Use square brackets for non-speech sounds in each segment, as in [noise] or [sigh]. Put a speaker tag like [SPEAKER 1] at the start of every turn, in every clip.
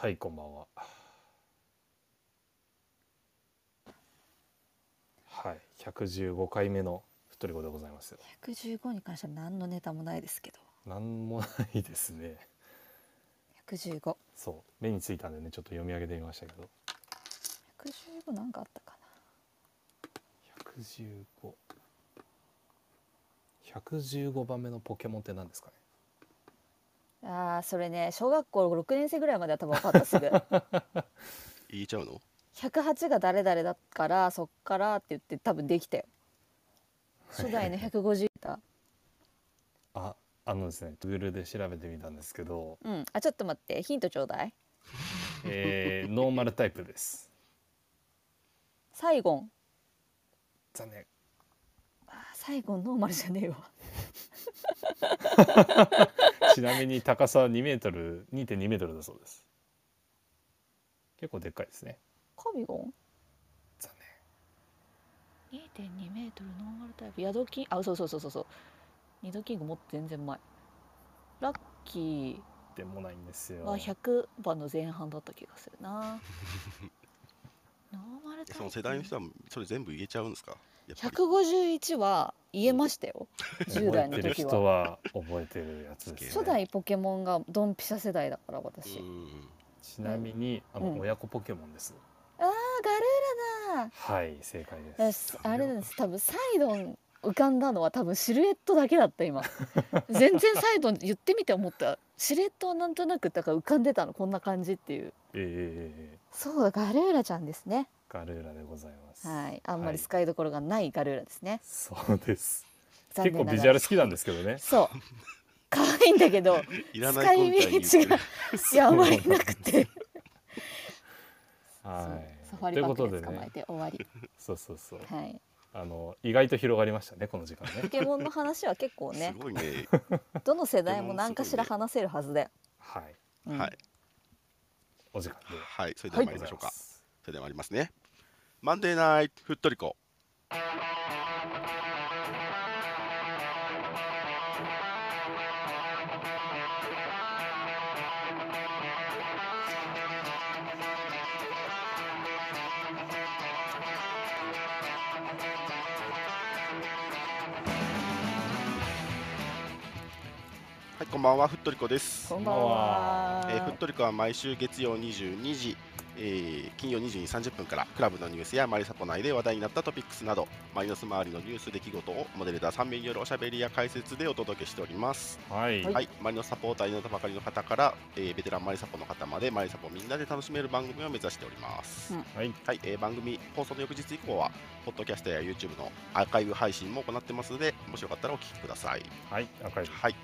[SPEAKER 1] はい、こんばんは。はい、115回目の太り子でございますよ。
[SPEAKER 2] 115に関しては何のネタもないですけど
[SPEAKER 1] なんもないですね。
[SPEAKER 2] 115115
[SPEAKER 1] そう、目についたんでね、ちょっと読み上げてみましたけど。
[SPEAKER 2] なんかあったか
[SPEAKER 1] 115。115番目のポケモンって何ですかね。
[SPEAKER 2] なあーそれね小学校6年生ぐらいまでは多分分かった [laughs] すぐ
[SPEAKER 3] 言えちゃうの
[SPEAKER 2] 108が誰々だからそっからって言って多分できたよ初代の150だ
[SPEAKER 1] [laughs] あ、あのですね、Google で調べてみたんですけど、
[SPEAKER 2] うんあちょっと待ってヒントちょうだい
[SPEAKER 1] えー、ノーマルタイプです。
[SPEAKER 2] サイゴン
[SPEAKER 1] 残念。
[SPEAKER 2] あーサイゴンノーマルじゃねえわ
[SPEAKER 1] ちなみに高さは2メートル、2.2メートルだそうです。結構でっかいですね。
[SPEAKER 2] カビゴン
[SPEAKER 1] 残念。
[SPEAKER 2] 2.2メートルノーマルタイプヤドキンあそうそうそうそうそう二度キングもっと全然前ラッキ
[SPEAKER 1] でもないんです
[SPEAKER 2] ー
[SPEAKER 1] よ。
[SPEAKER 2] は100番の前半だった気がするなノーマルタイ
[SPEAKER 3] え
[SPEAKER 2] プ
[SPEAKER 3] その世代の人はそれ全部言えちゃうんですかやっぱり
[SPEAKER 2] 151は言えましたよ10代の
[SPEAKER 1] 覚えてる
[SPEAKER 2] 時
[SPEAKER 1] 人
[SPEAKER 2] は
[SPEAKER 1] は覚えてるやつです、ね。
[SPEAKER 2] 初代ポケモンがドンピシャ世代だから私、あ
[SPEAKER 3] うん
[SPEAKER 1] ちなみに、あ
[SPEAKER 2] う
[SPEAKER 1] の
[SPEAKER 2] ん
[SPEAKER 1] 親子ポケモンです。
[SPEAKER 2] あーガルーラ
[SPEAKER 1] はい、正解
[SPEAKER 2] だ
[SPEAKER 1] で
[SPEAKER 2] よ
[SPEAKER 1] す。
[SPEAKER 2] しあれなんです多分サイドン浮かんだのは多分シルエットだけだった今全然サイドン言ってみて思ったシルエットはなんとなくだから浮かんでたのこんな感じっていう
[SPEAKER 1] ええ
[SPEAKER 2] そうだガルーラちゃんですね
[SPEAKER 1] ガルーラでございます。
[SPEAKER 2] はいあんまり
[SPEAKER 1] はい
[SPEAKER 2] 使いどころがないガルーラですね、
[SPEAKER 1] そうです。
[SPEAKER 2] 残
[SPEAKER 1] 結構
[SPEAKER 2] 念ながら
[SPEAKER 1] ビジュアル好きなんですけどね。
[SPEAKER 2] そう可愛いんだけど
[SPEAKER 3] いらないコンテンツ
[SPEAKER 2] 使い道がい [laughs] やあまりなくて
[SPEAKER 1] は
[SPEAKER 2] そうサファ
[SPEAKER 1] い。
[SPEAKER 2] リパッ
[SPEAKER 1] と
[SPEAKER 2] クで捕
[SPEAKER 1] いう
[SPEAKER 2] ま
[SPEAKER 1] こ
[SPEAKER 2] えて終わり、
[SPEAKER 1] そうそうそう。
[SPEAKER 2] はい、
[SPEAKER 1] あの意外と広がりましたね、この時間
[SPEAKER 2] ポ
[SPEAKER 1] ね。
[SPEAKER 2] ケモンの話は結構
[SPEAKER 3] す
[SPEAKER 2] ね
[SPEAKER 3] ごいね
[SPEAKER 2] どの世代も何かしら話せるはずだよ、
[SPEAKER 1] はい。
[SPEAKER 2] うん
[SPEAKER 3] はい
[SPEAKER 1] お時間で
[SPEAKER 3] はいそれでは参
[SPEAKER 1] ご
[SPEAKER 3] り
[SPEAKER 1] ざ
[SPEAKER 3] ま
[SPEAKER 1] い
[SPEAKER 3] しょう
[SPEAKER 1] ま
[SPEAKER 3] か
[SPEAKER 1] す。
[SPEAKER 3] それでは参りますねマンデーナイトふっとりこはいこんばんはふっとりこです
[SPEAKER 2] こんばんは
[SPEAKER 3] えー、ふっとりこは毎週月曜22時、えー金曜22時30分からクラブのニュースやマリサポ内で話題になったトピックスなどマリノス周りのニュース出来事をモデレーター3名によるおしゃべりや解説でお届けしております、
[SPEAKER 1] はい。
[SPEAKER 3] はいマリノスサポーターになったばかりの方から、えーベテランマリサポの方までマリサポみんなで楽しめる番組を目指しております、
[SPEAKER 2] うん
[SPEAKER 1] はい。
[SPEAKER 3] はい、えー番組放送の翌日以降はポッドキャストや YouTube のアーカイブ配信も行ってますのでもしよかったらお聞きください
[SPEAKER 1] はい。赤い。
[SPEAKER 3] はい。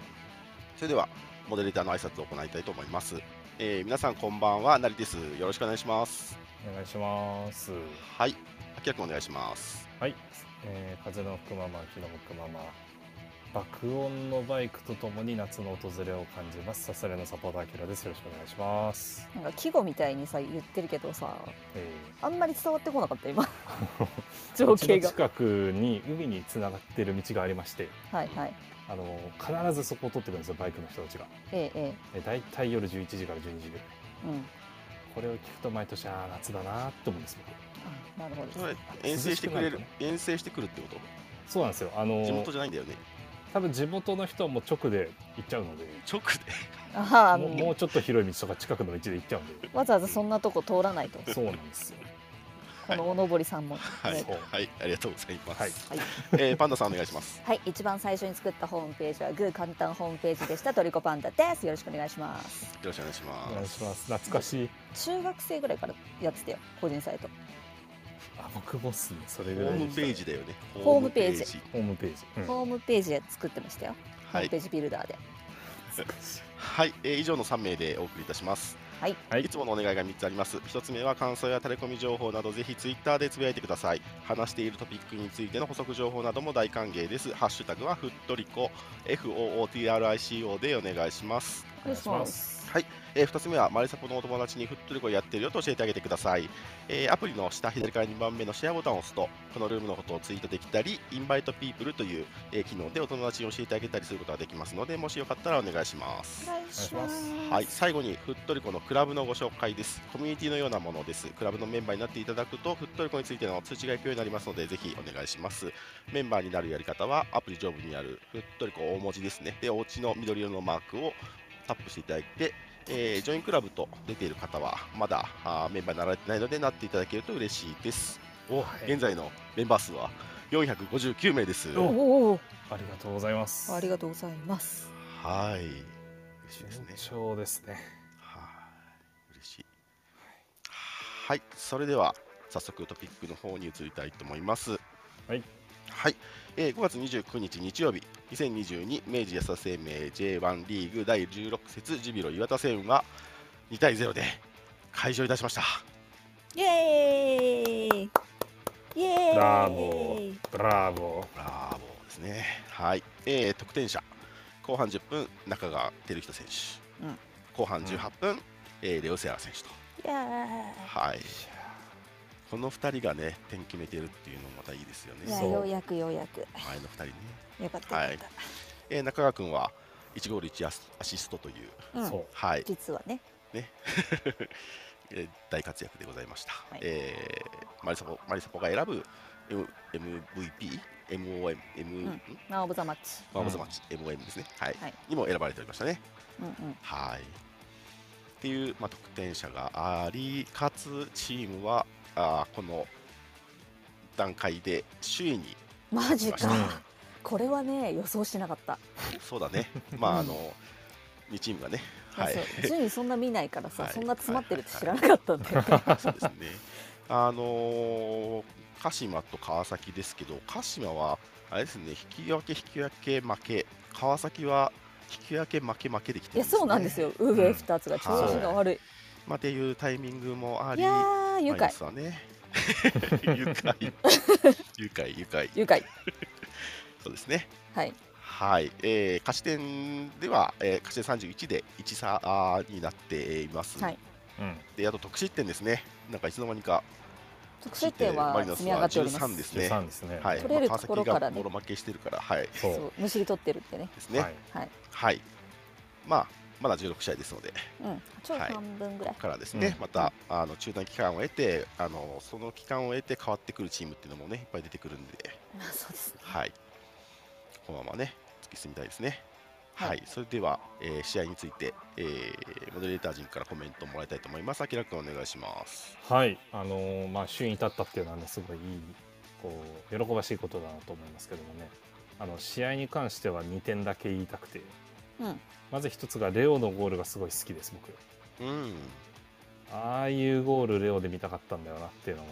[SPEAKER 3] それではモデレーターの挨拶を行いたいと思います。えー皆さんこんばんは、なりです。よろしくお願いします。
[SPEAKER 1] お願いします。
[SPEAKER 3] はい。あきらくんお願いします。
[SPEAKER 1] はい、えー風の吹くまま木の吹くまま爆音のバイクとともに夏の訪れを感じますさすれのサポーターあきらですよろしくお願いします、
[SPEAKER 2] なんか季語みたいにさ言ってるけどさ
[SPEAKER 1] え
[SPEAKER 2] あんまり伝わってこなかった
[SPEAKER 1] [laughs]
[SPEAKER 2] 今
[SPEAKER 1] ー、
[SPEAKER 2] 情景が
[SPEAKER 1] うちの近くに海につながってる道がありまして
[SPEAKER 2] はいはい
[SPEAKER 1] あの必ずそこを通ってくるんですよバイクの人たちが
[SPEAKER 2] えええ
[SPEAKER 1] えー大体夜11時から12時ぐらい
[SPEAKER 2] えうん
[SPEAKER 1] これを聞くと毎年あー夏だなと思うんですよ
[SPEAKER 2] あなるほど
[SPEAKER 3] それ
[SPEAKER 1] い
[SPEAKER 3] 遠征してくれ
[SPEAKER 1] 涼
[SPEAKER 3] る
[SPEAKER 1] しくなる、
[SPEAKER 3] 遠征してくるってこ
[SPEAKER 1] そうなんですよあの
[SPEAKER 3] と
[SPEAKER 1] ー
[SPEAKER 3] 地元じゃないんだよね。
[SPEAKER 1] 多分地元の人はもう直で行っちゃうので [laughs]
[SPEAKER 3] 直で。
[SPEAKER 2] ああ
[SPEAKER 1] もうもうちょっと広い道とか近くの道で行っちゃうん
[SPEAKER 2] わざわざそんなとこ通らないと
[SPEAKER 1] でそうなんですよ
[SPEAKER 2] このおのぼりさんも、
[SPEAKER 3] はい。
[SPEAKER 2] ね
[SPEAKER 3] はい。ありがとうございます。
[SPEAKER 1] はい
[SPEAKER 3] えーパンダさんお願いします。
[SPEAKER 2] はい、一番最初に作ったホームページはグー簡単ホームページでしたトリコパンダですよろしくお願いします
[SPEAKER 3] よろしくお願いし
[SPEAKER 1] お願
[SPEAKER 3] ま
[SPEAKER 1] い
[SPEAKER 3] す。
[SPEAKER 1] します懐かしい
[SPEAKER 2] 中学生ぐらいからやってたよ個人サイト
[SPEAKER 1] あ僕もっすねそれ
[SPEAKER 3] ホ
[SPEAKER 1] ぐらい
[SPEAKER 3] ー
[SPEAKER 1] で
[SPEAKER 3] ム
[SPEAKER 1] した
[SPEAKER 3] ページだよね。
[SPEAKER 2] ホームページ
[SPEAKER 1] ホ
[SPEAKER 3] ホ
[SPEAKER 1] ームページ、うん
[SPEAKER 2] ホームページで作ってましたよ、ホ
[SPEAKER 3] は
[SPEAKER 2] ームペ
[SPEAKER 3] い。
[SPEAKER 2] ージビルダーで
[SPEAKER 3] はい。えー以上の3名でお送りいたします。
[SPEAKER 2] はい
[SPEAKER 1] はい
[SPEAKER 3] いつものお願いが3つあります。1つ目は感想やタレコミ情報などぜひツイッターでつぶやいてください。話しているトピックについての補足情報なども大歓迎です。ハッシュタグはふっとりこ、FOOTRICO でお願いします。
[SPEAKER 1] お願いします。
[SPEAKER 2] す
[SPEAKER 3] えー、2つ目はマリサポのお友達にフットルコやってるよと教えてあげてください、えーアプリの下左から2番目のシェアボタンを押すとこのルームのことをツイートできたりインバイトピープルという、えー機能でお友達に教えてあげたりすることができますのでもしよかったらお願いします
[SPEAKER 2] お願いします
[SPEAKER 3] はい、最後にフットリコのクラブのご紹介です。コミュニティのようなものです。クラブのメンバーになっていただくと、フットリコについての通知が行くようになりますので、ぜひお願いします。メンバーになるやり方は、アプリ上部にあるフットリコ大文字ですね。で、お家の緑色のマークをタップしていただいて、えージョインクラブと出ている方は、まだあーメンバーになられてないので、なっていただけると嬉しいです。お、
[SPEAKER 1] はい
[SPEAKER 3] 現在のメンバー数は459名です。
[SPEAKER 1] お
[SPEAKER 2] おお
[SPEAKER 1] ありがとうございます。
[SPEAKER 4] ありがとうございます。
[SPEAKER 3] はい。嬉しいですね。
[SPEAKER 1] 順調ですね。
[SPEAKER 3] はい、嬉しい。はい、それでは早速トピックの方に移りたいと思います。
[SPEAKER 1] はい。
[SPEAKER 3] はい、えー5月29日日曜日、2022明治安田生命 J1 リーグ第16節ジュビロ磐田戦は2対0で解消いたしました。
[SPEAKER 4] イエーイ。イエーイ。
[SPEAKER 1] ブラボー、ブラボー。
[SPEAKER 3] ブラボーですね。はい、えー得点者後半10分中川照人選手、
[SPEAKER 4] うん
[SPEAKER 3] 後半18分、えーレオセアラ選手と。
[SPEAKER 4] イエーイ。
[SPEAKER 3] はい。この2人がね、点決めてるっていうのもまたいいですよ
[SPEAKER 4] い
[SPEAKER 3] ね
[SPEAKER 4] や、
[SPEAKER 1] そう
[SPEAKER 4] ようやくようやく。
[SPEAKER 3] 前の2人ね。
[SPEAKER 4] よかったよかっ
[SPEAKER 3] えー中川君は1ゴール1アスアシストという、
[SPEAKER 4] た。うん
[SPEAKER 1] そう。
[SPEAKER 3] はい、
[SPEAKER 4] 実はね。
[SPEAKER 3] えー大活躍でございました。
[SPEAKER 4] はい
[SPEAKER 3] えーマリサポマリサポが選ぶ M MVP、MOM、M、
[SPEAKER 4] うん
[SPEAKER 3] ん
[SPEAKER 4] ナオブザマッチ。
[SPEAKER 3] マンオブザマッチ、MOM ですね。はい。
[SPEAKER 4] はい
[SPEAKER 3] にも選ばれておりましたね。
[SPEAKER 4] うんうん。
[SPEAKER 3] はい。っていう、まあ、得点者があり、かつチームはあーこの段階で首位に
[SPEAKER 4] マジ
[SPEAKER 3] う
[SPEAKER 4] か。これはね、予想しなかった。
[SPEAKER 3] そうだ
[SPEAKER 4] [laughs]
[SPEAKER 3] ね。まああの2チームがね、はい
[SPEAKER 4] いや、そう順位そんな見ないからさ、
[SPEAKER 3] はい
[SPEAKER 4] そんな詰まってるって知らなかったんだよね。
[SPEAKER 3] そうですね。 [laughs] あのー鹿島と川崎ですけど、鹿島はあれですね、引き分け引き分け負け、川崎は引き分け負け負けでき
[SPEAKER 4] い
[SPEAKER 3] てる
[SPEAKER 4] や、そうなんです
[SPEAKER 3] よ。
[SPEAKER 4] よ。上二つが調子が悪い。
[SPEAKER 3] まあっていうタイミングもあ
[SPEAKER 4] い
[SPEAKER 3] り、
[SPEAKER 4] やー、愉
[SPEAKER 3] マイナ
[SPEAKER 4] 快。
[SPEAKER 3] スはね。 [laughs] 愉快、 [laughs] 愉快、愉快、
[SPEAKER 4] 愉快。
[SPEAKER 3] そうですね。
[SPEAKER 4] はい。
[SPEAKER 3] はい、えー、勝ち点では、えー、勝ち点31で1差あーになっています。
[SPEAKER 4] はい
[SPEAKER 1] うん。
[SPEAKER 3] であと得失点ですね、なんかいつの間にか、
[SPEAKER 4] 得失点は積み上がっております
[SPEAKER 3] マリノスは13です
[SPEAKER 1] 十
[SPEAKER 3] ね。
[SPEAKER 1] 三ですね。
[SPEAKER 3] はい、
[SPEAKER 4] 取れる
[SPEAKER 3] まあ
[SPEAKER 4] ところから
[SPEAKER 3] 川
[SPEAKER 4] ね
[SPEAKER 3] 崎がボロ負けしてるから、はい、
[SPEAKER 1] そ
[SPEAKER 4] そうう。むしり取ってるってね
[SPEAKER 3] ですね、
[SPEAKER 1] は
[SPEAKER 3] はい
[SPEAKER 1] い。
[SPEAKER 3] まあ、まだ16試合ですので、
[SPEAKER 4] うんちょい
[SPEAKER 3] はい
[SPEAKER 4] 半分ぐらい、
[SPEAKER 3] からですね、
[SPEAKER 1] うん
[SPEAKER 3] またあの中断期間を得てあの、その期間を得て変わってくるチームっていうのもね、いっぱい出てくるんで、
[SPEAKER 4] まあそうですね
[SPEAKER 3] はい、このままね、突き進みたいですね。
[SPEAKER 4] は
[SPEAKER 3] はいい、それでは、えー試合について、えーモデレーター陣からコメントもらいたいと思います。あきらくんお願いします。
[SPEAKER 1] はい、あのーまあ、首位に立ったっていうのはね、すごいいい、こう、喜ばしいことだなと思いますけどもね。あの、試合に関しては2点だけ言いたくて。
[SPEAKER 4] うん
[SPEAKER 1] まず一つが、レオのゴールがすごい好きです、僕。
[SPEAKER 3] うん、
[SPEAKER 1] ああいうゴール、レオで見たかったんだよなっていうのが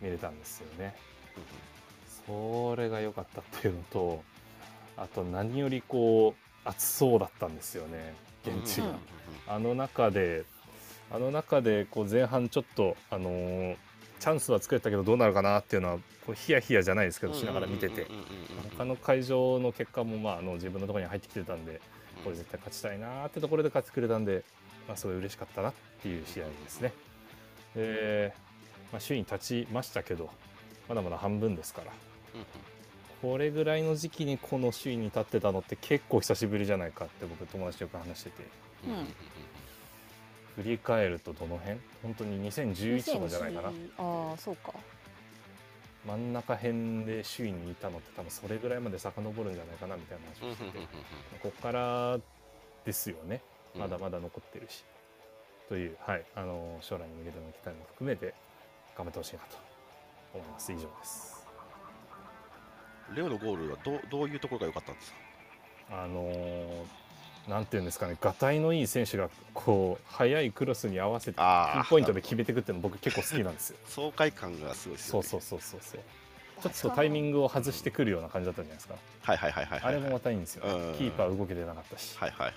[SPEAKER 1] 見れたんですよね。それが良かったっていうのと、あと何よりこう、暑そうだったんですよね、現地
[SPEAKER 3] うん
[SPEAKER 1] が。
[SPEAKER 3] うん
[SPEAKER 1] あの中で、あの中でこう前半ちょっと、あのーチャンスは作れたけどどうなるかなっていうのはこうヒヤヒヤじゃないですけどしながら見てて
[SPEAKER 3] うんうんうんうん
[SPEAKER 1] 他の会場の結果もまああの自分のところに入ってきてたんでこれ絶対勝ちたいなーってところで勝ってくれたんで、まあ、すごい嬉しかったなっていう試合ですね。で、まあ、首位に立ちましたけどまだまだ半分ですから
[SPEAKER 3] うんうん
[SPEAKER 1] これぐらいの時期にこの首位に立ってたのって結構久しぶりじゃないかって僕友達とよく話してて
[SPEAKER 3] うんうんうん
[SPEAKER 1] 振り返るとどの辺本当に2011とかじゃないかな
[SPEAKER 4] 2010ああそうか
[SPEAKER 1] 真ん中辺で首位にいたのって多分それぐらいまで遡るんじゃないかなみたいな話をしててここからですよね
[SPEAKER 3] うん
[SPEAKER 1] まだまだ残ってるし、という、はい、あの将来に向けての期待も含めて頑張ってほしいなと思います以上です
[SPEAKER 3] レオのゴールはどうどういうところが良かったんですか。
[SPEAKER 1] あのーなんていうんですかねがたいのいい選手がこう速いクロスに合わせて
[SPEAKER 3] あ
[SPEAKER 1] ピンポイントで決めてくっていうの僕結構好きなんですよ
[SPEAKER 3] 爽快感がすごいです
[SPEAKER 1] そ
[SPEAKER 3] よ
[SPEAKER 1] う
[SPEAKER 3] ね。
[SPEAKER 1] そうそうそうそうちょっとタイミ
[SPEAKER 4] グ
[SPEAKER 1] ングを外してくるような感じだったじゃないですか
[SPEAKER 3] はいはいはいはいは
[SPEAKER 1] あ
[SPEAKER 3] い。
[SPEAKER 1] れもまたいいんですよね
[SPEAKER 3] うん
[SPEAKER 1] キーパー動けてなかったし
[SPEAKER 3] はいはいはい。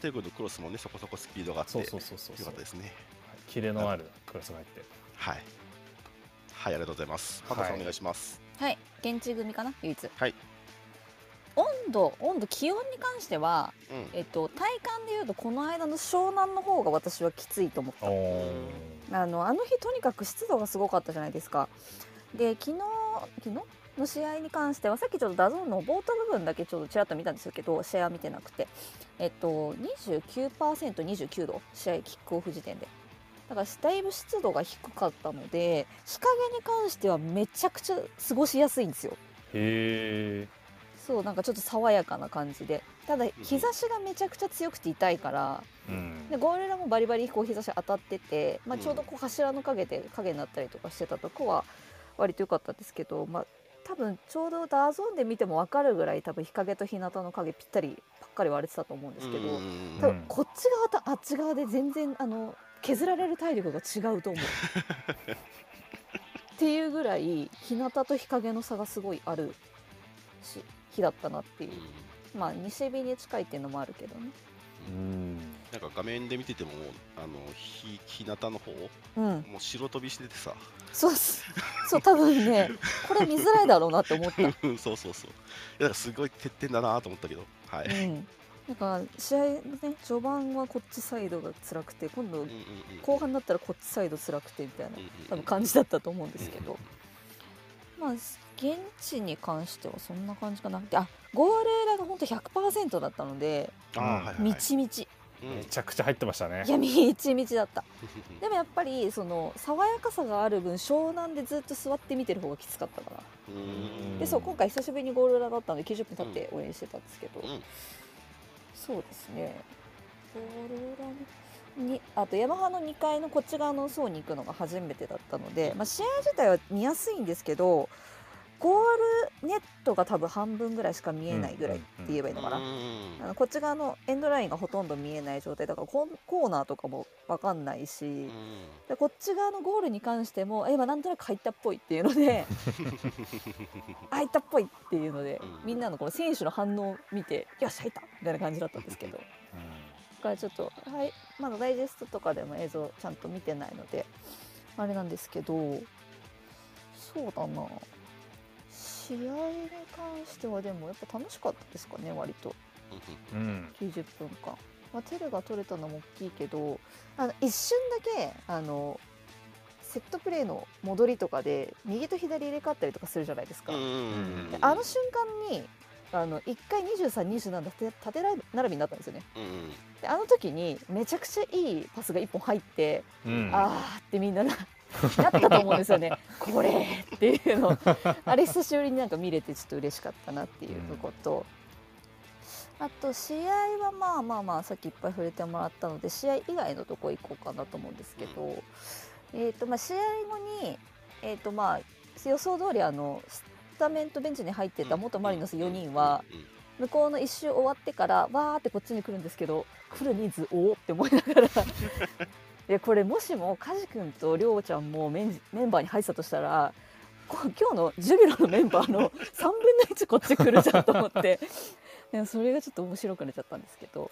[SPEAKER 3] ということでクロスもねそこそこスピードがあって
[SPEAKER 1] そうそうそうそうそ
[SPEAKER 3] 良か
[SPEAKER 1] う
[SPEAKER 3] ったですね。
[SPEAKER 1] はいキレのあるクロスが入って
[SPEAKER 3] はい。はいありがとうございます。パカさん
[SPEAKER 1] はい
[SPEAKER 3] お願いします。
[SPEAKER 4] はい現地組かな唯一
[SPEAKER 3] はい
[SPEAKER 4] オン
[SPEAKER 2] 温度温度気温に関しては、
[SPEAKER 3] うん
[SPEAKER 2] えっと、体感でいうとこの間の湘南の方が私はきついと思った
[SPEAKER 1] おー
[SPEAKER 2] あのあの日とにかく湿度がすごかったじゃないですかで昨日昨日の試合に関してはさっきちょっとダゾーンの冒頭部分だけちょっとちらっと見たんですけど試合は見てなくてえっと 29%29 度試合キックオフ時点でだからだいぶ湿度が低かったので日陰に関してはめちゃくちゃ過ごしやすいんですよ
[SPEAKER 1] へえ
[SPEAKER 2] そうなんかちょっと爽やかな感じでただ日差しがめちゃくちゃ強くて痛いから
[SPEAKER 1] うん
[SPEAKER 2] でゴール裏もバリバリこう日差し当たってて、まあ、
[SPEAKER 3] うん
[SPEAKER 2] ちょうどこう柱の陰で影になったりとかしてたとこは割と良かったですけど、まあ、多分ちょうどダーゾーンで見ても分かるぐらい多分日陰と日向の影ぴったりばっかり割れてたと思うんですけど、多
[SPEAKER 3] うん
[SPEAKER 1] う
[SPEAKER 2] 分
[SPEAKER 1] ん
[SPEAKER 2] こっち側とあっち側で全然あの削られる体力が違うと思う。っていうぐらい日向と日陰の差がすごいあるし日だったなっていうまあ西日に近いっていうのもあるけどね。
[SPEAKER 1] うん
[SPEAKER 3] なんか画面で見ててもあのひ日向の方
[SPEAKER 2] うん
[SPEAKER 3] もう白飛びしててさ
[SPEAKER 2] そうっすそう多分ねこれ見づらいだろうなって思った、う
[SPEAKER 3] うんそうそうそういやだからすごい欠点だなと思ったけどはい、
[SPEAKER 2] ん、なんか試合のね序盤はこっちサイドが辛くて今度
[SPEAKER 3] うんうんうん
[SPEAKER 2] 後半になったらこっちサイド辛くてみたいな
[SPEAKER 3] うんうんうん
[SPEAKER 2] 多分感じだったと思うんですけどまあ現地に関してはそんな感じかなであゴール裏がほんと100%だったので
[SPEAKER 3] ああはいはい、はい、
[SPEAKER 2] みちみち
[SPEAKER 3] うん
[SPEAKER 1] めちゃくちゃ入ってましたね
[SPEAKER 2] いやみちみちだったでもやっぱりその爽やかさがある分湘南でずっと座って見てる方がきつかったから
[SPEAKER 3] う
[SPEAKER 1] うん
[SPEAKER 3] ん
[SPEAKER 2] でそう今回久しぶりにゴール裏だったので90分経って応援してたんですけど、
[SPEAKER 3] うん
[SPEAKER 2] そうですねゴール裏ににあとヤマハの2階のこっち側の層に行くのが初めてだったので、まあ、試合自体は見やすいんですけどゴールネットが多分半分ぐらいしか見えないぐらいって言えばいいのかな、
[SPEAKER 3] うん
[SPEAKER 2] あのこっち側のエンドラインがほとんど見えない状態だからコンコーナーとかも分かんないし。
[SPEAKER 3] うん
[SPEAKER 2] でこっち側のゴールに関してもえ今なんとなく入ったっぽいっていうの
[SPEAKER 3] [laughs]
[SPEAKER 2] であ入ったっぽいっていうので
[SPEAKER 3] うん
[SPEAKER 2] みんなのこの選手の反応を見てよし入ったみたいな感じだったんですけどだからちょっとはいまだダイジェストとかでも映像ちゃんと見てないのであれなんですけどそうだな試合に関してはでもやっぱ楽しかったですかね割と。
[SPEAKER 1] うんうん
[SPEAKER 2] 90分間、まあ、テルが取れたのも大きいけどあの一瞬だけあのセットプレーの戻りとかで右と左入れ替わったりとかするじゃないですか、
[SPEAKER 3] うんうん
[SPEAKER 2] であの瞬間にあの1回2327縦縦並びになったんですよね
[SPEAKER 3] うんうん
[SPEAKER 2] であの時にめちゃくちゃいいパスが1本入って、
[SPEAKER 1] うん
[SPEAKER 2] あーってみんなななったと思うんで
[SPEAKER 1] [laughs]
[SPEAKER 2] すよねこれっていうのあれ久しぶりになんか見れてちょっと嬉しかったなっていうとこと、あと試合はまあまあまあさっきいっぱい触れてもらったので試合以外のとこ行こうかなと思うんですけど、えーとまあ、試合後に、えーとまあ、予想通りあのスタメンとベンチに入ってた元マリノス4人は
[SPEAKER 3] うんうんうん
[SPEAKER 2] 向こうの一周終わってからわーってこっちに来るんですけど来る人数多って思いながら [laughs] いやこれもしも梶君と亮ちゃんもメンメンバーに入ってたとしたらこ今日のジュビロのメンバーの3分の1こっち来るじゃんと思ってでもそれがちょっと面白くなっちゃったんですけど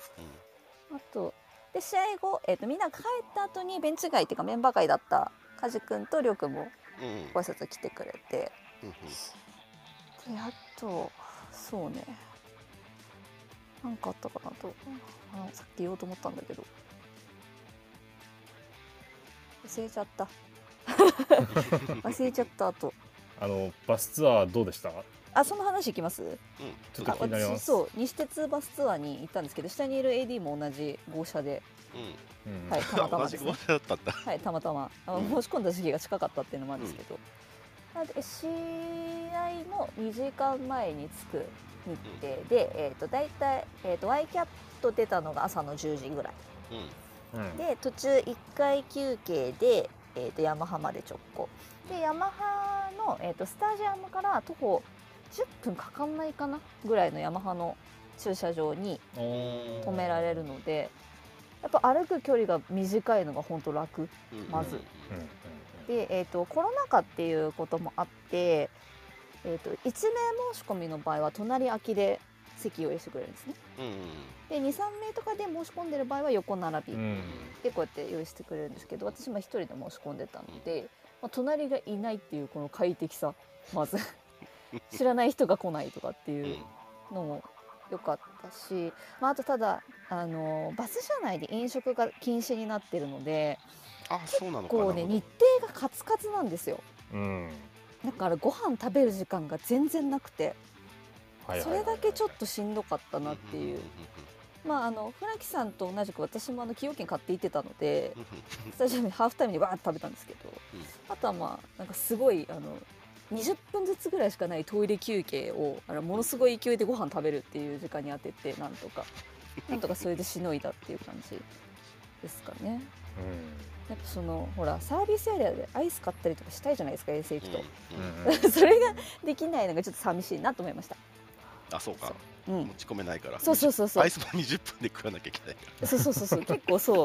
[SPEAKER 2] あとで試合後、えー、とみんな帰った後にベンチ外っていうかメンバー外だった梶君と亮君も
[SPEAKER 3] うんうんうん
[SPEAKER 2] ご挨拶来てくれて
[SPEAKER 3] うんうん
[SPEAKER 2] であとそうねなんかあったかなとあさっき言おうと思ったんだけど忘れちゃった忘れちゃった
[SPEAKER 1] [laughs]
[SPEAKER 2] あと
[SPEAKER 1] あのバスツアーどうでした
[SPEAKER 2] あその話いきます
[SPEAKER 1] ちょっと
[SPEAKER 2] あ
[SPEAKER 1] 気になりま
[SPEAKER 2] 私
[SPEAKER 1] す
[SPEAKER 2] そう西鉄バスツアーに行ったんですけど下にいる AD も同じ号車で、
[SPEAKER 3] うん
[SPEAKER 1] うん
[SPEAKER 2] はい、たまたまで
[SPEAKER 3] 同じ
[SPEAKER 2] す
[SPEAKER 1] [laughs]
[SPEAKER 3] 号
[SPEAKER 2] ね
[SPEAKER 3] 車だったんだ
[SPEAKER 2] はい、たまたまあの、
[SPEAKER 3] うん
[SPEAKER 2] 申し込んだ時期が近かったっていうのもあるんですけど、あで試合の2時間前に着く日程で、えー、と大体、えー、と Y キャット出たのが朝の10時ぐらい
[SPEAKER 3] うん
[SPEAKER 1] うん
[SPEAKER 2] で途中1回休憩で、えー、とヤマハまで直行でヤマハの、えー、とスタジアムから徒歩10分かかんないかなぐらいのヤマハの駐車場に止められるのでやっぱ歩く距離が短いのが本当楽。
[SPEAKER 3] うん
[SPEAKER 2] まず
[SPEAKER 1] うんうん
[SPEAKER 2] で、えー、とコロナ禍っていうこともあって、えー、と1名申し込みの場合は隣空きで席用意してくれるんですね
[SPEAKER 3] うん
[SPEAKER 2] で23名とかで申し込んでる場合は横並び
[SPEAKER 1] うん
[SPEAKER 3] うん
[SPEAKER 2] でこうやって用意してくれるんですけど私も一人で申し込んでたので、まあ、隣がいないっていう
[SPEAKER 3] [laughs]
[SPEAKER 2] この快適さまず知らない人が来ないとかって
[SPEAKER 3] うんう
[SPEAKER 2] い
[SPEAKER 3] ん
[SPEAKER 2] うのも良かったし、まあ、あとただあのバス車内で飲食が禁止になってるので
[SPEAKER 3] あそうなのかな
[SPEAKER 2] こうね日程がカツカツなんですよ
[SPEAKER 1] うん
[SPEAKER 2] だからご飯食べる時間が全然なくて
[SPEAKER 1] はいはいはいはい
[SPEAKER 2] それだけちょっとしんどかった
[SPEAKER 3] うん
[SPEAKER 2] なっていうまああの船木さんと同じく私もあの崎陽軒買って行ってたので
[SPEAKER 3] うんうんうんうん
[SPEAKER 2] スタジアムにハーフタイムにわーって食べたんですけど、
[SPEAKER 3] うん
[SPEAKER 2] あとはまあなんかすごいあの20分ずつぐらいしかないトイレ休憩をあのものすごい勢いでご飯食べるっていう時間に当ててなんとかなんとかそれでしのいだっていう感じですかねやっぱそのほらサービスエリアでアイス買ったりとかしたいじゃないですか遠征行くと、
[SPEAKER 3] うんうん
[SPEAKER 1] うんうん
[SPEAKER 2] [laughs] それができないのがちょっと寂しいなと思いました
[SPEAKER 3] あそうか
[SPEAKER 2] うん
[SPEAKER 3] 持ち込めないから
[SPEAKER 2] そうそうそうそ
[SPEAKER 3] ア
[SPEAKER 2] う
[SPEAKER 3] イスも20分で食わなきゃいけないから
[SPEAKER 2] そうそうそうそう結構そう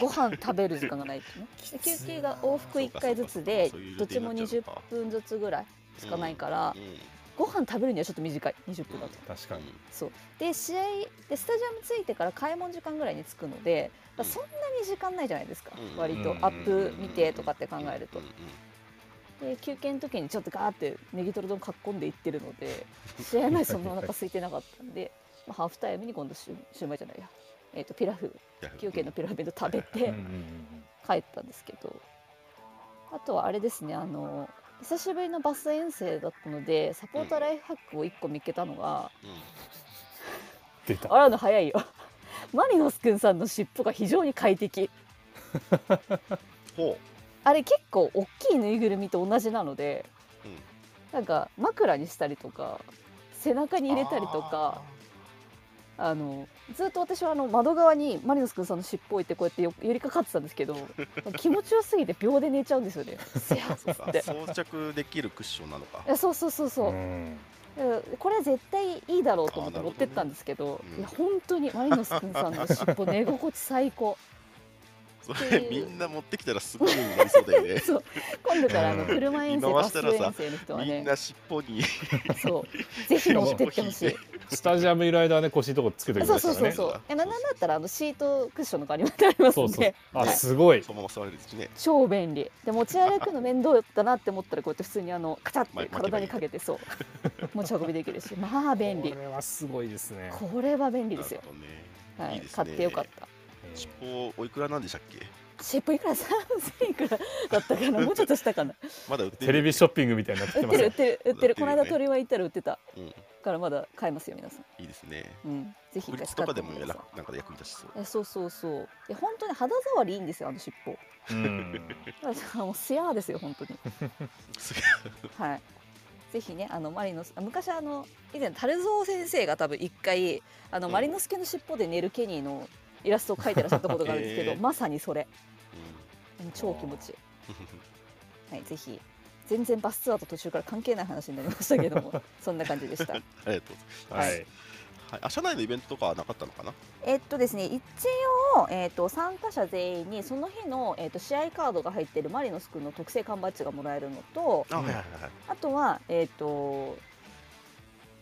[SPEAKER 2] ご飯食べる時間がないってねで休憩が往復1回ずつで
[SPEAKER 3] そうかそうかそういう
[SPEAKER 2] ど
[SPEAKER 3] 予
[SPEAKER 2] っち
[SPEAKER 3] 定
[SPEAKER 2] も
[SPEAKER 3] になっちゃう
[SPEAKER 2] 20
[SPEAKER 3] のか
[SPEAKER 2] 分ずつぐらいしかないから、
[SPEAKER 3] うんうん
[SPEAKER 2] ご飯食べるにはちょっと短い20分だと、
[SPEAKER 1] 確かに
[SPEAKER 2] そうで試合でスタジアム着いてから開門時間ぐらいに着くので、
[SPEAKER 3] うん
[SPEAKER 2] そんなに時間ないじゃないですか、
[SPEAKER 3] うん
[SPEAKER 2] 割と
[SPEAKER 1] うん
[SPEAKER 2] アップ見てとかって考えると
[SPEAKER 3] うん、うん
[SPEAKER 2] で休憩の時にちょっとガーってネギトロ丼かっこんでいってるので試合前そんなお腹空いてなかったんで、まあ、ハーフタイムに今度シュシューマイじゃないや、えー、とピラフ
[SPEAKER 3] うん
[SPEAKER 2] 休憩のピラフ弁当食べて、
[SPEAKER 1] うんうんうん
[SPEAKER 2] 帰ったんですけどあとはあれですねあの久しぶりのバス遠征だったのでサポーターライフハックを1個見っけたのが、
[SPEAKER 3] うん
[SPEAKER 1] 出た
[SPEAKER 2] あらの早いよ [laughs] マリノスくんさんの尻尾が非常に快適
[SPEAKER 3] ほ
[SPEAKER 2] あれ結構大きいぬいぐるみと同じなので、なんか枕にしたりとか背中
[SPEAKER 3] う
[SPEAKER 2] に入れたりとかあのずっと私はあの窓側にマリノス君さんの尻尾置いてこうやってよ寄りかかってたんです
[SPEAKER 1] [laughs]
[SPEAKER 2] けど気持ちよすぎて秒で寝ちゃうんですよね。せや
[SPEAKER 3] あー
[SPEAKER 2] っつ
[SPEAKER 3] そう
[SPEAKER 2] っ
[SPEAKER 3] か
[SPEAKER 2] て
[SPEAKER 3] 装着できるクッションなのか
[SPEAKER 2] [laughs] いやそうそうそうそう、
[SPEAKER 1] ん
[SPEAKER 2] うんこれ絶対いいだろうと思って
[SPEAKER 3] あ
[SPEAKER 2] 持
[SPEAKER 3] ーなるほどね
[SPEAKER 2] ってったんですけど
[SPEAKER 3] うん
[SPEAKER 2] いや本当にマリノス君さんの尻尾寝心地最高
[SPEAKER 3] そ
[SPEAKER 2] っ
[SPEAKER 3] れ
[SPEAKER 2] て
[SPEAKER 3] み
[SPEAKER 2] いうん
[SPEAKER 3] な持ってきたらすごいになりそうだ
[SPEAKER 2] [laughs]
[SPEAKER 3] よね
[SPEAKER 2] そう今度からあの
[SPEAKER 1] うん
[SPEAKER 2] 車遠征
[SPEAKER 3] 回
[SPEAKER 2] バ
[SPEAKER 3] し
[SPEAKER 2] ス
[SPEAKER 3] た
[SPEAKER 2] 遠
[SPEAKER 3] らさ
[SPEAKER 2] 征の人は
[SPEAKER 3] みん
[SPEAKER 2] ね
[SPEAKER 3] な尻尾に
[SPEAKER 2] そうぜひ持ってってほしい
[SPEAKER 3] ひ
[SPEAKER 1] スタジアムいる間はね腰のとこつけて
[SPEAKER 3] も
[SPEAKER 1] く
[SPEAKER 2] そ
[SPEAKER 1] だ
[SPEAKER 2] う
[SPEAKER 1] さ
[SPEAKER 2] そ
[SPEAKER 1] いうか
[SPEAKER 2] そ
[SPEAKER 1] らね
[SPEAKER 2] うそう
[SPEAKER 3] ね
[SPEAKER 2] いやなんだったらあのシートクッションの代わりになります
[SPEAKER 1] そ
[SPEAKER 2] ん
[SPEAKER 1] う
[SPEAKER 2] で
[SPEAKER 1] そうあ
[SPEAKER 3] ね
[SPEAKER 1] すごい
[SPEAKER 3] そのまま座れるしね
[SPEAKER 2] 超便利で持ち歩くの面倒だなって思ったらこうやって普通にあのカチャって体にかけてそう持ち運びできるしまあ便利
[SPEAKER 1] これはすごいですね
[SPEAKER 2] これは便利ですよ
[SPEAKER 3] なるほどね
[SPEAKER 2] はいい
[SPEAKER 3] いですね
[SPEAKER 2] 買ってよかった
[SPEAKER 1] え
[SPEAKER 3] 尻
[SPEAKER 1] ー
[SPEAKER 3] 尾おいくらなんでしたっけ
[SPEAKER 2] シップいくら3000いくらだったかなもうちょっとしたかな
[SPEAKER 3] まだ売ってる
[SPEAKER 1] テレビショッピングみたいになって
[SPEAKER 2] 売
[SPEAKER 1] き
[SPEAKER 2] って
[SPEAKER 1] ま
[SPEAKER 2] て
[SPEAKER 1] す
[SPEAKER 2] る売
[SPEAKER 1] よ
[SPEAKER 2] ってる売ってるこの
[SPEAKER 3] 売
[SPEAKER 2] 間
[SPEAKER 3] ってる
[SPEAKER 2] 鳥は行ったら売ってた
[SPEAKER 3] うん
[SPEAKER 2] からまだ買えますよ皆さん、
[SPEAKER 3] いいですね
[SPEAKER 2] うん、ぜひ一回
[SPEAKER 3] 国立
[SPEAKER 2] 使
[SPEAKER 3] と
[SPEAKER 2] っ
[SPEAKER 3] か
[SPEAKER 2] て
[SPEAKER 3] で
[SPEAKER 2] み
[SPEAKER 3] も
[SPEAKER 2] てくだ
[SPEAKER 3] やら
[SPEAKER 2] さ
[SPEAKER 3] なんか役に立ちそう
[SPEAKER 2] いえそうそうそういや本当に肌触りいいんですよあの尻尾
[SPEAKER 1] うん
[SPEAKER 2] だからもうスヤーですよ本当に [laughs]
[SPEAKER 3] すげえ
[SPEAKER 2] はい。ぜひね、あのマリノス、あ昔あの以前樽蔵先生が多分一回あの、
[SPEAKER 3] うん
[SPEAKER 2] マリノスケの尻尾で寝るケニーのイラストを描いてらっしゃったことがあるんですけど、
[SPEAKER 3] へー
[SPEAKER 2] まさにそれ、
[SPEAKER 3] う
[SPEAKER 2] うん超気持ちいい。はい、ぜひ全然バスツアーと途中から関係ない話になりましたけど
[SPEAKER 3] [laughs]
[SPEAKER 2] も、そんな感じでした。
[SPEAKER 3] んありがとうございます
[SPEAKER 1] は
[SPEAKER 2] はいい
[SPEAKER 3] はいあ社内のイベントとかはなかったのかな
[SPEAKER 2] えっとですね、一応、えっと参加者全員にその日の、えっと試合カードが入っているマリノス君の特製缶バッジがもらえるのと、
[SPEAKER 3] あはいはいはいはい
[SPEAKER 2] あとは、えっ、と、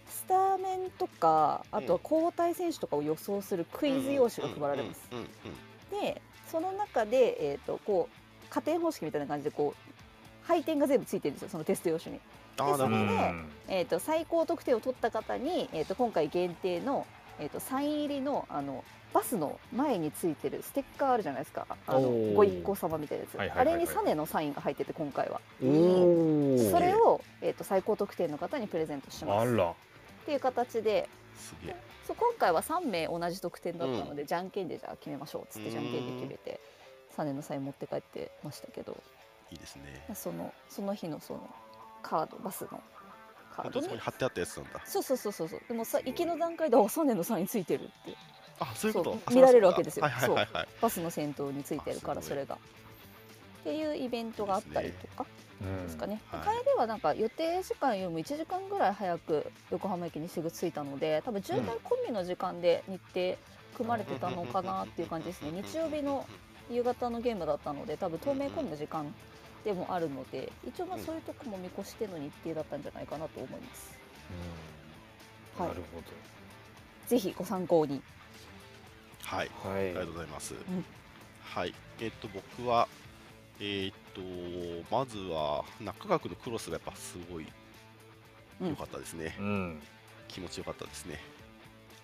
[SPEAKER 2] スターメンとか、あとは交代選手とかを予想するクイズ用紙が配られます。
[SPEAKER 3] うんうんうん
[SPEAKER 2] で、その中で、えっ、と、こう、加点方式みたいな感じで、こう、配点が全部ついてるんですよ、そのテスト用紙に。
[SPEAKER 3] あー
[SPEAKER 2] で
[SPEAKER 3] な
[SPEAKER 1] う
[SPEAKER 2] そ
[SPEAKER 3] るほ
[SPEAKER 2] れ
[SPEAKER 3] ど
[SPEAKER 2] で
[SPEAKER 1] ん
[SPEAKER 2] えっ、と、最高得点を取った方に、えっ、と、今回限定の、えっ、と、サイン入りの、あの、バスの前についてるステッカーあるじゃないですか。あの、
[SPEAKER 1] おー
[SPEAKER 2] ご一行様みたいなやつ。
[SPEAKER 1] はいはいはいはい
[SPEAKER 2] あれにサネのサインが入ってて、今回は。
[SPEAKER 1] おー
[SPEAKER 2] それを、えっ、と、最高得点の方にプレゼントします
[SPEAKER 1] あ。ら
[SPEAKER 2] っていう形です
[SPEAKER 3] げえ
[SPEAKER 2] そう今回は3名同じ得点だったので、じゃんけんでじゃあ決めましょうっつってじゃんけんで決めて3年の際持って帰ってましたけど
[SPEAKER 3] いいですね
[SPEAKER 2] まあそのその日のそのカードバスのカード
[SPEAKER 3] 本当にそ
[SPEAKER 2] に
[SPEAKER 3] こに貼ってあったやつなんだ
[SPEAKER 2] そうそうそうそうそうでもさ
[SPEAKER 3] すごい
[SPEAKER 2] 行きの段階で「あサネのサインついてる」って
[SPEAKER 3] あそういうこと
[SPEAKER 2] そう
[SPEAKER 3] あ
[SPEAKER 2] 見られるわけですよ
[SPEAKER 3] はいはいはいはい
[SPEAKER 2] バスの先頭についてるから
[SPEAKER 3] あす
[SPEAKER 2] そ
[SPEAKER 3] ごい
[SPEAKER 2] れが。っていうイベントがあったりとか
[SPEAKER 1] うん
[SPEAKER 2] ですかね、
[SPEAKER 3] うんはい
[SPEAKER 2] 帰りはなんか予定時間よりも1時間ぐらい早く横浜駅にすぐ着いたので多分渋滞込みの時間で日程組まれてたのかなっていう感じですね日曜日の夕方のゲームだったので多分透明込みの時間でもあるので一応まあ
[SPEAKER 3] うん
[SPEAKER 2] そういうとこも見越しての日程だったんじゃないかなと思います
[SPEAKER 1] うん
[SPEAKER 2] は
[SPEAKER 1] な
[SPEAKER 2] い
[SPEAKER 1] るほ
[SPEAKER 2] ぜひご参考に
[SPEAKER 3] はい
[SPEAKER 1] どはい
[SPEAKER 3] ありがとうございます。
[SPEAKER 2] ん
[SPEAKER 3] はい、えっと、僕は、えっと、まずは中学のクロスがやっぱすごい
[SPEAKER 2] うん
[SPEAKER 3] 良かったですね、
[SPEAKER 1] うん
[SPEAKER 3] 気持ちよかったですね。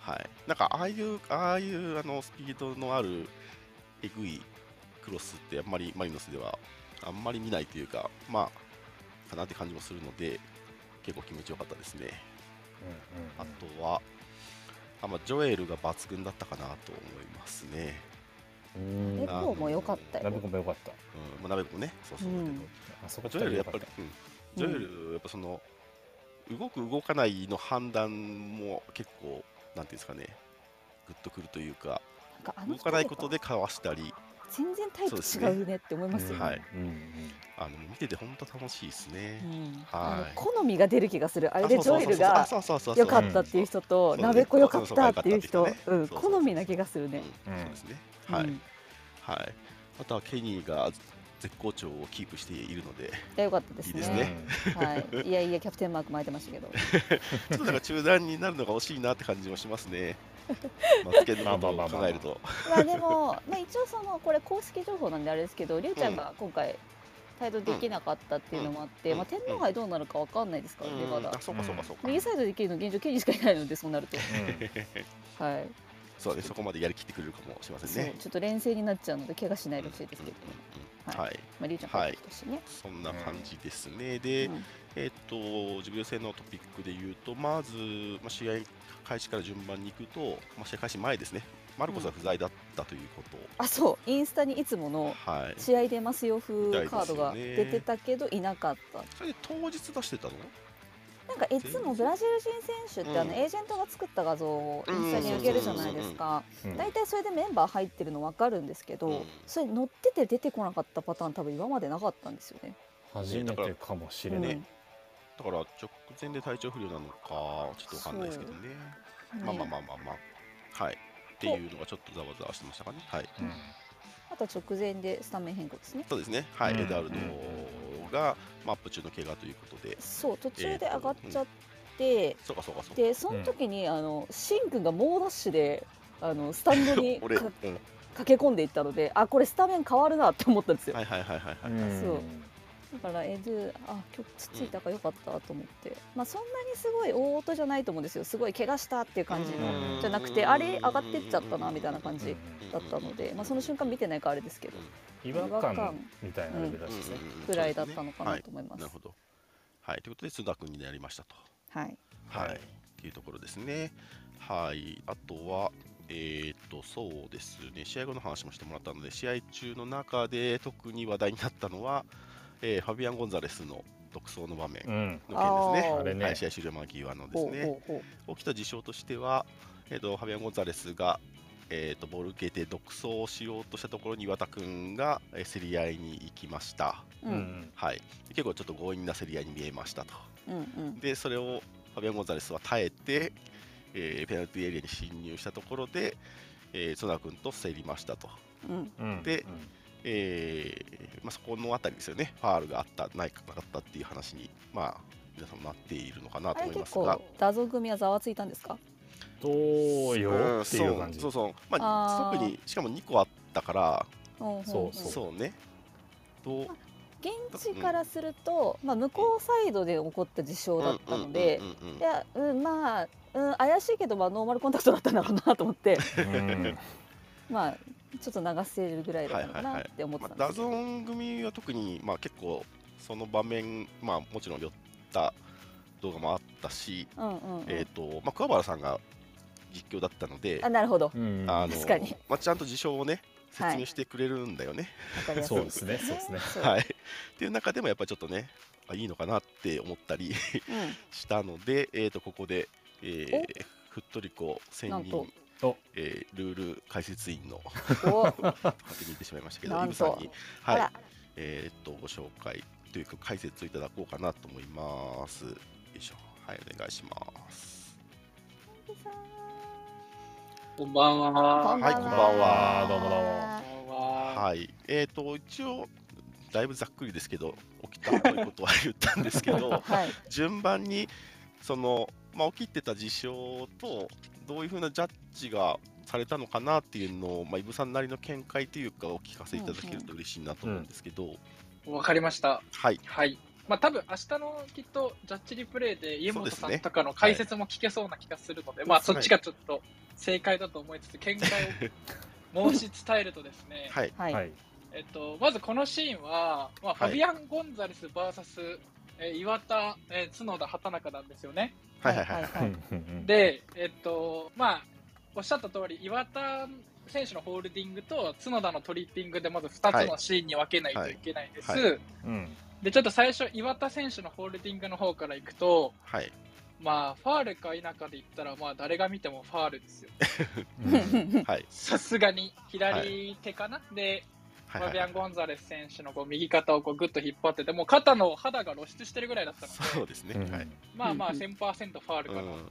[SPEAKER 3] はい、なんかああいうああいうあのスピードのあるえぐいクロスってあんまりマリノスではあんまり見ないというかまあかなって感じもするので結構気持ちよかったですね
[SPEAKER 1] うんうんうん
[SPEAKER 3] あとはあ、まあ、ジョエルが抜群だったかなと思いますね、
[SPEAKER 1] うん
[SPEAKER 2] レ
[SPEAKER 1] あ
[SPEAKER 2] コーも良かった
[SPEAKER 1] ナビ
[SPEAKER 2] よ
[SPEAKER 1] コ。も良かった
[SPEAKER 3] うんまあ、鍋子もねそうそうだけ
[SPEAKER 2] う
[SPEAKER 3] ど、
[SPEAKER 2] ん
[SPEAKER 1] あそこ
[SPEAKER 3] ジョエルやっぱ
[SPEAKER 1] 二人良
[SPEAKER 3] り
[SPEAKER 1] か、
[SPEAKER 3] うんジョエルやっぱその動く動かないの判断も結構なんていうんですかねグッとくるというか
[SPEAKER 2] なんかあの
[SPEAKER 3] 動
[SPEAKER 2] 二人
[SPEAKER 3] かないことでかわしたり
[SPEAKER 2] 全然タイプ違うねって思い
[SPEAKER 1] っ
[SPEAKER 2] ま
[SPEAKER 1] た
[SPEAKER 2] すよ
[SPEAKER 1] うん
[SPEAKER 2] ね。
[SPEAKER 3] はい
[SPEAKER 1] うんうん
[SPEAKER 3] あの見てて本当楽しいです
[SPEAKER 2] う
[SPEAKER 3] ね。
[SPEAKER 2] んあの
[SPEAKER 3] はい
[SPEAKER 2] 好みが出る気がする。あれで
[SPEAKER 3] あ
[SPEAKER 2] ジ
[SPEAKER 3] そ
[SPEAKER 2] ョ
[SPEAKER 3] うそう
[SPEAKER 2] エ
[SPEAKER 3] そう
[SPEAKER 2] ル
[SPEAKER 3] そうあ
[SPEAKER 2] が
[SPEAKER 3] そうそうそうそう
[SPEAKER 2] 良かったっていう人と、
[SPEAKER 3] そう
[SPEAKER 2] なべこ良かったっていう人
[SPEAKER 3] そう、そう
[SPEAKER 2] うん、
[SPEAKER 3] そうそう
[SPEAKER 2] 好みな気がする
[SPEAKER 3] うん
[SPEAKER 2] ね。
[SPEAKER 3] そうですね。はい、
[SPEAKER 2] うん
[SPEAKER 3] はい。あとはケニーが絶好調をキープしているので、 [laughs]
[SPEAKER 2] いや良かったです
[SPEAKER 3] いいです
[SPEAKER 2] ね。
[SPEAKER 3] ね
[SPEAKER 2] はい。いやいやキャプテンマーク巻いてました [laughs] けど。
[SPEAKER 3] ちょっとなんか中断になるのが惜しいなって感じもしま
[SPEAKER 2] [laughs]
[SPEAKER 3] すね。マツケンのことを考えると、
[SPEAKER 2] まあでも、まあ一応そのこれ公式情報なんであれですけど、りゅうちゃんが今回態度できなかったっていうのもあって、
[SPEAKER 3] うん
[SPEAKER 2] まあ天皇杯どうなるかわかんないですからね、
[SPEAKER 3] う
[SPEAKER 2] ま
[SPEAKER 3] んあ
[SPEAKER 2] だ。
[SPEAKER 3] そうかそうかそうか。
[SPEAKER 2] 右サイドできるの現状9人しかいないのでそうなると、はい、
[SPEAKER 3] そうね、そこまでやりきってくれるかもしれませんね
[SPEAKER 2] そう。ちょっと連戦になっちゃうので怪我しないでほしいですけど、
[SPEAKER 3] うんうんうんはい、
[SPEAKER 2] まありゅうちゃん帰ってきてほしいね。
[SPEAKER 3] そんな感じですね。で、
[SPEAKER 2] うん
[SPEAKER 3] えっと、ジブリ戦のトピックで言うと、まず、まあ、試合開始から順番に行くと、まあ、試合開始前ですね、マルコスは不在だったということ、
[SPEAKER 2] あそうインスタにいつもの
[SPEAKER 3] はい、
[SPEAKER 2] 試合出ますよ風カードが
[SPEAKER 3] みたいです
[SPEAKER 2] 出
[SPEAKER 3] よね
[SPEAKER 2] てたけどいなかった、
[SPEAKER 3] それで当日出してたの
[SPEAKER 2] なんかいつもブラジル人選手ってあの
[SPEAKER 3] うん
[SPEAKER 2] エージェントが作った画像をインスタに上げるじゃないですか
[SPEAKER 1] うん
[SPEAKER 2] 大体それでメンバー入ってるの分かるんですけど、
[SPEAKER 3] うん
[SPEAKER 2] それ乗ってて出てこなかったパターン多分今までなかったんですよね。
[SPEAKER 1] 初めてかもしれない
[SPEAKER 3] だから直前で体調不良なのか、ちょっとわかんないですけどね、
[SPEAKER 2] うん
[SPEAKER 3] まあまあ
[SPEAKER 2] ね
[SPEAKER 3] まあまあまあ、はい、っていうのがちょっとざわざわしてましたかね、はい、
[SPEAKER 1] うん
[SPEAKER 2] あと直前でスタメン変更ですね。
[SPEAKER 3] そうですね、はい、
[SPEAKER 1] うん
[SPEAKER 3] エダルドが、まあ、アップ中の怪我ということで、
[SPEAKER 2] そう途中で上がっちゃって、
[SPEAKER 3] そうかそうかそうか。
[SPEAKER 2] でその時にあのシン君が猛ダッシュであのスタンドにか
[SPEAKER 3] [laughs] 俺、うん、
[SPEAKER 2] 駆け込んでいったのであこれスタメン変わるなって思ったんですよ。
[SPEAKER 3] はいはいはいはいはい、
[SPEAKER 2] そうだからエドゥあ今日つついたからよかったと思って、まあ、そんなにすごい大音じゃないと思うんですよすごい怪我したっていう感じの
[SPEAKER 1] うん
[SPEAKER 2] じゃなくてあれ上がってっちゃったなみたいな感
[SPEAKER 1] うんう
[SPEAKER 2] じ
[SPEAKER 1] ん
[SPEAKER 2] だったので、まあ、その瞬間見てないからあれですけど
[SPEAKER 1] 違和感みたいなレベルだしね
[SPEAKER 2] ぐらいだったのかなと思いま
[SPEAKER 3] はい、
[SPEAKER 2] す
[SPEAKER 3] なる。ほど。はい、ということで、須田君になりましたと。
[SPEAKER 2] はい、
[SPEAKER 3] はい、
[SPEAKER 1] はい
[SPEAKER 3] っていうところですね。はい、あとは、えー、っと、そうですね、試合後の話もしてもらったので、試合中の中で特に話題になったのは、えーファビアン・ゴンザレスの独走の場面
[SPEAKER 1] うんうん
[SPEAKER 3] の件ですね。
[SPEAKER 2] あー
[SPEAKER 1] あれね
[SPEAKER 3] はい、試合終了間際のです
[SPEAKER 2] ほう
[SPEAKER 3] ね。
[SPEAKER 2] ほうほう
[SPEAKER 3] 起きた事象としては、えー、とファビアン・ゴンザレスが、えー、とボールを受けて独走をしようとしたところに岩田君が、えー競り合いに行きました。
[SPEAKER 2] う
[SPEAKER 1] うんん
[SPEAKER 3] はい、結構ちょっと強引な競り合いに見えましたと。
[SPEAKER 2] うんうん
[SPEAKER 3] で、それをファビアン・ゴンザレスは耐えて、えーペナルティーエリアに侵入したところで、えー、ソナ君と競りましたと。
[SPEAKER 2] うん
[SPEAKER 1] うん
[SPEAKER 3] でえーまあ、そこのあたりですよね、ファールがあった、ないかなかったっていう話に、まあ、皆さんもなっているのかな
[SPEAKER 2] あ
[SPEAKER 3] と
[SPEAKER 2] れ
[SPEAKER 3] 思いま
[SPEAKER 2] 結
[SPEAKER 3] すが
[SPEAKER 2] 構。ダゾ組はざわついたんですか
[SPEAKER 1] どうよっていう感じ
[SPEAKER 3] そうそうそう、まあ、
[SPEAKER 2] あー
[SPEAKER 3] 特にしかも2個あったから
[SPEAKER 2] うんうん
[SPEAKER 1] そう
[SPEAKER 2] うん
[SPEAKER 3] そうねと
[SPEAKER 2] 現地からすると、まあ、向こうサイドで起こった事象だったので
[SPEAKER 3] うんうんうんうん
[SPEAKER 2] いや、うん、まあ、うん、怪しいけど、まあ、ノーマルコンタクトだったんだろうなと思
[SPEAKER 3] [laughs]
[SPEAKER 2] って。
[SPEAKER 1] うん
[SPEAKER 2] まあちょっと流せるぐらいだったのかなって思って
[SPEAKER 3] ま
[SPEAKER 2] た
[SPEAKER 3] あ
[SPEAKER 2] んで
[SPEAKER 3] ダ
[SPEAKER 2] すけど、
[SPEAKER 3] ゾーン組は特に、まあ、結構その場面、まあ、もちろん寄った動画もあったし、
[SPEAKER 2] うんうんうん、
[SPEAKER 3] えーとまあ、桑原さんが実況だったので
[SPEAKER 2] あ、なるほどわ
[SPEAKER 1] うん
[SPEAKER 3] あの
[SPEAKER 2] 確かに
[SPEAKER 3] まあ、ちゃんと事象をね
[SPEAKER 2] はい
[SPEAKER 3] 説明してくれるんだよね。
[SPEAKER 2] かりやすい
[SPEAKER 1] そうですねそうですね
[SPEAKER 2] そう
[SPEAKER 3] はい、っていう中でもやっぱりちょっとねあいいのかなって思ったり。 [laughs] したので、えー、とここで、えー
[SPEAKER 2] お
[SPEAKER 3] ふっとりこ専
[SPEAKER 2] なんと
[SPEAKER 3] 任、
[SPEAKER 1] お
[SPEAKER 3] えールール解説委員の
[SPEAKER 2] うん、お
[SPEAKER 3] 勝手に言ってしまいましたけど
[SPEAKER 2] な
[SPEAKER 3] イ
[SPEAKER 2] ん
[SPEAKER 3] ブさん
[SPEAKER 2] と
[SPEAKER 3] に、
[SPEAKER 2] あ
[SPEAKER 3] はい
[SPEAKER 2] ら
[SPEAKER 3] えー、とご紹介というか解説をいただこうかなと思います。よいしょはいお願いします。
[SPEAKER 5] こんばんは。
[SPEAKER 2] こんばんは,、
[SPEAKER 3] はいこんばんは
[SPEAKER 1] どうもどう
[SPEAKER 5] こ
[SPEAKER 1] も
[SPEAKER 5] んばんは
[SPEAKER 3] はいえー、と一応だいぶざっくりですけど起きたということは言ったんですけど
[SPEAKER 2] はい
[SPEAKER 3] 順番にその、まあ、起きてた事象とどういうふうなジャッジがされたのかなっていうのを、まあ、イブさんなりの見解というかお聞かせいただけると嬉しいなと思うんですけど、
[SPEAKER 5] わかりました。
[SPEAKER 3] はい
[SPEAKER 5] はい。まあ多分明日のきっとジャッジリプレイで家元さ
[SPEAKER 3] そうですね
[SPEAKER 5] んとかの解説も聞けそうな気がするので、まあそっちがちょっと正解だと思いつつ、見解を申し伝えるとです
[SPEAKER 3] [laughs]
[SPEAKER 5] ね、
[SPEAKER 3] はい。
[SPEAKER 2] はい、
[SPEAKER 1] はい。
[SPEAKER 5] えっと、まずこのシーンは、まあ、フ
[SPEAKER 3] はい
[SPEAKER 5] ァビアン・ゴンザレス VS、えー岩田、えー角田、畑中なんですよね。
[SPEAKER 3] はいはいはい。
[SPEAKER 2] はい
[SPEAKER 5] で、えっと、まあ、おっしゃった通り、岩田選手のホールディングと角田のトリッピングで、まず2つのシーンに分けないといけないです。
[SPEAKER 3] はいは
[SPEAKER 1] うん。
[SPEAKER 5] で、ちょっと最初、岩田選手のホールディングの方からいくと、
[SPEAKER 3] はい。
[SPEAKER 5] まあ、ファールか否かで言ったら、まあ、誰が見てもファールですよ。
[SPEAKER 3] はい。
[SPEAKER 5] さすがに、左手かな、で、
[SPEAKER 3] は
[SPEAKER 5] ファ
[SPEAKER 3] い
[SPEAKER 5] ビ
[SPEAKER 3] は
[SPEAKER 5] ア
[SPEAKER 3] い
[SPEAKER 5] ン・。ゴンザレス選手のこう右肩をこうグッと引っ張ってて、もう肩の肌が露出してるぐらいだったので、
[SPEAKER 3] そうですね。
[SPEAKER 1] うん
[SPEAKER 3] はい。
[SPEAKER 5] まあまあ
[SPEAKER 4] うん
[SPEAKER 5] 1000%ファール
[SPEAKER 3] う
[SPEAKER 5] か
[SPEAKER 3] ん
[SPEAKER 5] な。
[SPEAKER 1] うん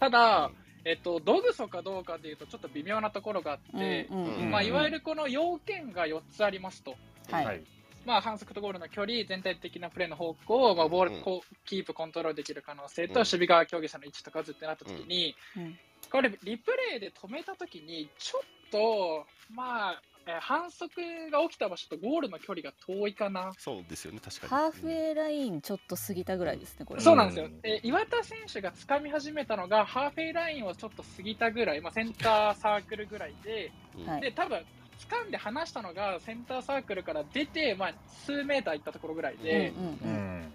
[SPEAKER 5] ただ、えっと、ドグソかどうかでいうと、ちょっと微妙なところがあって、
[SPEAKER 2] うんうんうん
[SPEAKER 5] まあ、いわゆるこの要件が4つありますと、
[SPEAKER 2] はい
[SPEAKER 1] はい。
[SPEAKER 5] まあ、反則とゴールの距離、全体的なプレーの方向、まあ、ボール
[SPEAKER 3] うん
[SPEAKER 5] こうキープ、コントロールできる可能性と、
[SPEAKER 3] うん
[SPEAKER 5] 守備側競技者の位置と数ってなった時に、
[SPEAKER 2] うん
[SPEAKER 5] これ、リプレイで止めた時に、ちょっと、まあ、えー反則が起きた場所とゴールの距離が遠いかな。
[SPEAKER 3] そうですよね。確かに。
[SPEAKER 2] ハーフウェイラインちょっと過ぎたぐらいですねこれ
[SPEAKER 5] そうなんですよ
[SPEAKER 1] うん、
[SPEAKER 5] えー岩田選手が掴み始めたのが、ハーフウェイラインをちょっと過ぎたぐらい、まあ、センターサークルぐらいで、
[SPEAKER 3] うん
[SPEAKER 2] はい
[SPEAKER 5] で多分掴んで離したのがセンターサークルから出て、まあ、数メーター行ったところぐらいで、
[SPEAKER 2] うんうん
[SPEAKER 1] う
[SPEAKER 2] うん
[SPEAKER 1] ん。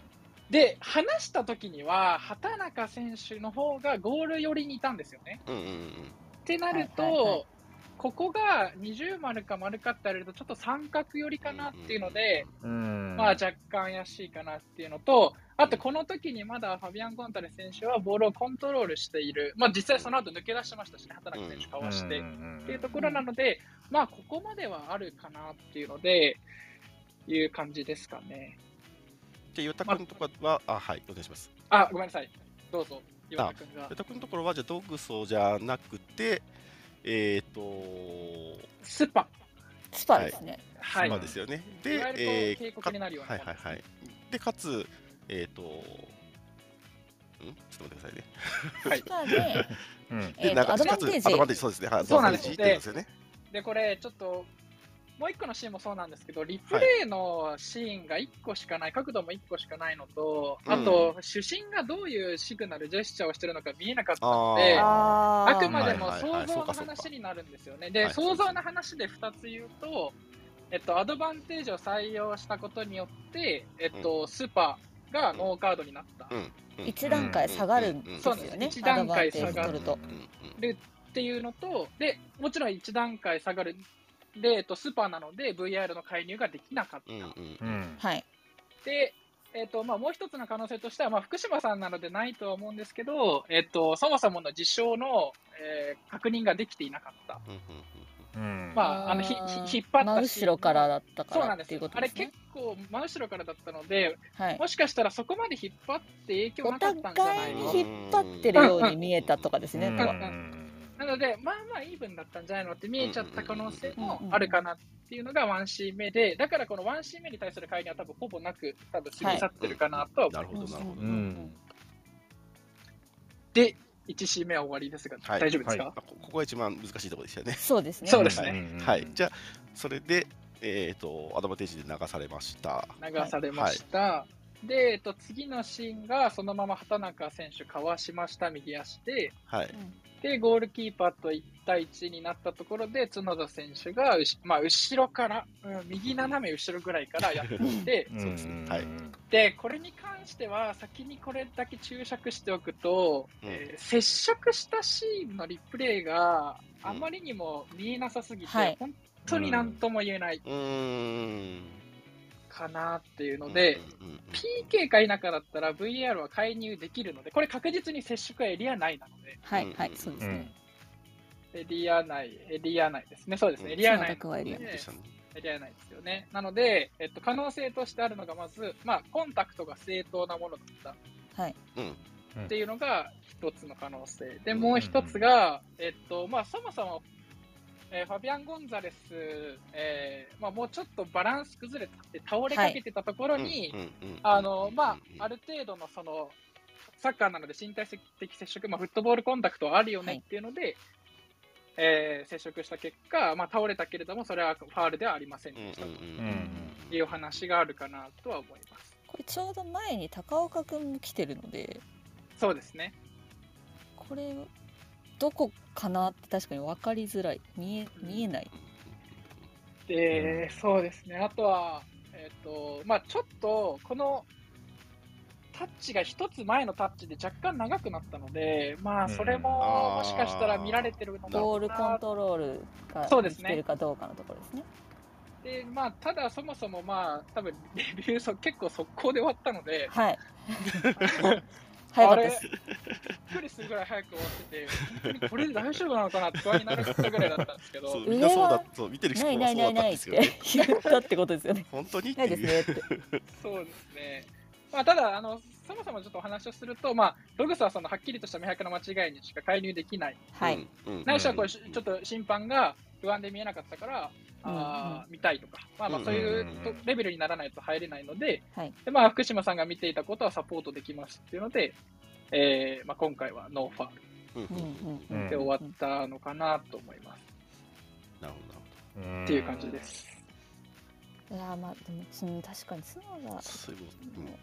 [SPEAKER 5] で離した時には、畑中選手の方がゴール寄りにいたんですよね。
[SPEAKER 3] うんうんうん
[SPEAKER 5] ってなると、
[SPEAKER 2] はいはいはい
[SPEAKER 5] ここが二重丸か丸かってあると、ちょっと三角寄りかなっていうので、
[SPEAKER 1] うん。
[SPEAKER 5] まあ、若干怪しいかなっていうのと、あとこの時にまだファビアン・ゴンタレス選手はボールをコントロールしている、まあ、実際その後抜け出しましたし、ね、畑中選手かわして。
[SPEAKER 1] っ
[SPEAKER 5] っていうところなので、まあ、ここまではあるかなっていうので、いう感じですかね。
[SPEAKER 3] で、岩田君のとこは、あ、はい、お願いします。
[SPEAKER 5] あ、ごめんなさい。どうぞ、岩田君が
[SPEAKER 3] 岩。田君のところは、じゃあ、ドグソじゃなくて、えっと、
[SPEAKER 5] スパ。
[SPEAKER 2] スパですね、
[SPEAKER 5] はい
[SPEAKER 3] まあ。ですよね。
[SPEAKER 5] いわゆるこう
[SPEAKER 3] で、
[SPEAKER 5] 警告
[SPEAKER 3] か
[SPEAKER 5] になるような
[SPEAKER 3] はいはいはい。で、かつ、えっと、んちょっと待ってくださいね。
[SPEAKER 5] はい
[SPEAKER 2] スパで、
[SPEAKER 1] うん。
[SPEAKER 2] えー、
[SPEAKER 3] なん
[SPEAKER 2] と
[SPEAKER 3] か
[SPEAKER 2] アドバンテ
[SPEAKER 3] アドバンテ
[SPEAKER 2] ー
[SPEAKER 3] ージ、そうですね。はい
[SPEAKER 5] そうなんです
[SPEAKER 3] アドバンテージっていうんですよね。
[SPEAKER 5] で、これ、ちょっと、もう一個のシーンもそうなんですけど、リプレイのシーンが1個しかない、角度も1個しかないのと、あと、主審がどういうシグナル、ジェスチャーをしてるのか見えなかったの
[SPEAKER 2] ジ
[SPEAKER 5] で、
[SPEAKER 3] あー
[SPEAKER 2] あー
[SPEAKER 5] あくまでも
[SPEAKER 3] はいはいはい
[SPEAKER 5] 想像の
[SPEAKER 3] そうかそうか
[SPEAKER 5] 話になるんですよね。で、
[SPEAKER 3] はい
[SPEAKER 5] 想像の話で2つ言うと、えっと、アドバンテージを採用したことによって、えっと、スーパーがノーカードになった。
[SPEAKER 3] うん。うん
[SPEAKER 2] 一段階下がるんですよ
[SPEAKER 5] そうなん
[SPEAKER 2] ね
[SPEAKER 5] です一段階
[SPEAKER 2] アドバンテージ取ると
[SPEAKER 3] うんうん
[SPEAKER 5] っていうのと、で、もちろん1段階下がる。で、えっと、スーパーなので VR の介入ができなかった。
[SPEAKER 3] うんうん
[SPEAKER 1] うん。うん。
[SPEAKER 2] はい
[SPEAKER 5] で、えっと、まあ、もう一つの可能性としては、まあ、福島さんなのでないとは思うんですけど、えっと、そもそもの事象の、えー確認ができていなかった。
[SPEAKER 3] うんうん
[SPEAKER 1] うん。
[SPEAKER 5] まああのひひ引っ張ったし
[SPEAKER 2] 真後ろからだったか
[SPEAKER 5] そうな
[SPEAKER 2] らっ
[SPEAKER 5] んで
[SPEAKER 2] て
[SPEAKER 5] す
[SPEAKER 2] いうこ。
[SPEAKER 5] よ
[SPEAKER 2] と
[SPEAKER 5] あ
[SPEAKER 2] で
[SPEAKER 5] れ
[SPEAKER 2] すね
[SPEAKER 5] 結構真後ろからだったので、
[SPEAKER 2] はい
[SPEAKER 5] もしかしたらそこまで引っ張って影響
[SPEAKER 2] お
[SPEAKER 5] なかったんじゃな
[SPEAKER 2] 互
[SPEAKER 5] い
[SPEAKER 2] い
[SPEAKER 5] の
[SPEAKER 2] に引っ張ってるように見えたとかですね、
[SPEAKER 1] うん
[SPEAKER 2] とか
[SPEAKER 5] なので、まあまあイーブンだったんじゃないのって見えちゃった可能性
[SPEAKER 2] う
[SPEAKER 5] も
[SPEAKER 2] んうんうん
[SPEAKER 5] あるかなっていうのがワンシーン目で、だからこのワンシーン目に対する介入は多分ほぼなく、多分過ぎ去ってるかなとは
[SPEAKER 3] うん
[SPEAKER 5] 思
[SPEAKER 3] ないるほどなるほど
[SPEAKER 1] う。ん。
[SPEAKER 5] で、1シーン目は終わりですが、
[SPEAKER 3] はい
[SPEAKER 5] 大丈夫ですか、
[SPEAKER 1] は、
[SPEAKER 3] あここが一番難しいところでしたよね。
[SPEAKER 2] そうですね
[SPEAKER 5] そうですね
[SPEAKER 3] はい。じゃあそれでえっとアドバンテージで流されました。
[SPEAKER 5] 流されました。で、えっと、次のシーンがそのまま畑中選手かわしました、右足で。
[SPEAKER 3] はい。
[SPEAKER 5] で、ゴールキーパーと1対1になったところで、角田選手がうし、まあ、後ろから、うん、右斜め後ろぐらいからやってきて
[SPEAKER 1] うん。
[SPEAKER 3] そうですねはい
[SPEAKER 5] で、これに関しては、先にこれだけ注釈しておくと、
[SPEAKER 3] うん
[SPEAKER 5] えー接触したシーンのリプレイがあまりにも見えなさすぎて、
[SPEAKER 2] はい
[SPEAKER 5] 本当になんとも言えないう
[SPEAKER 3] ーん。
[SPEAKER 5] かなっていうので、
[SPEAKER 3] うんうんうんうん、
[SPEAKER 5] PK か否かだったら VR は介入できるので、これ確実に接触はエリア内なので、
[SPEAKER 2] はいはいそうですね、
[SPEAKER 5] エリア内、エリア内ですね、そうですね、エリ
[SPEAKER 2] う
[SPEAKER 5] ア
[SPEAKER 2] ん、
[SPEAKER 5] 内
[SPEAKER 2] くはエリア
[SPEAKER 5] ね
[SPEAKER 3] でしたね
[SPEAKER 5] エリア内ですよね。なので、えっと、可能性としてあるのが、まず、まあ、コンタクトが正当なものだったっ
[SPEAKER 2] はい
[SPEAKER 3] うん。
[SPEAKER 5] ていうのが一つの可能性。で、
[SPEAKER 3] うん
[SPEAKER 5] もう一つが、えっと、まあ、そもそも、えーファビアン・ゴンザレス、えーまあ、もうちょっとバランス崩れたって倒れかけてたところに、
[SPEAKER 3] うんうんうん
[SPEAKER 5] あの、ま
[SPEAKER 3] うんうん
[SPEAKER 5] あ、ある程度のその、サッカーなので身体的接触、まあ、フットボールコンタクトはあるよ
[SPEAKER 2] はい
[SPEAKER 5] ねっていうので、えー接触した結果、まあ、倒れたけれども、それはファールではありません
[SPEAKER 3] うん
[SPEAKER 5] でした
[SPEAKER 3] うん
[SPEAKER 5] と
[SPEAKER 3] うんうん
[SPEAKER 1] うん
[SPEAKER 3] うん
[SPEAKER 5] いうお話があるかなとは思います。
[SPEAKER 2] これちょうど前に高岡くんも来てるので
[SPEAKER 5] そうですね。
[SPEAKER 2] これどこかなって確かに分かりづらい見え見えない
[SPEAKER 5] で、そうですね。あとは、えっ、と、まあちょっと、この、タッチが一つ前のタッチで若干長くなったので、まあそれ
[SPEAKER 1] うん
[SPEAKER 5] も
[SPEAKER 3] あー
[SPEAKER 5] もしかしたら見られてるのか
[SPEAKER 2] ボールコ
[SPEAKER 5] な
[SPEAKER 2] ントロールが
[SPEAKER 5] そう
[SPEAKER 2] で
[SPEAKER 5] です
[SPEAKER 2] き
[SPEAKER 5] ね
[SPEAKER 2] てるかどうかのところですね。
[SPEAKER 5] で、まあただそもそもまあ多分レビューそ結構速攻で終わったので、
[SPEAKER 2] はい。早かったです。
[SPEAKER 5] びっくりするぐらい早く終わってて、本当にこれで大丈夫なのかなって不安になるぐらいだったんですけ [laughs] ど、
[SPEAKER 3] そう
[SPEAKER 2] 上
[SPEAKER 3] みんなそうだ
[SPEAKER 2] は
[SPEAKER 3] そう見てる人
[SPEAKER 2] ない
[SPEAKER 3] も
[SPEAKER 2] ない
[SPEAKER 3] そ
[SPEAKER 2] うな
[SPEAKER 3] だっ
[SPEAKER 2] い
[SPEAKER 3] たん
[SPEAKER 2] ない
[SPEAKER 3] で
[SPEAKER 2] っ
[SPEAKER 3] すよね
[SPEAKER 2] て [laughs] 言ったってことですよ
[SPEAKER 3] [laughs]
[SPEAKER 2] ね。
[SPEAKER 3] 本当にって
[SPEAKER 2] ないです
[SPEAKER 3] いう
[SPEAKER 2] ねって。
[SPEAKER 5] そうですね。まあ、ただあの、そもそもちょっとお話をすると、まあ、ログスはそのはっきりとした明白な間違いにしか介入できない、
[SPEAKER 2] はい。
[SPEAKER 3] うんうん
[SPEAKER 5] ないしはこう
[SPEAKER 3] うん
[SPEAKER 5] しちょっと審判が不安で見えなかったから、あー見たいとか、まあ、まあそういうと
[SPEAKER 1] うんうん
[SPEAKER 5] レベルにならないと入れないので、
[SPEAKER 2] はい
[SPEAKER 5] でまあ、福島さんが見ていたことはサポートできますっていうので、えーまあ、今回はノーファー
[SPEAKER 3] うんうんうん
[SPEAKER 2] う
[SPEAKER 1] うんん
[SPEAKER 2] うん。
[SPEAKER 5] ルで終わったのかなと思います、
[SPEAKER 3] なるほどなる
[SPEAKER 1] っ
[SPEAKER 5] っていう感じです。
[SPEAKER 2] いやーまあでもうん確かに角
[SPEAKER 3] ほど
[SPEAKER 2] が
[SPEAKER 3] そういうことうん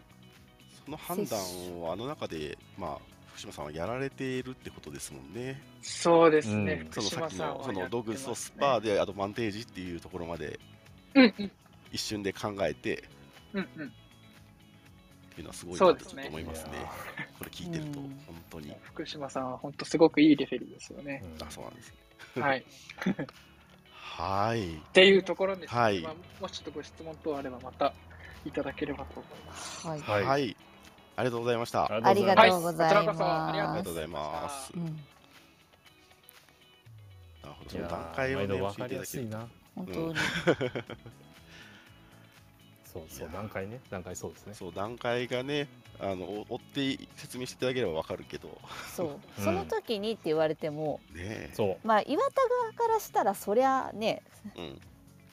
[SPEAKER 3] その判断をあの中でまあ福島さんはやられているってことですもんね。
[SPEAKER 5] そうです
[SPEAKER 1] う
[SPEAKER 5] ね、
[SPEAKER 1] ん
[SPEAKER 3] そ
[SPEAKER 5] 福
[SPEAKER 3] のさっ
[SPEAKER 5] 島
[SPEAKER 3] き
[SPEAKER 5] さんは
[SPEAKER 3] のそ
[SPEAKER 5] や
[SPEAKER 3] の
[SPEAKER 5] って
[SPEAKER 3] ロ
[SPEAKER 5] ま
[SPEAKER 3] グ
[SPEAKER 5] す
[SPEAKER 3] ス
[SPEAKER 5] ね
[SPEAKER 3] とスパーでアドバンテージっていうところまで
[SPEAKER 5] うんうん
[SPEAKER 3] 一瞬で考えて
[SPEAKER 5] うんうん
[SPEAKER 3] っていうのはすごいな
[SPEAKER 5] そう
[SPEAKER 3] と
[SPEAKER 5] で
[SPEAKER 3] ち
[SPEAKER 5] す
[SPEAKER 3] ょっ
[SPEAKER 5] ね
[SPEAKER 3] と思いますね
[SPEAKER 1] いや。
[SPEAKER 3] これ聞いてると
[SPEAKER 2] うん
[SPEAKER 3] 本当に
[SPEAKER 5] 福島さんは本当すごくいいレフェリーですよね。
[SPEAKER 3] あそうなんですね。
[SPEAKER 5] はい、っ
[SPEAKER 3] はい。
[SPEAKER 5] ていうところです、
[SPEAKER 3] はい
[SPEAKER 5] まあ。もしちょっとご質問等あればまたいただければと思います。
[SPEAKER 2] はい。
[SPEAKER 1] はい
[SPEAKER 3] はい。ありがとうございました。あ
[SPEAKER 2] ありがとうござい
[SPEAKER 5] はいこちらこそありがとうござい
[SPEAKER 2] ま
[SPEAKER 5] ますす
[SPEAKER 3] りが
[SPEAKER 2] う
[SPEAKER 3] とうございます。
[SPEAKER 2] ん
[SPEAKER 3] なるほど。
[SPEAKER 1] い
[SPEAKER 3] そ
[SPEAKER 1] や
[SPEAKER 3] の
[SPEAKER 1] ー
[SPEAKER 3] 段階をね
[SPEAKER 1] 毎度
[SPEAKER 3] 教
[SPEAKER 1] 分
[SPEAKER 3] え
[SPEAKER 1] か
[SPEAKER 3] て
[SPEAKER 1] りや
[SPEAKER 3] いただけ
[SPEAKER 1] す
[SPEAKER 3] る
[SPEAKER 1] いな。
[SPEAKER 2] 本当に
[SPEAKER 1] そう
[SPEAKER 3] い
[SPEAKER 1] そ
[SPEAKER 3] や
[SPEAKER 1] う
[SPEAKER 3] ー
[SPEAKER 1] 段階ね段階そうですね。
[SPEAKER 3] そう段階がねあのお追って説明していただければわかるけど
[SPEAKER 2] そう。
[SPEAKER 1] うん
[SPEAKER 2] その時にって言われても、
[SPEAKER 3] ねえ
[SPEAKER 1] そう
[SPEAKER 2] まあ岩田側からしたらそりゃね、
[SPEAKER 3] うん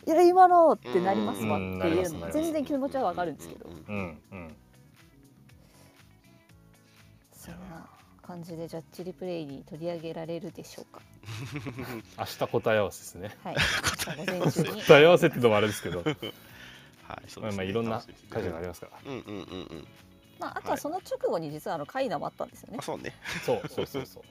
[SPEAKER 2] いや今のってなりますわ
[SPEAKER 1] うん
[SPEAKER 2] っていう
[SPEAKER 1] うんなり
[SPEAKER 2] の
[SPEAKER 1] ます
[SPEAKER 2] 全然気持ちはわかるんですけど
[SPEAKER 3] う、ん
[SPEAKER 1] うんうん
[SPEAKER 2] そんな感じでジャッジリプレイに取り上げられるでしょうか。
[SPEAKER 1] 明日答え合わせですね。
[SPEAKER 2] はい。
[SPEAKER 3] 答え
[SPEAKER 2] 午前
[SPEAKER 3] 合
[SPEAKER 2] 中
[SPEAKER 3] わせ
[SPEAKER 2] に
[SPEAKER 1] 答え合わせってのもあれですけど、
[SPEAKER 3] [laughs] はい
[SPEAKER 1] まあ
[SPEAKER 3] そうです
[SPEAKER 1] まあ
[SPEAKER 3] ね
[SPEAKER 1] いろんな
[SPEAKER 3] 楽しみですね
[SPEAKER 1] 解釈がありますから。
[SPEAKER 3] うんうんうんうん
[SPEAKER 2] まああとはその直後に実はあのカイナもあったんですよね
[SPEAKER 3] あ。そうね
[SPEAKER 1] そうそうそうそう。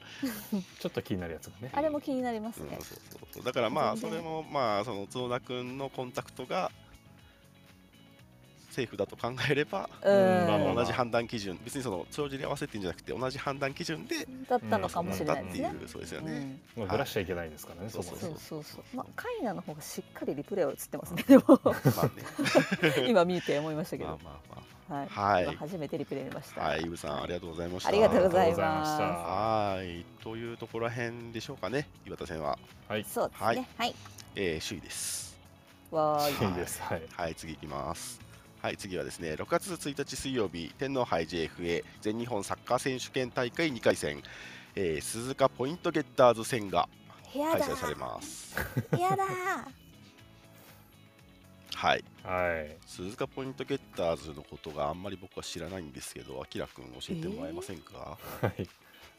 [SPEAKER 1] ちょっと気になるやつがね。
[SPEAKER 2] あれも気になります
[SPEAKER 3] うん
[SPEAKER 2] ね。
[SPEAKER 3] そうそうそうだからまあそ
[SPEAKER 2] 全然
[SPEAKER 3] れもまあその角田君のコンタクトがセーフだと考えれば
[SPEAKER 2] う
[SPEAKER 1] うんまあまあ
[SPEAKER 2] ん。
[SPEAKER 3] 同じ判断基準別にその帳尻に合わせてんじゃなくて同じ判断基準で
[SPEAKER 2] だったのかもしれ
[SPEAKER 3] だ
[SPEAKER 2] な
[SPEAKER 3] っ
[SPEAKER 2] いです
[SPEAKER 3] たってい
[SPEAKER 2] ね。
[SPEAKER 3] うそうです
[SPEAKER 2] う
[SPEAKER 3] よね
[SPEAKER 2] ん。
[SPEAKER 1] まあぶらしちゃいけないですからね。そも
[SPEAKER 3] う
[SPEAKER 1] そ
[SPEAKER 2] そ
[SPEAKER 1] も
[SPEAKER 2] う
[SPEAKER 3] う
[SPEAKER 2] そう
[SPEAKER 3] そ
[SPEAKER 2] そうう。まあカイナの方がしっかりリプレイは映って
[SPEAKER 3] [laughs]
[SPEAKER 2] ますね。でも
[SPEAKER 3] まあね
[SPEAKER 2] [laughs] 今見て思いましたけ
[SPEAKER 3] まあ
[SPEAKER 2] ど。
[SPEAKER 3] まあま
[SPEAKER 2] はい。
[SPEAKER 3] あはい
[SPEAKER 2] 今初めてリプレイ見ました。
[SPEAKER 3] はいイブさんありがとうございました
[SPEAKER 2] ありがとうござい
[SPEAKER 1] ありがとうござい
[SPEAKER 2] ま。
[SPEAKER 1] ますした
[SPEAKER 3] はい、というところらへんでしょうかね、岩田戦は、
[SPEAKER 1] はい。
[SPEAKER 2] そうですね。はい。
[SPEAKER 3] えー、首位です。
[SPEAKER 2] わーい。
[SPEAKER 1] いいです。はい。
[SPEAKER 3] はい、次いきます。はい、次はですね、6月1日水曜日、天皇杯 JFA 全日本サッカー選手権大会2回戦、えー、鈴鹿ポイントゲッターズ戦が
[SPEAKER 4] や
[SPEAKER 3] 開
[SPEAKER 4] だ
[SPEAKER 3] 催されます。
[SPEAKER 4] やだ
[SPEAKER 3] はい、
[SPEAKER 1] はい。
[SPEAKER 3] 鈴鹿ポイントゲッターズのことがあんまり僕は知らないんですけど、あきらくん教えてもらえませんか、
[SPEAKER 1] はい。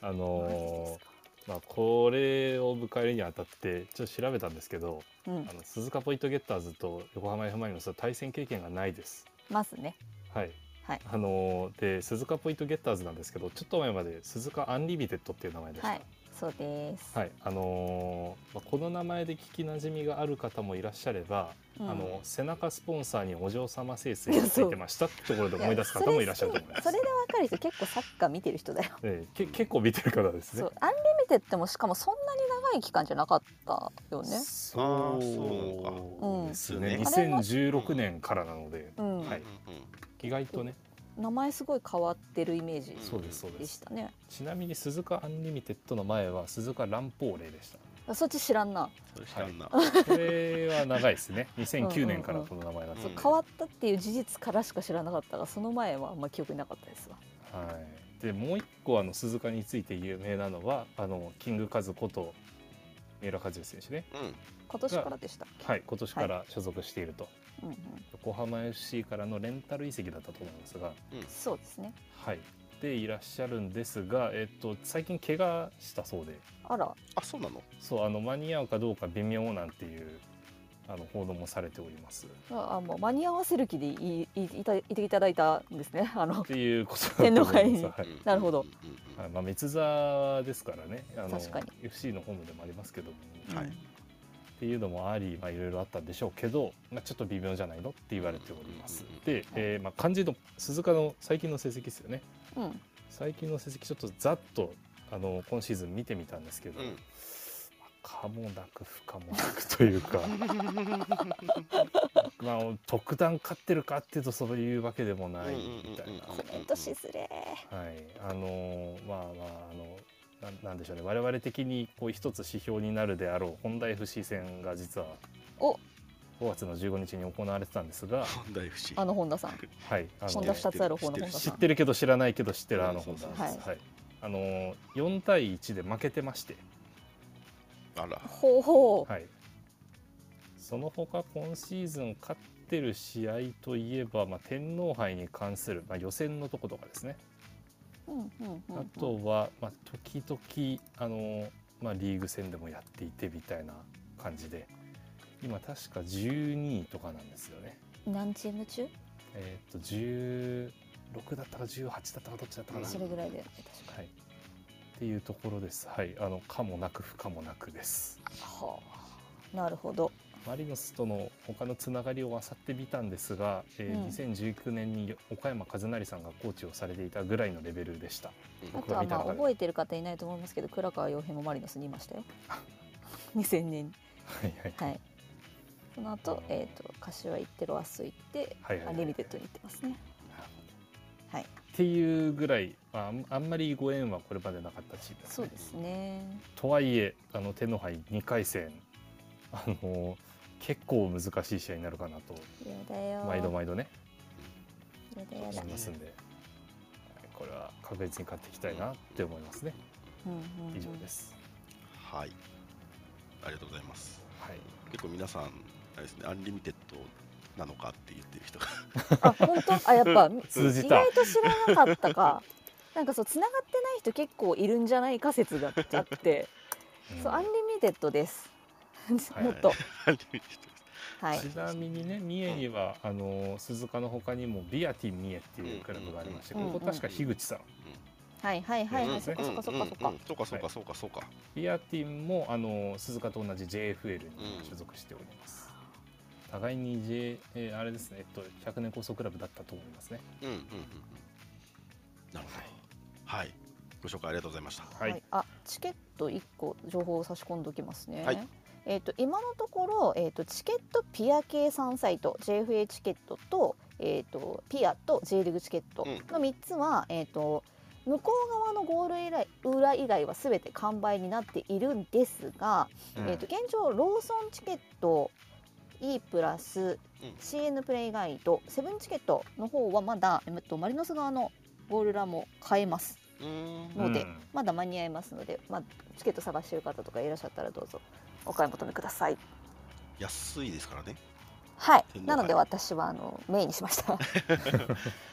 [SPEAKER 1] あ
[SPEAKER 2] マ
[SPEAKER 1] の
[SPEAKER 2] ジですか
[SPEAKER 1] ーまあこれを迎えるにあたってちょっと調べたんですけど、
[SPEAKER 2] うん
[SPEAKER 1] あ。の鈴鹿ポイントゲッターズと横浜 F ・マリノスは対戦経験がないです。
[SPEAKER 2] ますね。
[SPEAKER 1] はい。
[SPEAKER 2] はい
[SPEAKER 1] あのーで鈴鹿ポイントゲッターズなんですけどちょっと前まで鈴鹿アンリミテッドっていう名前でした、
[SPEAKER 2] は
[SPEAKER 1] はいい。
[SPEAKER 2] そうです。
[SPEAKER 1] あのーまあこの名前で聞きなじみがある方もいらっしゃれば、
[SPEAKER 2] うん
[SPEAKER 1] あの背中スポンサーにお嬢様聖水がついてましたってところで思い出す方もいらっしゃると思います
[SPEAKER 2] それでわかる人結構サッカー見てる人だよ。
[SPEAKER 1] ええけ結構見てる方ですね
[SPEAKER 2] そうアンリミテッドもしかもそんなに長い期間じゃなかったよね。
[SPEAKER 1] そ
[SPEAKER 3] あーそうな
[SPEAKER 2] のか
[SPEAKER 1] うですね、
[SPEAKER 3] うん
[SPEAKER 1] 2016年からなので
[SPEAKER 2] うん、
[SPEAKER 1] はい
[SPEAKER 3] うんうん
[SPEAKER 1] 意外とね
[SPEAKER 2] 名前すごい変わってるイメージ
[SPEAKER 3] ん
[SPEAKER 1] そうですそうで
[SPEAKER 2] ですしたね。
[SPEAKER 1] ちなみに鈴鹿アンリミテッドの前は鈴鹿ランポーレでした
[SPEAKER 2] あそっち知らんな。
[SPEAKER 3] それ知らんな。
[SPEAKER 1] これは長いですね2009年からこの名前だった
[SPEAKER 3] そう
[SPEAKER 2] 変わったっていう事実からしか知らなかったが、その前はあんま記憶になかったですわ。
[SPEAKER 1] はい、でもう一個あの鈴鹿について有名なのはあのキングカズこと三浦和也選手ね、
[SPEAKER 3] うん
[SPEAKER 2] 今年からでしたっけ。
[SPEAKER 1] はい、今年から所属していると、
[SPEAKER 2] うんうん、
[SPEAKER 1] 横浜 FC からのレンタル移籍だったと思うんですが、
[SPEAKER 2] そうですね。
[SPEAKER 1] はい、でいらっしゃるんですが、えっと、最近怪我したそうで
[SPEAKER 2] あら、
[SPEAKER 3] あ、そうなの
[SPEAKER 1] そうあの間に合うかどうか微妙なんていうあの報道もされております。
[SPEAKER 2] ああもう間に合わせる気でいいいいたいていただいたんですね。あ [laughs] の
[SPEAKER 1] っていうことだと思います
[SPEAKER 2] 天皇
[SPEAKER 1] はい
[SPEAKER 3] うん
[SPEAKER 2] なるほど
[SPEAKER 3] うんうんうん
[SPEAKER 1] はいまあ、滅座ですからねあの
[SPEAKER 2] 確かに
[SPEAKER 1] FC のホームでもありますけども、
[SPEAKER 3] はい
[SPEAKER 1] うんっていうのもあり、まあ、いろいろあったんでしょうけど、まあ、ちょっと微妙じゃないのって言われております
[SPEAKER 3] うんうんうん。
[SPEAKER 1] で、えーまあ、漢字の鈴鹿の最近の成績ですよね
[SPEAKER 2] うん
[SPEAKER 1] 最近の成績ちょっとざっとあの今シーズン見てみたんですけど、
[SPEAKER 3] うん
[SPEAKER 1] まあ可もなく不可もなくという
[SPEAKER 3] [laughs]
[SPEAKER 1] かまあ特段勝ってるかっていうとそういうわけでもないみたいな。
[SPEAKER 3] うんうんうんうん
[SPEAKER 4] コメントしづれ
[SPEAKER 1] はい、あのーまあまああのななんでしょうね我々的にこう一つ指標になるであろう本田 FC 戦が実は
[SPEAKER 2] お
[SPEAKER 1] 5月の15日に行われてたんです
[SPEAKER 2] [laughs]
[SPEAKER 1] が、
[SPEAKER 3] 本題不思議
[SPEAKER 2] あの本田さん、
[SPEAKER 1] はい、あ
[SPEAKER 2] 本
[SPEAKER 1] の
[SPEAKER 2] 田二つある方の本田
[SPEAKER 1] 知
[SPEAKER 2] さ
[SPEAKER 1] っ
[SPEAKER 2] ん。
[SPEAKER 1] てるけど知らないけど知ってるあの
[SPEAKER 3] そ
[SPEAKER 1] 本
[SPEAKER 3] う
[SPEAKER 1] 田
[SPEAKER 3] そう
[SPEAKER 1] です。
[SPEAKER 2] そう
[SPEAKER 1] はい、あのー4対1で負けてまして、
[SPEAKER 3] あら
[SPEAKER 2] ほうほう。
[SPEAKER 1] はい、その他今シーズン勝ってる試合といえば、まあ、天皇杯に関する、まあ、予選のとことかですね
[SPEAKER 2] うんうんうんうん
[SPEAKER 1] あとは、まあ、時々あの、まあ、リーグ戦でもやっていてみたいな感じで今確か12位とかなんですよね。
[SPEAKER 4] 何チーム中
[SPEAKER 1] えーっと16だったか18だったかどっちだったかな、
[SPEAKER 2] それぐらいで。
[SPEAKER 1] はい、っていうところです。はい、あのかもなく不可もなくです。
[SPEAKER 2] はあ。なるほど。
[SPEAKER 1] マリノスとの他のつながりを漁ってみたんですが、えー
[SPEAKER 2] うん
[SPEAKER 1] 2019年に岡山和成さんがコーチをされていたぐらいのレベルでした。
[SPEAKER 2] あ
[SPEAKER 1] 僕
[SPEAKER 2] と
[SPEAKER 1] が
[SPEAKER 2] は
[SPEAKER 1] 見た
[SPEAKER 2] まあ
[SPEAKER 1] 中で
[SPEAKER 2] 覚えてる方いないと思いますけど、倉川洋平もマリノスにいま
[SPEAKER 1] [laughs]
[SPEAKER 2] したよ。2000年。
[SPEAKER 1] はいはい
[SPEAKER 2] はい。その
[SPEAKER 1] う
[SPEAKER 2] 後、
[SPEAKER 1] ん
[SPEAKER 2] えっ、と柏行ってロアス行って、
[SPEAKER 1] はいはい
[SPEAKER 2] ア
[SPEAKER 1] はい
[SPEAKER 2] ンリミテッドに行ってますね。はい。
[SPEAKER 1] っていうぐらい、まああん、あんまりご縁はこれまでなかったチームです
[SPEAKER 2] そ
[SPEAKER 1] ね、
[SPEAKER 2] うですね。
[SPEAKER 1] とはいえあの天皇杯2回戦あの結構難しい試合になるかなと
[SPEAKER 4] やだよ
[SPEAKER 1] 毎度毎度ね
[SPEAKER 4] やだや
[SPEAKER 1] 思
[SPEAKER 4] だ
[SPEAKER 1] いますんで、はいこれは確実に勝っていきたいなって思いますね
[SPEAKER 2] うんうん、うん。
[SPEAKER 1] 以上です、
[SPEAKER 3] はいありがとうございます
[SPEAKER 1] はい、
[SPEAKER 3] 結構皆さんあれですねアンリミテッドなのかって言ってる人が [laughs]
[SPEAKER 2] あ、本当、あ、やっぱ、
[SPEAKER 1] [laughs] 通じ
[SPEAKER 2] 意
[SPEAKER 1] た
[SPEAKER 2] 外と知らなかったか。なんかそう、繋がってない人結構いるんじゃないか説があって。
[SPEAKER 1] うん
[SPEAKER 2] そう、アンリミテッドです。
[SPEAKER 1] はい
[SPEAKER 2] もっと、
[SPEAKER 3] アンリミテッドです
[SPEAKER 2] はい
[SPEAKER 1] ち。なみにね三重には、あの鈴鹿の他にもビアティン三重っていうクラブがありまして、
[SPEAKER 2] うんうんうん
[SPEAKER 1] ここ確か樋口さん、
[SPEAKER 2] はい、はい、はい、はい、
[SPEAKER 1] そっ
[SPEAKER 2] そっ
[SPEAKER 1] か
[SPEAKER 2] か、
[SPEAKER 3] う
[SPEAKER 2] そ
[SPEAKER 3] ん
[SPEAKER 2] っか、そっか、そっか。
[SPEAKER 3] うんそうかそうかそうかそうか
[SPEAKER 1] ビアティンもあの鈴鹿と同じ JFL に所属しております。互いに J、えーあれですね、えっと100年構想クラブだったと思いますね。
[SPEAKER 3] うんうんうんうんなるほどはいご紹介ありがとうございました
[SPEAKER 1] はい。
[SPEAKER 2] はい、あチケット1個情報を差し込んでおきますね。
[SPEAKER 3] はい
[SPEAKER 2] えー、と今のところ、えー、とチケットピア系3サイト JFA チケットと,、えー、とピアと J リーグチケットの3つは、えー、と向こう側のゴール以来裏以外は全て完売になっているんですが、えー、と現状ローソンチケット E プラス
[SPEAKER 3] うん
[SPEAKER 2] CN プレイガイドセブンチケットの方はまだ、えー、とマリノス側のゴールラも買えます。
[SPEAKER 3] うーん
[SPEAKER 2] とので
[SPEAKER 1] うん
[SPEAKER 2] まだ間に合いますので、まあ、チケット探してる方とかいらっしゃったらどうぞお買い求めください。
[SPEAKER 3] 安いですからね
[SPEAKER 2] はい
[SPEAKER 3] 天皇杯、
[SPEAKER 2] なので私はあのメインにしま
[SPEAKER 3] [laughs]
[SPEAKER 2] した。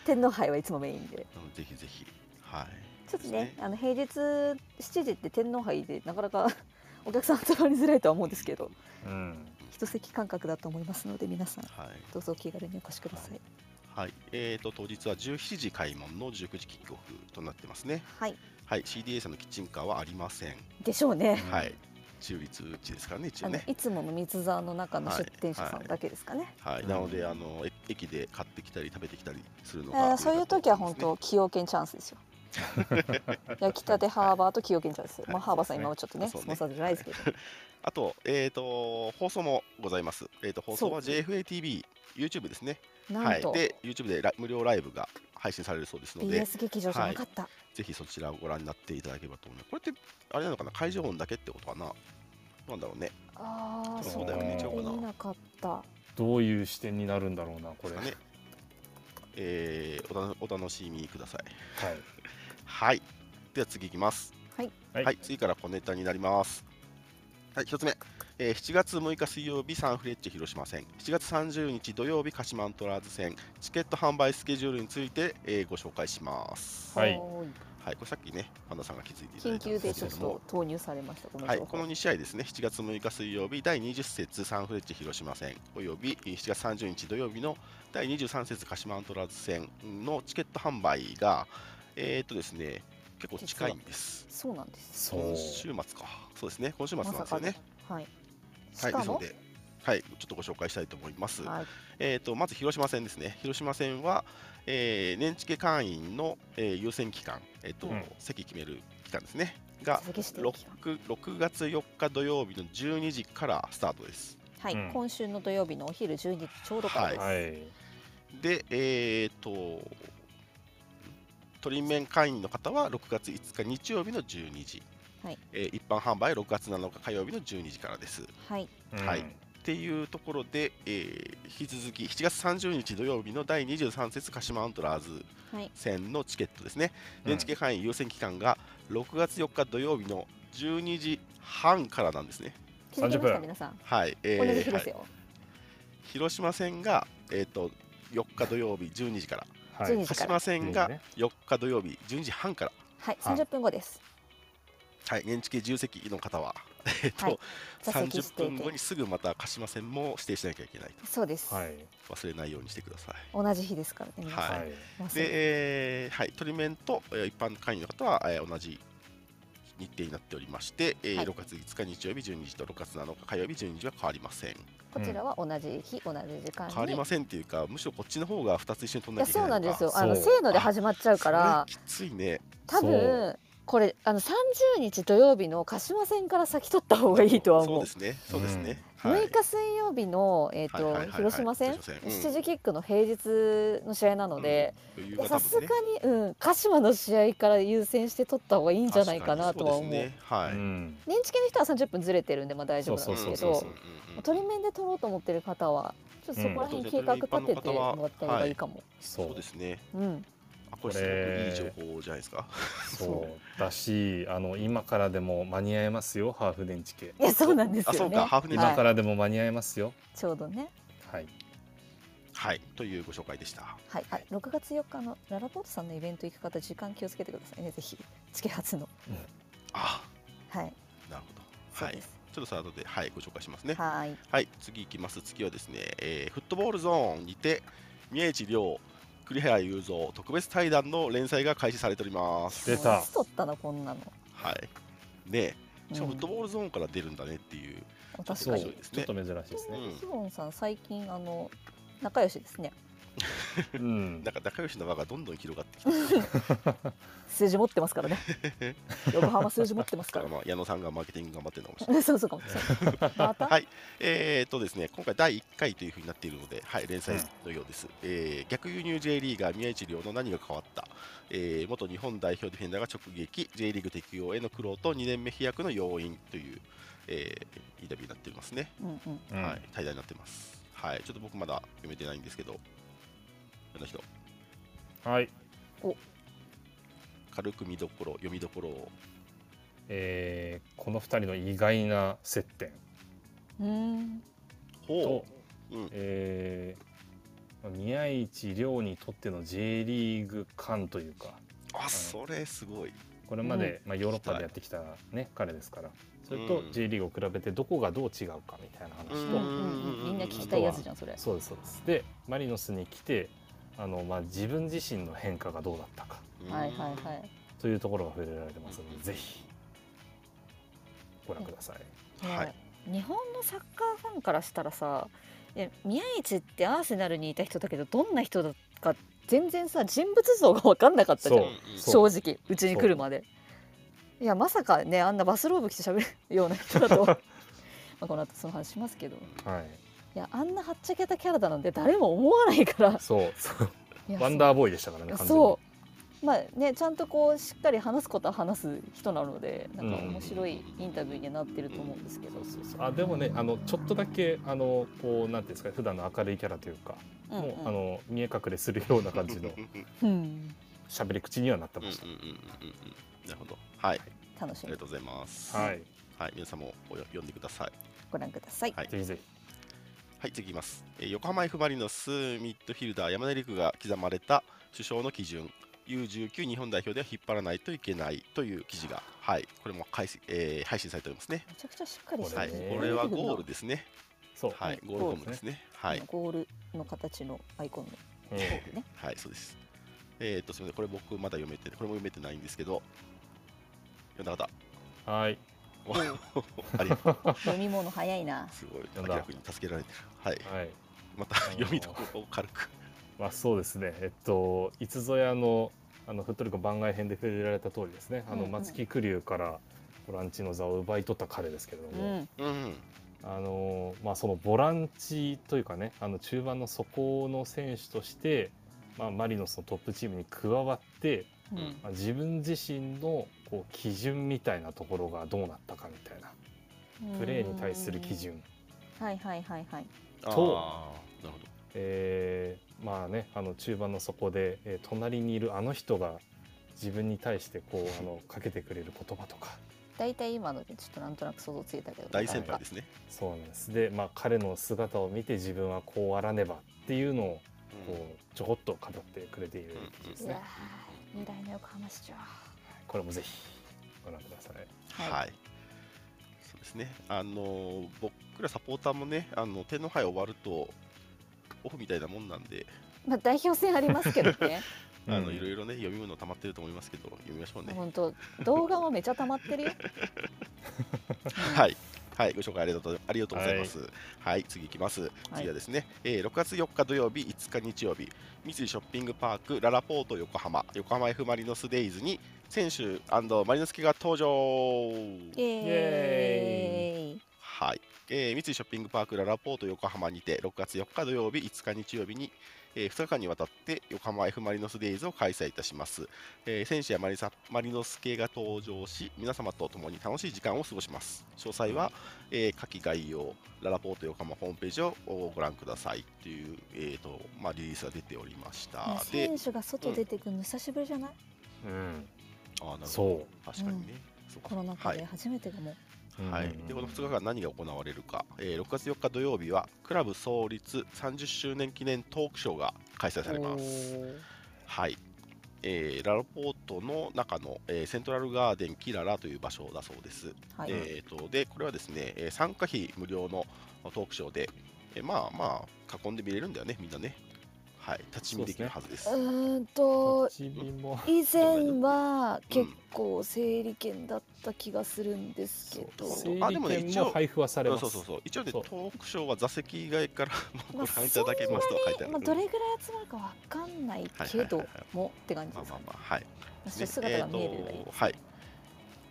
[SPEAKER 2] 天皇杯はいつもメインで、
[SPEAKER 3] なのでぜひぜひはい
[SPEAKER 2] ちょっと
[SPEAKER 3] です
[SPEAKER 2] ね、あの平日7時って天皇杯でなかなか [laughs] お客さん集まりづらいとは思うんですけど、
[SPEAKER 1] うん。
[SPEAKER 2] 一席間隔だと思いますので皆さん
[SPEAKER 3] はい
[SPEAKER 2] どうぞお気軽にお越しください。
[SPEAKER 3] はい、えー、と当日は17時開門の19時キックオフとなってますね。
[SPEAKER 2] はい、
[SPEAKER 3] はい、CDA さんのキッチンカーはありません。
[SPEAKER 2] でしょうね。
[SPEAKER 3] はい、中立地ですからね、一
[SPEAKER 2] あ
[SPEAKER 3] 応
[SPEAKER 2] の
[SPEAKER 3] ね。
[SPEAKER 2] いつもの三つ沢の中の出店者さんだけですかね。
[SPEAKER 3] はい、
[SPEAKER 1] うん
[SPEAKER 3] なので、あのえ駅で買ってきたり食べてきたりするの
[SPEAKER 2] え
[SPEAKER 3] が、
[SPEAKER 2] ーそういう時は本
[SPEAKER 3] いいか
[SPEAKER 2] 当崎陽軒チャンス
[SPEAKER 3] [laughs]
[SPEAKER 2] ですよ焼きたてハーバーと崎陽軒チャンス、
[SPEAKER 3] はい
[SPEAKER 2] まあ、ハーバーさん今はちょっとね
[SPEAKER 3] そう
[SPEAKER 2] ス
[SPEAKER 3] ね
[SPEAKER 2] ポンサーじゃないですけど、
[SPEAKER 3] と思いますね。あと、えー、と放送もございます。えー、と放送は
[SPEAKER 2] そ
[SPEAKER 3] JFATV、YouTube ですね。
[SPEAKER 2] な
[SPEAKER 3] は
[SPEAKER 2] ん
[SPEAKER 3] い
[SPEAKER 2] と、、
[SPEAKER 3] で YouTube でラ無料ライブが配信されるそうですので、
[SPEAKER 2] BS 劇場じゃなかった、
[SPEAKER 3] ぜひそちらをご覧になっていただければと思います。これってあれなのかな、会場音だけってことかな。なんだろうね。
[SPEAKER 2] ああ
[SPEAKER 1] そ
[SPEAKER 2] そうう
[SPEAKER 1] だ
[SPEAKER 2] だ
[SPEAKER 1] よ
[SPEAKER 2] よ
[SPEAKER 1] ね
[SPEAKER 2] ね
[SPEAKER 1] ちゃう
[SPEAKER 3] かな
[SPEAKER 2] 見なかった
[SPEAKER 1] どういう視点になるんだろうなこれ。
[SPEAKER 2] [laughs]
[SPEAKER 3] ね。えーおたお楽しみください。
[SPEAKER 1] はい。
[SPEAKER 3] はい。では次いきます。
[SPEAKER 1] は
[SPEAKER 3] はい、次から小ネタになります。はい、一つ目。えー7月6日水曜日サンフレッチェ広島戦7月30日土曜日鹿島アントラーズ戦チケット販売スケジュールについて、えーご紹介します
[SPEAKER 1] はい
[SPEAKER 2] おーい
[SPEAKER 3] はい、はい、これさっきね、パンダさんが気づいていただ
[SPEAKER 2] 緊
[SPEAKER 3] いたん
[SPEAKER 2] 急で
[SPEAKER 3] です
[SPEAKER 2] ち
[SPEAKER 3] け
[SPEAKER 2] ょっ
[SPEAKER 3] れども
[SPEAKER 2] と、投入されましたこの
[SPEAKER 3] はい、
[SPEAKER 2] 情
[SPEAKER 3] こ
[SPEAKER 2] 報、
[SPEAKER 3] の2試合ですね、7月6日水曜日、第20節サンフレッチェ広島戦、および7月30日土曜日の第23節鹿島アントラーズ戦のチケット販売が、えーっとですね、結構近いんです。
[SPEAKER 2] そうなんです
[SPEAKER 1] は
[SPEAKER 3] 今週末か、そうですね、今週末な
[SPEAKER 2] ま
[SPEAKER 3] ん
[SPEAKER 2] さ
[SPEAKER 3] ですよ
[SPEAKER 2] か
[SPEAKER 3] ね
[SPEAKER 2] ね。はいし
[SPEAKER 3] はい、
[SPEAKER 2] か
[SPEAKER 3] です
[SPEAKER 2] も
[SPEAKER 3] の、で、はい、ちょっとご紹介したいと思います。
[SPEAKER 2] はい、
[SPEAKER 3] えー、とまず広島戦ですね、広島戦は、えー、年チケ会員の、えー優先期間、えーと
[SPEAKER 1] うん
[SPEAKER 3] 席決める期間ですね、が
[SPEAKER 2] 続けしていきます
[SPEAKER 3] 6, 6月4日土曜日の12時からスタートです。
[SPEAKER 2] はい、
[SPEAKER 1] うん
[SPEAKER 2] 今週の土曜日のお昼12時ちょうどからです、
[SPEAKER 3] は
[SPEAKER 1] はい。
[SPEAKER 3] で、えー、と鳥面会員の方は6月5日日曜日の12時、
[SPEAKER 2] はい
[SPEAKER 3] えー一般販売6月7日火曜日の12時からです。
[SPEAKER 2] はい
[SPEAKER 3] はいっていうところで、えー引き続き7月30日土曜日の第23節鹿島アントラーズ
[SPEAKER 2] はい
[SPEAKER 3] 戦のチケットですね、
[SPEAKER 1] うん
[SPEAKER 3] NHK 会員優先期間が6月4日土曜日の12時半からなんですね。
[SPEAKER 2] 気づき
[SPEAKER 1] 30
[SPEAKER 2] ました
[SPEAKER 1] 分
[SPEAKER 2] 皆さん
[SPEAKER 3] はい、え
[SPEAKER 2] 同じ日
[SPEAKER 3] ー
[SPEAKER 2] で
[SPEAKER 3] は
[SPEAKER 2] す
[SPEAKER 3] い、
[SPEAKER 2] よ、
[SPEAKER 3] 広島戦が、えー、と4日土曜日12時から、
[SPEAKER 1] はい
[SPEAKER 2] 12時。
[SPEAKER 3] 鹿島戦
[SPEAKER 1] 12時
[SPEAKER 3] が
[SPEAKER 1] ね
[SPEAKER 3] 4日土曜日12時半から、
[SPEAKER 2] はい、
[SPEAKER 1] はい
[SPEAKER 2] 30分後です
[SPEAKER 3] はい、NHK 重責の方は、 [laughs] えーと
[SPEAKER 2] はい座席指
[SPEAKER 3] 30
[SPEAKER 2] 定
[SPEAKER 3] 分後にすぐまた鹿島戦も指定しなきゃいけない
[SPEAKER 2] そうです、
[SPEAKER 1] はい。
[SPEAKER 3] と忘れないようにしてください。
[SPEAKER 2] 同じ日ですからね皆さん、
[SPEAKER 3] はい
[SPEAKER 1] はい。
[SPEAKER 2] まさに
[SPEAKER 3] で、えーはい、トリメンと、えー一般会員の方は、えー同じ日程になっておりまして、えー
[SPEAKER 2] はい
[SPEAKER 3] 6月5日日曜日12時と6月7日火曜日12時は変わりません
[SPEAKER 2] こちらは同じ日、同じ時間に
[SPEAKER 3] 変わりませんっていうかむしろこっちの方が2つ一緒に取
[SPEAKER 2] い
[SPEAKER 3] んな
[SPEAKER 2] や
[SPEAKER 3] きゃいけ
[SPEAKER 2] そう
[SPEAKER 3] な
[SPEAKER 2] ないんで
[SPEAKER 3] のか
[SPEAKER 2] すよあの
[SPEAKER 1] そう
[SPEAKER 2] せーので始まっちゃうから
[SPEAKER 3] それきついね
[SPEAKER 2] 多
[SPEAKER 1] そ
[SPEAKER 2] 分これあの30日土曜日の鹿島戦から先取った方がいいとは
[SPEAKER 3] そう
[SPEAKER 2] 思う
[SPEAKER 3] ですねそうですね、はい
[SPEAKER 2] 6日水曜日の、えーと
[SPEAKER 3] はいはいはいはい
[SPEAKER 2] 広島戦、
[SPEAKER 3] 広島戦うん
[SPEAKER 2] 7時キックの平日の試合なので
[SPEAKER 3] 余裕
[SPEAKER 2] いや
[SPEAKER 3] が
[SPEAKER 2] さ
[SPEAKER 3] 多
[SPEAKER 2] すが
[SPEAKER 3] 分
[SPEAKER 2] に
[SPEAKER 3] ね、
[SPEAKER 2] うん、鹿島の試合から優先して取った方がいいんじゃないかなとは思う
[SPEAKER 3] 確かにそうですねはい、
[SPEAKER 1] うん。
[SPEAKER 2] 年次系の人は30分ずれてるんで、まあ、大丈夫
[SPEAKER 1] そ
[SPEAKER 2] な
[SPEAKER 1] うんそ
[SPEAKER 2] で
[SPEAKER 1] う
[SPEAKER 2] すけ
[SPEAKER 1] そう
[SPEAKER 2] ど
[SPEAKER 1] そう
[SPEAKER 2] 取り面で取ろうと思ってる方はちょっとそこら辺計画立ててもらった方がいいかも、
[SPEAKER 1] そ
[SPEAKER 3] そう
[SPEAKER 1] う
[SPEAKER 3] で。すね
[SPEAKER 2] うん、
[SPEAKER 3] あこれすごくいい情報じゃないですか
[SPEAKER 1] そうだし、あの今からでも間に合いますよ、ハーフ電池系。
[SPEAKER 2] いやそうなんですよね
[SPEAKER 3] あそうかハーフネット
[SPEAKER 2] は
[SPEAKER 1] 今
[SPEAKER 2] い
[SPEAKER 1] からでも間に合いますよ。
[SPEAKER 2] ちょうどね、
[SPEAKER 1] はい。
[SPEAKER 3] はいというご紹介でした
[SPEAKER 2] はい、あ6月4日のララポートさんのイベント行く方時間気をつけてくださいねぜひチケ発の
[SPEAKER 3] あ
[SPEAKER 2] はい
[SPEAKER 3] なるほど
[SPEAKER 2] そ
[SPEAKER 3] は
[SPEAKER 2] う
[SPEAKER 3] い
[SPEAKER 2] で
[SPEAKER 3] ち
[SPEAKER 2] す
[SPEAKER 3] ょっとさ後ではいご紹介しますね
[SPEAKER 2] はい
[SPEAKER 3] はい、次いきます。次はですね、えーフットボールゾーンにて、宮市亮、栗原雄三特別対談の連載が開始されております。
[SPEAKER 1] 出た
[SPEAKER 2] いつ取ったのこんなの、
[SPEAKER 3] はい。ねえ、しかもフット
[SPEAKER 2] うん
[SPEAKER 3] ボールゾーンから出るんだねっていう、
[SPEAKER 2] 確
[SPEAKER 1] そ
[SPEAKER 2] か
[SPEAKER 1] う。ち
[SPEAKER 2] に
[SPEAKER 3] そうですね
[SPEAKER 1] ょっと珍しいですね。
[SPEAKER 2] ヒボンさん最近あの仲良しですね
[SPEAKER 3] [laughs]
[SPEAKER 1] うん。
[SPEAKER 3] なんか仲良しの輪がどんどん広がってきて、
[SPEAKER 2] 数字持ってますから
[SPEAKER 3] [laughs]
[SPEAKER 2] ね横浜数字持ってますか
[SPEAKER 3] だかららまあ矢野さんがマーケティング頑張ってるのかもしれな
[SPEAKER 2] [laughs]
[SPEAKER 3] い。
[SPEAKER 2] そうそうかもしれな
[SPEAKER 3] [laughs]
[SPEAKER 2] い。また、
[SPEAKER 3] はいえーっとですね、今回第1回というふうになっているので、はい、連載のようです、えー逆輸入 J リーガー宮市亮の何が変わった、えー元日本代表ディフェンダーが直撃 J リーグ適用への苦労と2年目飛躍の要因という、えーインタビューになっていますね、
[SPEAKER 2] うんうん、
[SPEAKER 1] うん
[SPEAKER 3] はい、対談になってます、はい、ちょっと僕まだ読めてないんですけどあの人
[SPEAKER 1] はい。
[SPEAKER 3] 軽く見どころ読みどころを
[SPEAKER 1] えーこの二人の意外な接点
[SPEAKER 2] うーん
[SPEAKER 1] と
[SPEAKER 3] ほ、う、うん、
[SPEAKER 1] えーまあ宮市亮にとっての J リーグ感というか
[SPEAKER 3] あそれすごい
[SPEAKER 1] これまで、まあ、ヨーロッパでやってきた、ね、彼ですからそれと
[SPEAKER 3] うん
[SPEAKER 1] J リーグを比べてどこがどう違うかみたいな話
[SPEAKER 2] う
[SPEAKER 1] と、
[SPEAKER 2] ん
[SPEAKER 3] う
[SPEAKER 2] うんんうんみんな聞きたいやつじゃんそれ。
[SPEAKER 1] そうですそうですでマリノスに来てあの、まあ、自分自身の変化がどうだったか
[SPEAKER 2] はいはいはいい。
[SPEAKER 1] というところが触れられてますので、
[SPEAKER 3] うん
[SPEAKER 1] ぜひご覧ください。
[SPEAKER 3] はい
[SPEAKER 2] ね日本のサッカーファンからしたらさいや宮市ってアーセナルにいた人だけどどんな人だか全然さ人物像が分かんなかったじゃん
[SPEAKER 1] そうそ
[SPEAKER 2] 正
[SPEAKER 1] う
[SPEAKER 2] 直うちに来るまでいやまさかねあんなバスローブ着て喋るような人だ
[SPEAKER 1] [laughs]
[SPEAKER 2] とまあこの後その話しますけど
[SPEAKER 1] はい、
[SPEAKER 2] いやあんなはっちゃけたキャラだなんて誰も思わないから
[SPEAKER 1] そうそう
[SPEAKER 2] いや
[SPEAKER 1] ワンダーボーイでしたからね完全に
[SPEAKER 2] そうまあねちゃんとこうしっかり話すことは話す人なのでなんか面白いインタビューになってると思うんですけど、
[SPEAKER 1] そうそうあでもねあのちょっとだけあのこうなんていうんですか普段の明るいキャラというか、
[SPEAKER 2] うんうん
[SPEAKER 1] もうあの見え隠れするような感じの
[SPEAKER 2] うん
[SPEAKER 1] 喋り口にはなって
[SPEAKER 3] うんう
[SPEAKER 1] ま
[SPEAKER 3] ん
[SPEAKER 1] した、
[SPEAKER 3] うんうんうんうんなるほど。はい、
[SPEAKER 2] 楽し
[SPEAKER 3] あ
[SPEAKER 2] み
[SPEAKER 3] りがとうございます。
[SPEAKER 1] は。い
[SPEAKER 3] はい、皆さんもお読んでください。
[SPEAKER 2] ご覧ください、
[SPEAKER 3] はい
[SPEAKER 1] ぜひぜ
[SPEAKER 3] はい、次いきます。えー横浜 F ・マリノスミッドフィルダー山根陸が刻まれた首相の基準、 U19 日本代表では引っ張らないといけないという記事が、はい、これも配信,、えー配信されておりますね。
[SPEAKER 2] めちゃくちゃしっかりして
[SPEAKER 3] はい、
[SPEAKER 2] るね
[SPEAKER 3] これはゴールですね。
[SPEAKER 1] そう、
[SPEAKER 3] はい、ゴールフォームですね。はい、
[SPEAKER 2] ゴールの形のアイコンの
[SPEAKER 1] うん
[SPEAKER 2] ゴールね。
[SPEAKER 3] はい、そうです。えー、っと、すみません、これ僕まだ読めて、これも読めてないんですけど、読んだ方、
[SPEAKER 1] はい
[SPEAKER 3] わ [laughs] ありがとう
[SPEAKER 2] 読み物早いな。
[SPEAKER 3] すごい、
[SPEAKER 1] 読
[SPEAKER 3] 明
[SPEAKER 1] んだ
[SPEAKER 3] らかに助けられてる。はい、
[SPEAKER 1] はい
[SPEAKER 3] また
[SPEAKER 1] あのー
[SPEAKER 3] 読みどころを軽く。
[SPEAKER 1] まあそうですねえっといつぞやのあのフットリコ番外編で触れられた通りですねあ
[SPEAKER 2] うん
[SPEAKER 1] の
[SPEAKER 2] うん
[SPEAKER 1] 松木玖生からボランチの座を奪い取った彼ですけれど
[SPEAKER 2] う
[SPEAKER 1] も、
[SPEAKER 2] ん。
[SPEAKER 3] うん、
[SPEAKER 1] あのまあ、そのボランチというかねあの中盤の底の選手として、まあ、マリノスのトップチームに加わって、
[SPEAKER 2] うん
[SPEAKER 3] うん
[SPEAKER 1] まあ、自分自身のこう基準みたいなところがどうなったかみたいなプレーに対する基。準、
[SPEAKER 2] はいはいはいはい。
[SPEAKER 3] あー
[SPEAKER 1] と
[SPEAKER 3] なるほど。
[SPEAKER 1] えーまあねあの中盤の底で、えー隣にいるあの人が自分に対してこ
[SPEAKER 3] [laughs]
[SPEAKER 1] うあのかけてくれる言葉とか
[SPEAKER 2] だいたい今のでちょっとなんとなく想像ついたけど。
[SPEAKER 3] 大先輩ですね。
[SPEAKER 1] そうなんですで、まあ、彼の姿を見て自分はこうあらねばっていうのを
[SPEAKER 3] うん
[SPEAKER 1] こうちょこっと語ってくれている記事です
[SPEAKER 2] う
[SPEAKER 1] ね。
[SPEAKER 2] わー未来の横浜市長。
[SPEAKER 1] これもぜひご覧ください。
[SPEAKER 2] はい
[SPEAKER 3] はい。そうですね。あの僕らサポーターもね、あの天皇杯終わるとオフみたいなもんなんで、
[SPEAKER 2] まあ代表戦ありますけどね。
[SPEAKER 3] あの
[SPEAKER 1] うん
[SPEAKER 3] いろいろね読み物溜まってると思いますけど、読みましょう [laughs] ね。
[SPEAKER 2] 本当動画もめちゃ溜まってるよ。
[SPEAKER 3] [laughs] はい。はい、ご紹介ありがとうありがとうございます。はい、次いきます。次はですね、えー6月4日土曜日、5日日曜日、三井ショッピングパークララポート横浜、横浜 F ・マリノスデイズに選手マリノスケが登場。
[SPEAKER 4] イエーイ
[SPEAKER 3] はい、えー三井ショッピングパークララポート横浜にて6月4日土曜日5日日曜日に、え2日間にわたって横浜 F ・マリノスデイズを開催いたします、えー選手やマリサマリノス系が登場し皆様と共に楽しい時間を過ごします詳細は、えー下記概要ララポート横浜ホームページをご覧くださいという、えーとまあ、リリースが出ておりましたで
[SPEAKER 2] 選手が外出てくるの久しぶりじゃない？
[SPEAKER 1] うん、
[SPEAKER 3] あーなるほど
[SPEAKER 1] そ
[SPEAKER 3] 確かにね、そうか
[SPEAKER 2] コロナ禍
[SPEAKER 3] はい
[SPEAKER 2] で初めてかも。
[SPEAKER 1] う。
[SPEAKER 3] はい
[SPEAKER 1] うん、
[SPEAKER 3] でこの2日間何が行われるか、えー6月4日土曜日はクラブ創立30周年記念トークショーが開催されます。はいえーララポートの中の、えーセントラルガーデンキララという場所だそうです。
[SPEAKER 2] はい。
[SPEAKER 3] えー、とでこれはですね、えー参加費無料のトークショーで、えーまあまあ囲んで見れるんだよね、みんなね。はい、立ち見できるはずです。
[SPEAKER 2] うーんと
[SPEAKER 1] 立ち見も
[SPEAKER 2] 以前は結構整理券だった気がするんですけど、
[SPEAKER 3] そう
[SPEAKER 1] 整
[SPEAKER 3] あでもね
[SPEAKER 1] 理
[SPEAKER 3] 一
[SPEAKER 1] 券
[SPEAKER 3] 応
[SPEAKER 1] も配布はされ
[SPEAKER 3] そう
[SPEAKER 1] ます。
[SPEAKER 3] そうそうそう一応ね
[SPEAKER 1] そ
[SPEAKER 3] ト
[SPEAKER 1] う
[SPEAKER 3] ークショーは座席以外からも
[SPEAKER 2] ま
[SPEAKER 3] う
[SPEAKER 2] あ
[SPEAKER 3] ご覧いただけますとは書いてあ
[SPEAKER 2] まあ、
[SPEAKER 3] る。
[SPEAKER 2] どれぐらい集まるかわかんないけどもって感じ
[SPEAKER 3] まあ
[SPEAKER 2] です
[SPEAKER 3] ま
[SPEAKER 2] か
[SPEAKER 3] あ
[SPEAKER 2] ね、
[SPEAKER 3] まあ、はい。
[SPEAKER 2] まあちょっと姿が見えるより
[SPEAKER 3] えーとはい。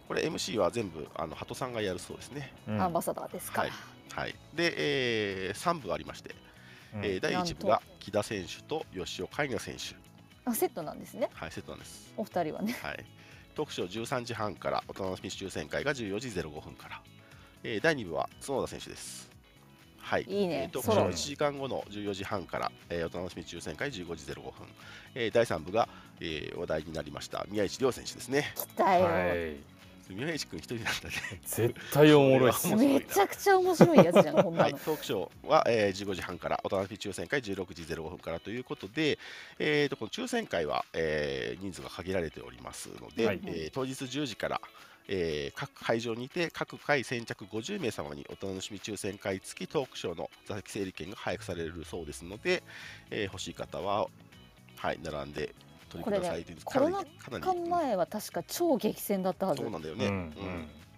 [SPEAKER 3] これ MC は全部あの鳩さんがやるそうですね。
[SPEAKER 1] うん
[SPEAKER 2] アンバサダーですから、
[SPEAKER 3] はい。で、えー、3部ありまして、
[SPEAKER 1] うん
[SPEAKER 3] えー第1部
[SPEAKER 2] なん
[SPEAKER 3] が木田選手と吉尾海奈選手、
[SPEAKER 2] あセットなんですね
[SPEAKER 3] はいセットなんです。
[SPEAKER 2] お二人はね
[SPEAKER 3] はい。特賞13時半からお楽しみ抽選会が14時05分から。えー、第2部は角田選手です。はい。
[SPEAKER 2] いい
[SPEAKER 3] えー
[SPEAKER 2] ね
[SPEAKER 3] と、
[SPEAKER 2] ソ
[SPEAKER 1] そ
[SPEAKER 2] ロ
[SPEAKER 1] う
[SPEAKER 3] 1時間後の14時半から、えーお楽しみ抽選会15時05分、えー第3部が、えー話題になりました宮市亮選手ですね
[SPEAKER 2] 来たよ、
[SPEAKER 1] はい。
[SPEAKER 3] 宮市君一人なんだね
[SPEAKER 1] 絶対おもろいっす
[SPEAKER 3] 面。白い
[SPEAKER 2] め
[SPEAKER 3] な
[SPEAKER 2] ちゃくちゃ面白いやつじゃん
[SPEAKER 3] [laughs]
[SPEAKER 2] ほんな
[SPEAKER 3] はい、
[SPEAKER 2] の、
[SPEAKER 3] トークショーは、えー15時半から、お楽しみ抽選会16時05分からということで、えー、とこの抽選会は、えー人数が限られておりますので、
[SPEAKER 1] はい
[SPEAKER 3] えー当日10時から、えー各会場にて各回先着50名様にお楽しみ抽選会付きトークショーの座席整理券が配布されるそうですので、えー欲しい方は、はい、並んで取りくださいという
[SPEAKER 2] これね
[SPEAKER 3] かなり
[SPEAKER 2] 間前は確か超激戦だったはず
[SPEAKER 3] そうなんだよ
[SPEAKER 1] うん
[SPEAKER 3] ね、うん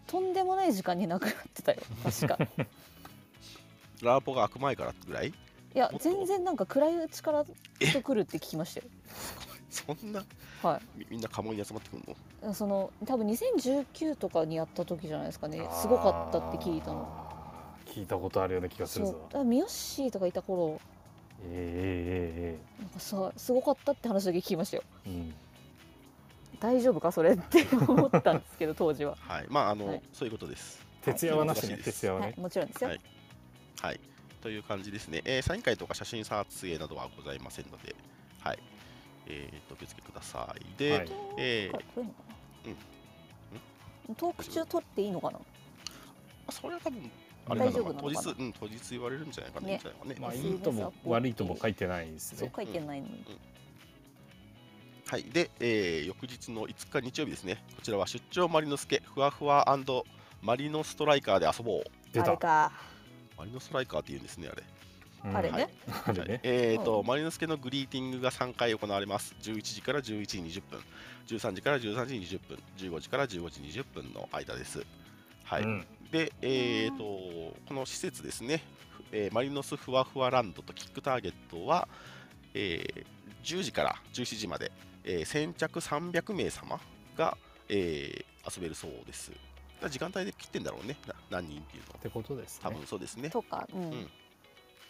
[SPEAKER 2] とんでもない時間になくなってたよ確
[SPEAKER 3] [laughs]
[SPEAKER 2] か
[SPEAKER 3] ラーポが開く前からぐらい [laughs]
[SPEAKER 2] いや全然なんか暗いうちから人来るって聞きましたよ
[SPEAKER 3] そんな
[SPEAKER 2] はい
[SPEAKER 3] みみんなカモに集まってくるの
[SPEAKER 2] その多分2019とかにやった時じゃないですかねすごかったって聞いたの
[SPEAKER 1] あー。聞いたことあるような気がする
[SPEAKER 2] そう
[SPEAKER 1] ぞ
[SPEAKER 2] だ。からミヨッシーとかいた頃
[SPEAKER 1] え
[SPEAKER 2] なんかさすごかったって話だけ聞きましたよ
[SPEAKER 1] えええええうん。
[SPEAKER 2] 大丈夫かそれって思ったんですけど当時は、
[SPEAKER 3] はい、まああの、
[SPEAKER 2] はい
[SPEAKER 3] そういうことです。
[SPEAKER 1] 徹夜はなし
[SPEAKER 3] はい
[SPEAKER 1] ね。徹夜は
[SPEAKER 2] は
[SPEAKER 1] ね
[SPEAKER 2] い。もちろんですよ、
[SPEAKER 3] はいはい、という感じですね。えー、サイン会とか写真撮影などはございませんので、はい、えー、とお気をつけください。で、
[SPEAKER 1] はい
[SPEAKER 3] え
[SPEAKER 2] こ
[SPEAKER 3] ー
[SPEAKER 2] れこれいいのかな、トーク中撮っていいのかな
[SPEAKER 3] それは多分あれか
[SPEAKER 2] 大丈夫
[SPEAKER 3] な
[SPEAKER 2] な
[SPEAKER 3] 当
[SPEAKER 2] のか
[SPEAKER 3] 日
[SPEAKER 2] な、
[SPEAKER 3] うん、当日言われるんじゃないかな、
[SPEAKER 2] ね
[SPEAKER 3] いいんじゃないかね。
[SPEAKER 1] まあ
[SPEAKER 2] はい
[SPEAKER 1] いとも悪いとも書いてないです
[SPEAKER 2] そう
[SPEAKER 1] ね。
[SPEAKER 2] 書いてないのに、
[SPEAKER 3] はい、で、えー翌日の5日日曜日ですね、こちらは出張マリノスケふわふわマリノストライカーで遊ぼう。
[SPEAKER 1] 出
[SPEAKER 2] あれ
[SPEAKER 1] た。
[SPEAKER 2] か
[SPEAKER 3] マリノストライカーって言うんですね、あれ。
[SPEAKER 1] うん
[SPEAKER 2] あれね、
[SPEAKER 3] はい
[SPEAKER 1] あれね。
[SPEAKER 3] えーと
[SPEAKER 2] う
[SPEAKER 3] マリノスケのグリーティングが3回行われます11時から11時20分13時から13時20分15時から15時20分の間ですはい、
[SPEAKER 1] うん
[SPEAKER 3] でえーとこの施設ですね、えーマリノスふわふわランドとキックターゲットは、えー10時から17時まで、えー先着300名様が、えー遊べるそうですだから時間帯で切ってんだろうねな何人っていうの
[SPEAKER 1] ってことです
[SPEAKER 3] 多
[SPEAKER 1] ね。
[SPEAKER 3] 分そうですね
[SPEAKER 2] とか、うん
[SPEAKER 3] ん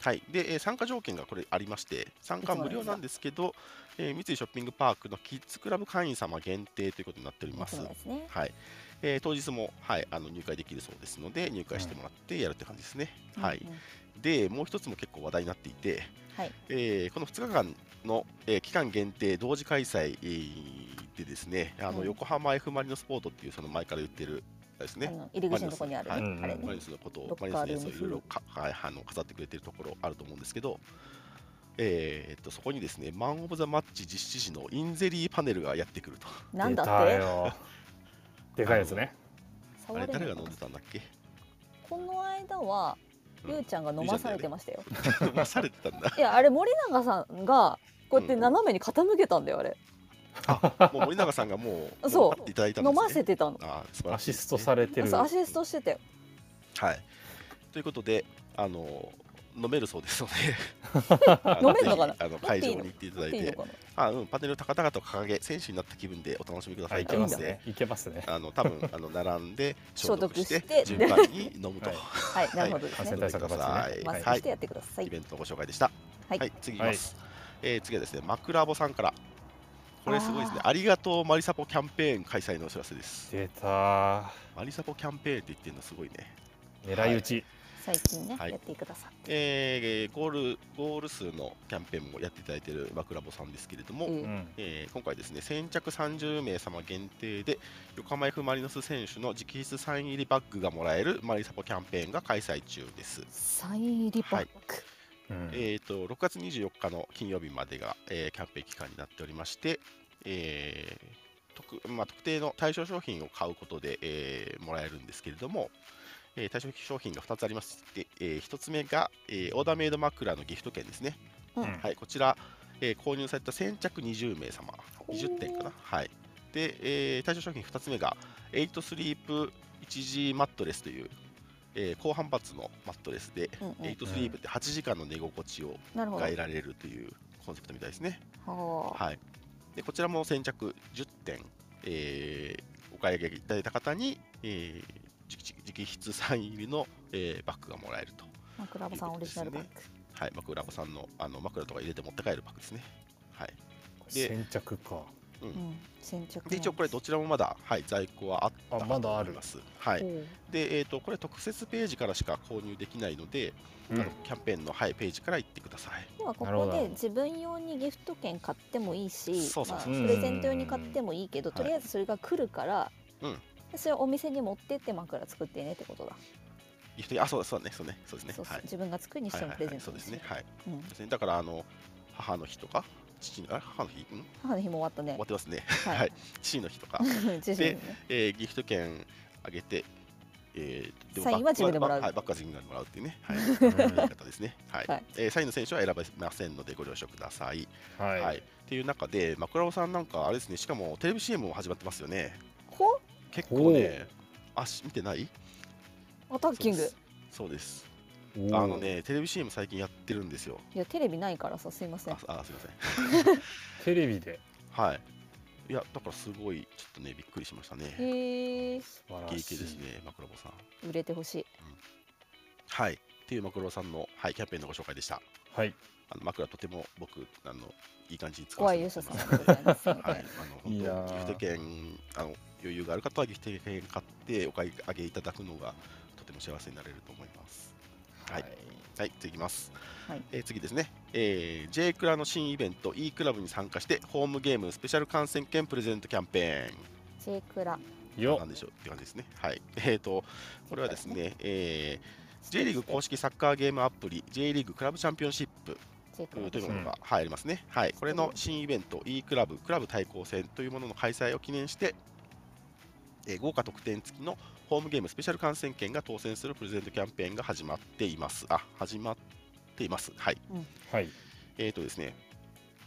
[SPEAKER 3] はい、で、えー参加条件がこれありまして、参加無料なんですけど、えー三井ショッピングパークのキッズクラブ会員様限定ということになっております
[SPEAKER 2] そう。ですね
[SPEAKER 3] はいえー当日も、はい、あの入会できるそうですので、入会してもらってやるって感じですね。はい
[SPEAKER 2] うんうん
[SPEAKER 3] で、もう一つも結構話題になっていて、
[SPEAKER 2] はい
[SPEAKER 3] えーこの2日間の、えー期間限定同時開催、えーでですね、あの
[SPEAKER 2] うん
[SPEAKER 3] 横浜 F ・マリノスポートっていう、その前から言ってる、あれですね
[SPEAKER 2] あ、の入り口のとこにあるね、
[SPEAKER 3] はい
[SPEAKER 2] あれ
[SPEAKER 1] うん
[SPEAKER 3] マ
[SPEAKER 2] ね
[SPEAKER 3] リノスのこと
[SPEAKER 2] ロ
[SPEAKER 3] を
[SPEAKER 2] ッ、カ
[SPEAKER 3] マ
[SPEAKER 2] ー
[SPEAKER 3] リノスのやつ
[SPEAKER 2] ル
[SPEAKER 3] を
[SPEAKER 2] ーム
[SPEAKER 3] いろいろか、はい、あの飾ってくれてるところあると思うんですけど、えーっとそこにですね、マン・オブ・ザ・マッチ実施時のインゼリーパネルがやってくると。
[SPEAKER 2] なんだ
[SPEAKER 1] 出た
[SPEAKER 2] って
[SPEAKER 1] よ。でかいやつね。
[SPEAKER 2] 触
[SPEAKER 3] あれ、
[SPEAKER 2] れ
[SPEAKER 3] 誰
[SPEAKER 2] る
[SPEAKER 3] が
[SPEAKER 2] の
[SPEAKER 3] 飲ん
[SPEAKER 2] か
[SPEAKER 3] で
[SPEAKER 2] な
[SPEAKER 3] たんだっけ
[SPEAKER 2] この間は
[SPEAKER 3] うん
[SPEAKER 2] りゅうちゃんが飲まされてましたよ、
[SPEAKER 3] 飲 [laughs] まされてたんだ。
[SPEAKER 2] いやあれ森永さんがこうやって斜めに傾けたんだよあれ、
[SPEAKER 3] もう森永さんがもう、
[SPEAKER 2] そう
[SPEAKER 3] も立っていただいたんです、
[SPEAKER 2] 飲
[SPEAKER 3] ね、
[SPEAKER 2] ませてたの
[SPEAKER 3] あー素晴ら
[SPEAKER 1] ア
[SPEAKER 3] し
[SPEAKER 1] シ
[SPEAKER 3] いです
[SPEAKER 1] ス
[SPEAKER 3] ね、
[SPEAKER 1] トされてる。
[SPEAKER 2] そうアシストしてたよ、
[SPEAKER 3] はい。ということで、あの飲めるそうですので
[SPEAKER 2] [laughs] 飲めんのかな
[SPEAKER 3] ぜひあの
[SPEAKER 2] 持っ
[SPEAKER 3] 会
[SPEAKER 2] てい
[SPEAKER 3] 場
[SPEAKER 2] いの
[SPEAKER 3] に行っていただい
[SPEAKER 2] いいの
[SPEAKER 3] て、
[SPEAKER 2] かな
[SPEAKER 3] あうん、パネルを高々と掲げ、選手になった気分でお楽しみくださ
[SPEAKER 1] あ
[SPEAKER 3] い
[SPEAKER 1] い
[SPEAKER 3] とい
[SPEAKER 1] け
[SPEAKER 3] う
[SPEAKER 1] ま
[SPEAKER 3] こと
[SPEAKER 1] す
[SPEAKER 3] で、
[SPEAKER 1] ね。いけますね。
[SPEAKER 3] あの多分あの並んで消
[SPEAKER 2] 消
[SPEAKER 3] 毒
[SPEAKER 2] 毒
[SPEAKER 3] し
[SPEAKER 2] して
[SPEAKER 3] て順番に飲むと、
[SPEAKER 1] はい
[SPEAKER 2] はいなるほどです
[SPEAKER 1] 感
[SPEAKER 2] ね、
[SPEAKER 1] 染対策バツね。
[SPEAKER 3] はい
[SPEAKER 2] マ
[SPEAKER 1] は
[SPEAKER 2] ス
[SPEAKER 1] い
[SPEAKER 2] クしてやってください、
[SPEAKER 3] イベントのご紹介でした。は、
[SPEAKER 2] はいい
[SPEAKER 3] 次いきます。えー次はですね枕ボさんからこれすごいですねありがとうマリサポキャンペーン開催のお知らせです。
[SPEAKER 1] 出た。
[SPEAKER 3] マリサポキャンペーンって言ってるのすごいね。
[SPEAKER 1] 狙い撃ち。
[SPEAKER 2] 最近ね、
[SPEAKER 3] はい
[SPEAKER 2] やってくださって
[SPEAKER 3] えーゴールゴール数のキャンペーンもやっていただいている枕ボさんですけれども。
[SPEAKER 2] うん
[SPEAKER 1] うん。
[SPEAKER 3] えー今回ですね先着30名様限定で横浜 F ・マリノス選手の直筆サイン入りバッグがもらえるマリサポキャンペーンが開催中です。
[SPEAKER 2] サイン入りバッグ、
[SPEAKER 1] うん
[SPEAKER 3] えー、と6月24日の金曜日までが、えーキャンペーン期間になっておりまして、えー特まあ、特定の対象商品を買うことで、えーもらえるんですけれども、えー対象商品が2つありまして、え1つ目が、えーオーダーメイド枕のギフト券ですね、
[SPEAKER 2] うん
[SPEAKER 1] うん
[SPEAKER 3] はい、こちら、えー購入された先着20名様20点かな、はいでえー対象商品2つ目がエイトスリープ 1G マットレスという、えー高反発のマットレスで
[SPEAKER 2] うんう
[SPEAKER 3] エイ
[SPEAKER 2] ん、
[SPEAKER 3] トスリーブって8時間の寝心地を
[SPEAKER 2] なるほど
[SPEAKER 3] が得られるというコンセプトみたいですね。
[SPEAKER 2] はあ
[SPEAKER 3] はい、でこちらも先着10点、えーお買い上げいただいた方に、えー直直筆サイン入りの、えーバッグがもらえると。
[SPEAKER 2] 枕場さんオリジナルバッグ、
[SPEAKER 3] はい、枕子さんのあの枕とか入れて持って帰るバッグですね。はい、で
[SPEAKER 1] 先着か。
[SPEAKER 2] うん、先着
[SPEAKER 3] で一応これどちらもまだ、はい、在庫はあった
[SPEAKER 1] あまだある
[SPEAKER 3] と思います。はい、で、えー、とこれ特設ページからしか購入できないので、
[SPEAKER 1] うん
[SPEAKER 3] あのキャンペーンの、はい、ページから行ってください。
[SPEAKER 2] ではこ
[SPEAKER 1] なるほ
[SPEAKER 2] こ
[SPEAKER 1] ど
[SPEAKER 2] で自分用にギフト券買ってもいいし
[SPEAKER 3] そうそうそう
[SPEAKER 2] まあ、プレゼント用に買ってもいいけど
[SPEAKER 3] うんう
[SPEAKER 2] と
[SPEAKER 3] んうん
[SPEAKER 2] りあえずそれが来るから、
[SPEAKER 3] うん
[SPEAKER 2] それをお店に持ってって枕作ってねってことだ、
[SPEAKER 3] ギフトあそうそうだねそうねそうですね
[SPEAKER 2] そうそう
[SPEAKER 3] はい。
[SPEAKER 2] 自分が作るにし
[SPEAKER 3] はい
[SPEAKER 2] てもプ
[SPEAKER 3] はいは
[SPEAKER 2] レゼ
[SPEAKER 3] い
[SPEAKER 2] ン
[SPEAKER 3] そ
[SPEAKER 2] ト
[SPEAKER 3] う
[SPEAKER 2] に
[SPEAKER 3] です
[SPEAKER 2] して
[SPEAKER 3] ね
[SPEAKER 2] も、
[SPEAKER 3] はい
[SPEAKER 2] うん
[SPEAKER 3] ですねだからあの母の日とか父のあ母の日ん
[SPEAKER 2] 母の日も終わったね
[SPEAKER 3] 終わってますね
[SPEAKER 2] はい
[SPEAKER 3] はい父の日とか、
[SPEAKER 2] [laughs] 自身ね
[SPEAKER 3] えーギフト券あげて、えー
[SPEAKER 2] サインは自分でもらう
[SPEAKER 3] バッグははいバッグは自分でもらうっていうね
[SPEAKER 2] [laughs]
[SPEAKER 3] はい
[SPEAKER 1] ん
[SPEAKER 3] やり方ですねはい、
[SPEAKER 2] はい
[SPEAKER 3] えーサインの選手は選べませんのでご了承くださいはい、
[SPEAKER 1] はい。
[SPEAKER 3] っていう中で枕尾さんなんかあれですねしかもテレビ CM も始まってますよね
[SPEAKER 2] ほ
[SPEAKER 3] 結構ねあし見てない
[SPEAKER 2] アタッキン
[SPEAKER 3] そうで
[SPEAKER 2] グ
[SPEAKER 3] すそうです
[SPEAKER 1] おー
[SPEAKER 3] あの。ねテレビ CM 最近やってるんですよ
[SPEAKER 2] いやテレビないからさすいません
[SPEAKER 3] ああすいません
[SPEAKER 1] テレビで。
[SPEAKER 3] はい。いや、だからすごい、ちょっとね、びっくりしましたね。
[SPEAKER 2] へえ
[SPEAKER 1] 素晴
[SPEAKER 3] ゲ
[SPEAKER 1] ら
[SPEAKER 3] イ系
[SPEAKER 1] しい。
[SPEAKER 3] ですね、マクロボさん。
[SPEAKER 2] 売れてほしい
[SPEAKER 3] はい。っていうマクロボさんの、はい、キャンペーンのご紹介でした。
[SPEAKER 1] はい。
[SPEAKER 3] あの枕とても僕、あの、いい感じに使わ
[SPEAKER 2] 怖
[SPEAKER 3] せ
[SPEAKER 2] い
[SPEAKER 3] て
[SPEAKER 2] 勇
[SPEAKER 3] も
[SPEAKER 2] 者
[SPEAKER 3] ら
[SPEAKER 2] さんですございますな
[SPEAKER 3] ってまので
[SPEAKER 2] んか [laughs]
[SPEAKER 3] はい、あの
[SPEAKER 1] いや
[SPEAKER 3] 本当ギ
[SPEAKER 1] ー
[SPEAKER 3] フト券あの余裕がある方はギフト券買ってお買い上げいただくのがとても幸せになれると思います。はいはい、次いきます。
[SPEAKER 2] はい
[SPEAKER 3] えー次ですね、えー J クラの新イベント E クラブに参加してホームゲームスペシャル観戦券プレゼントキャンペーン。
[SPEAKER 2] ジェイクラ
[SPEAKER 1] よ
[SPEAKER 3] なん。でしょうって感じですね。はい。 [laughs] えー、と、これはですね、えー J リーグ公式サッカーゲームアプリ、J リーグクラブチャンピオンシップ
[SPEAKER 2] チェック
[SPEAKER 3] うん
[SPEAKER 2] の
[SPEAKER 3] と
[SPEAKER 2] とこ
[SPEAKER 3] いう
[SPEAKER 2] ろ
[SPEAKER 3] ものが入りますね。はい、これの新イベント E クラブクラブ対抗戦というものの開催を記念して、えー豪華特典付きのホームゲームスペシャル観戦券が当選するプレゼントキャンペーンが始まっています。あ、始まっています。はい。
[SPEAKER 1] はい。
[SPEAKER 3] えーとですね、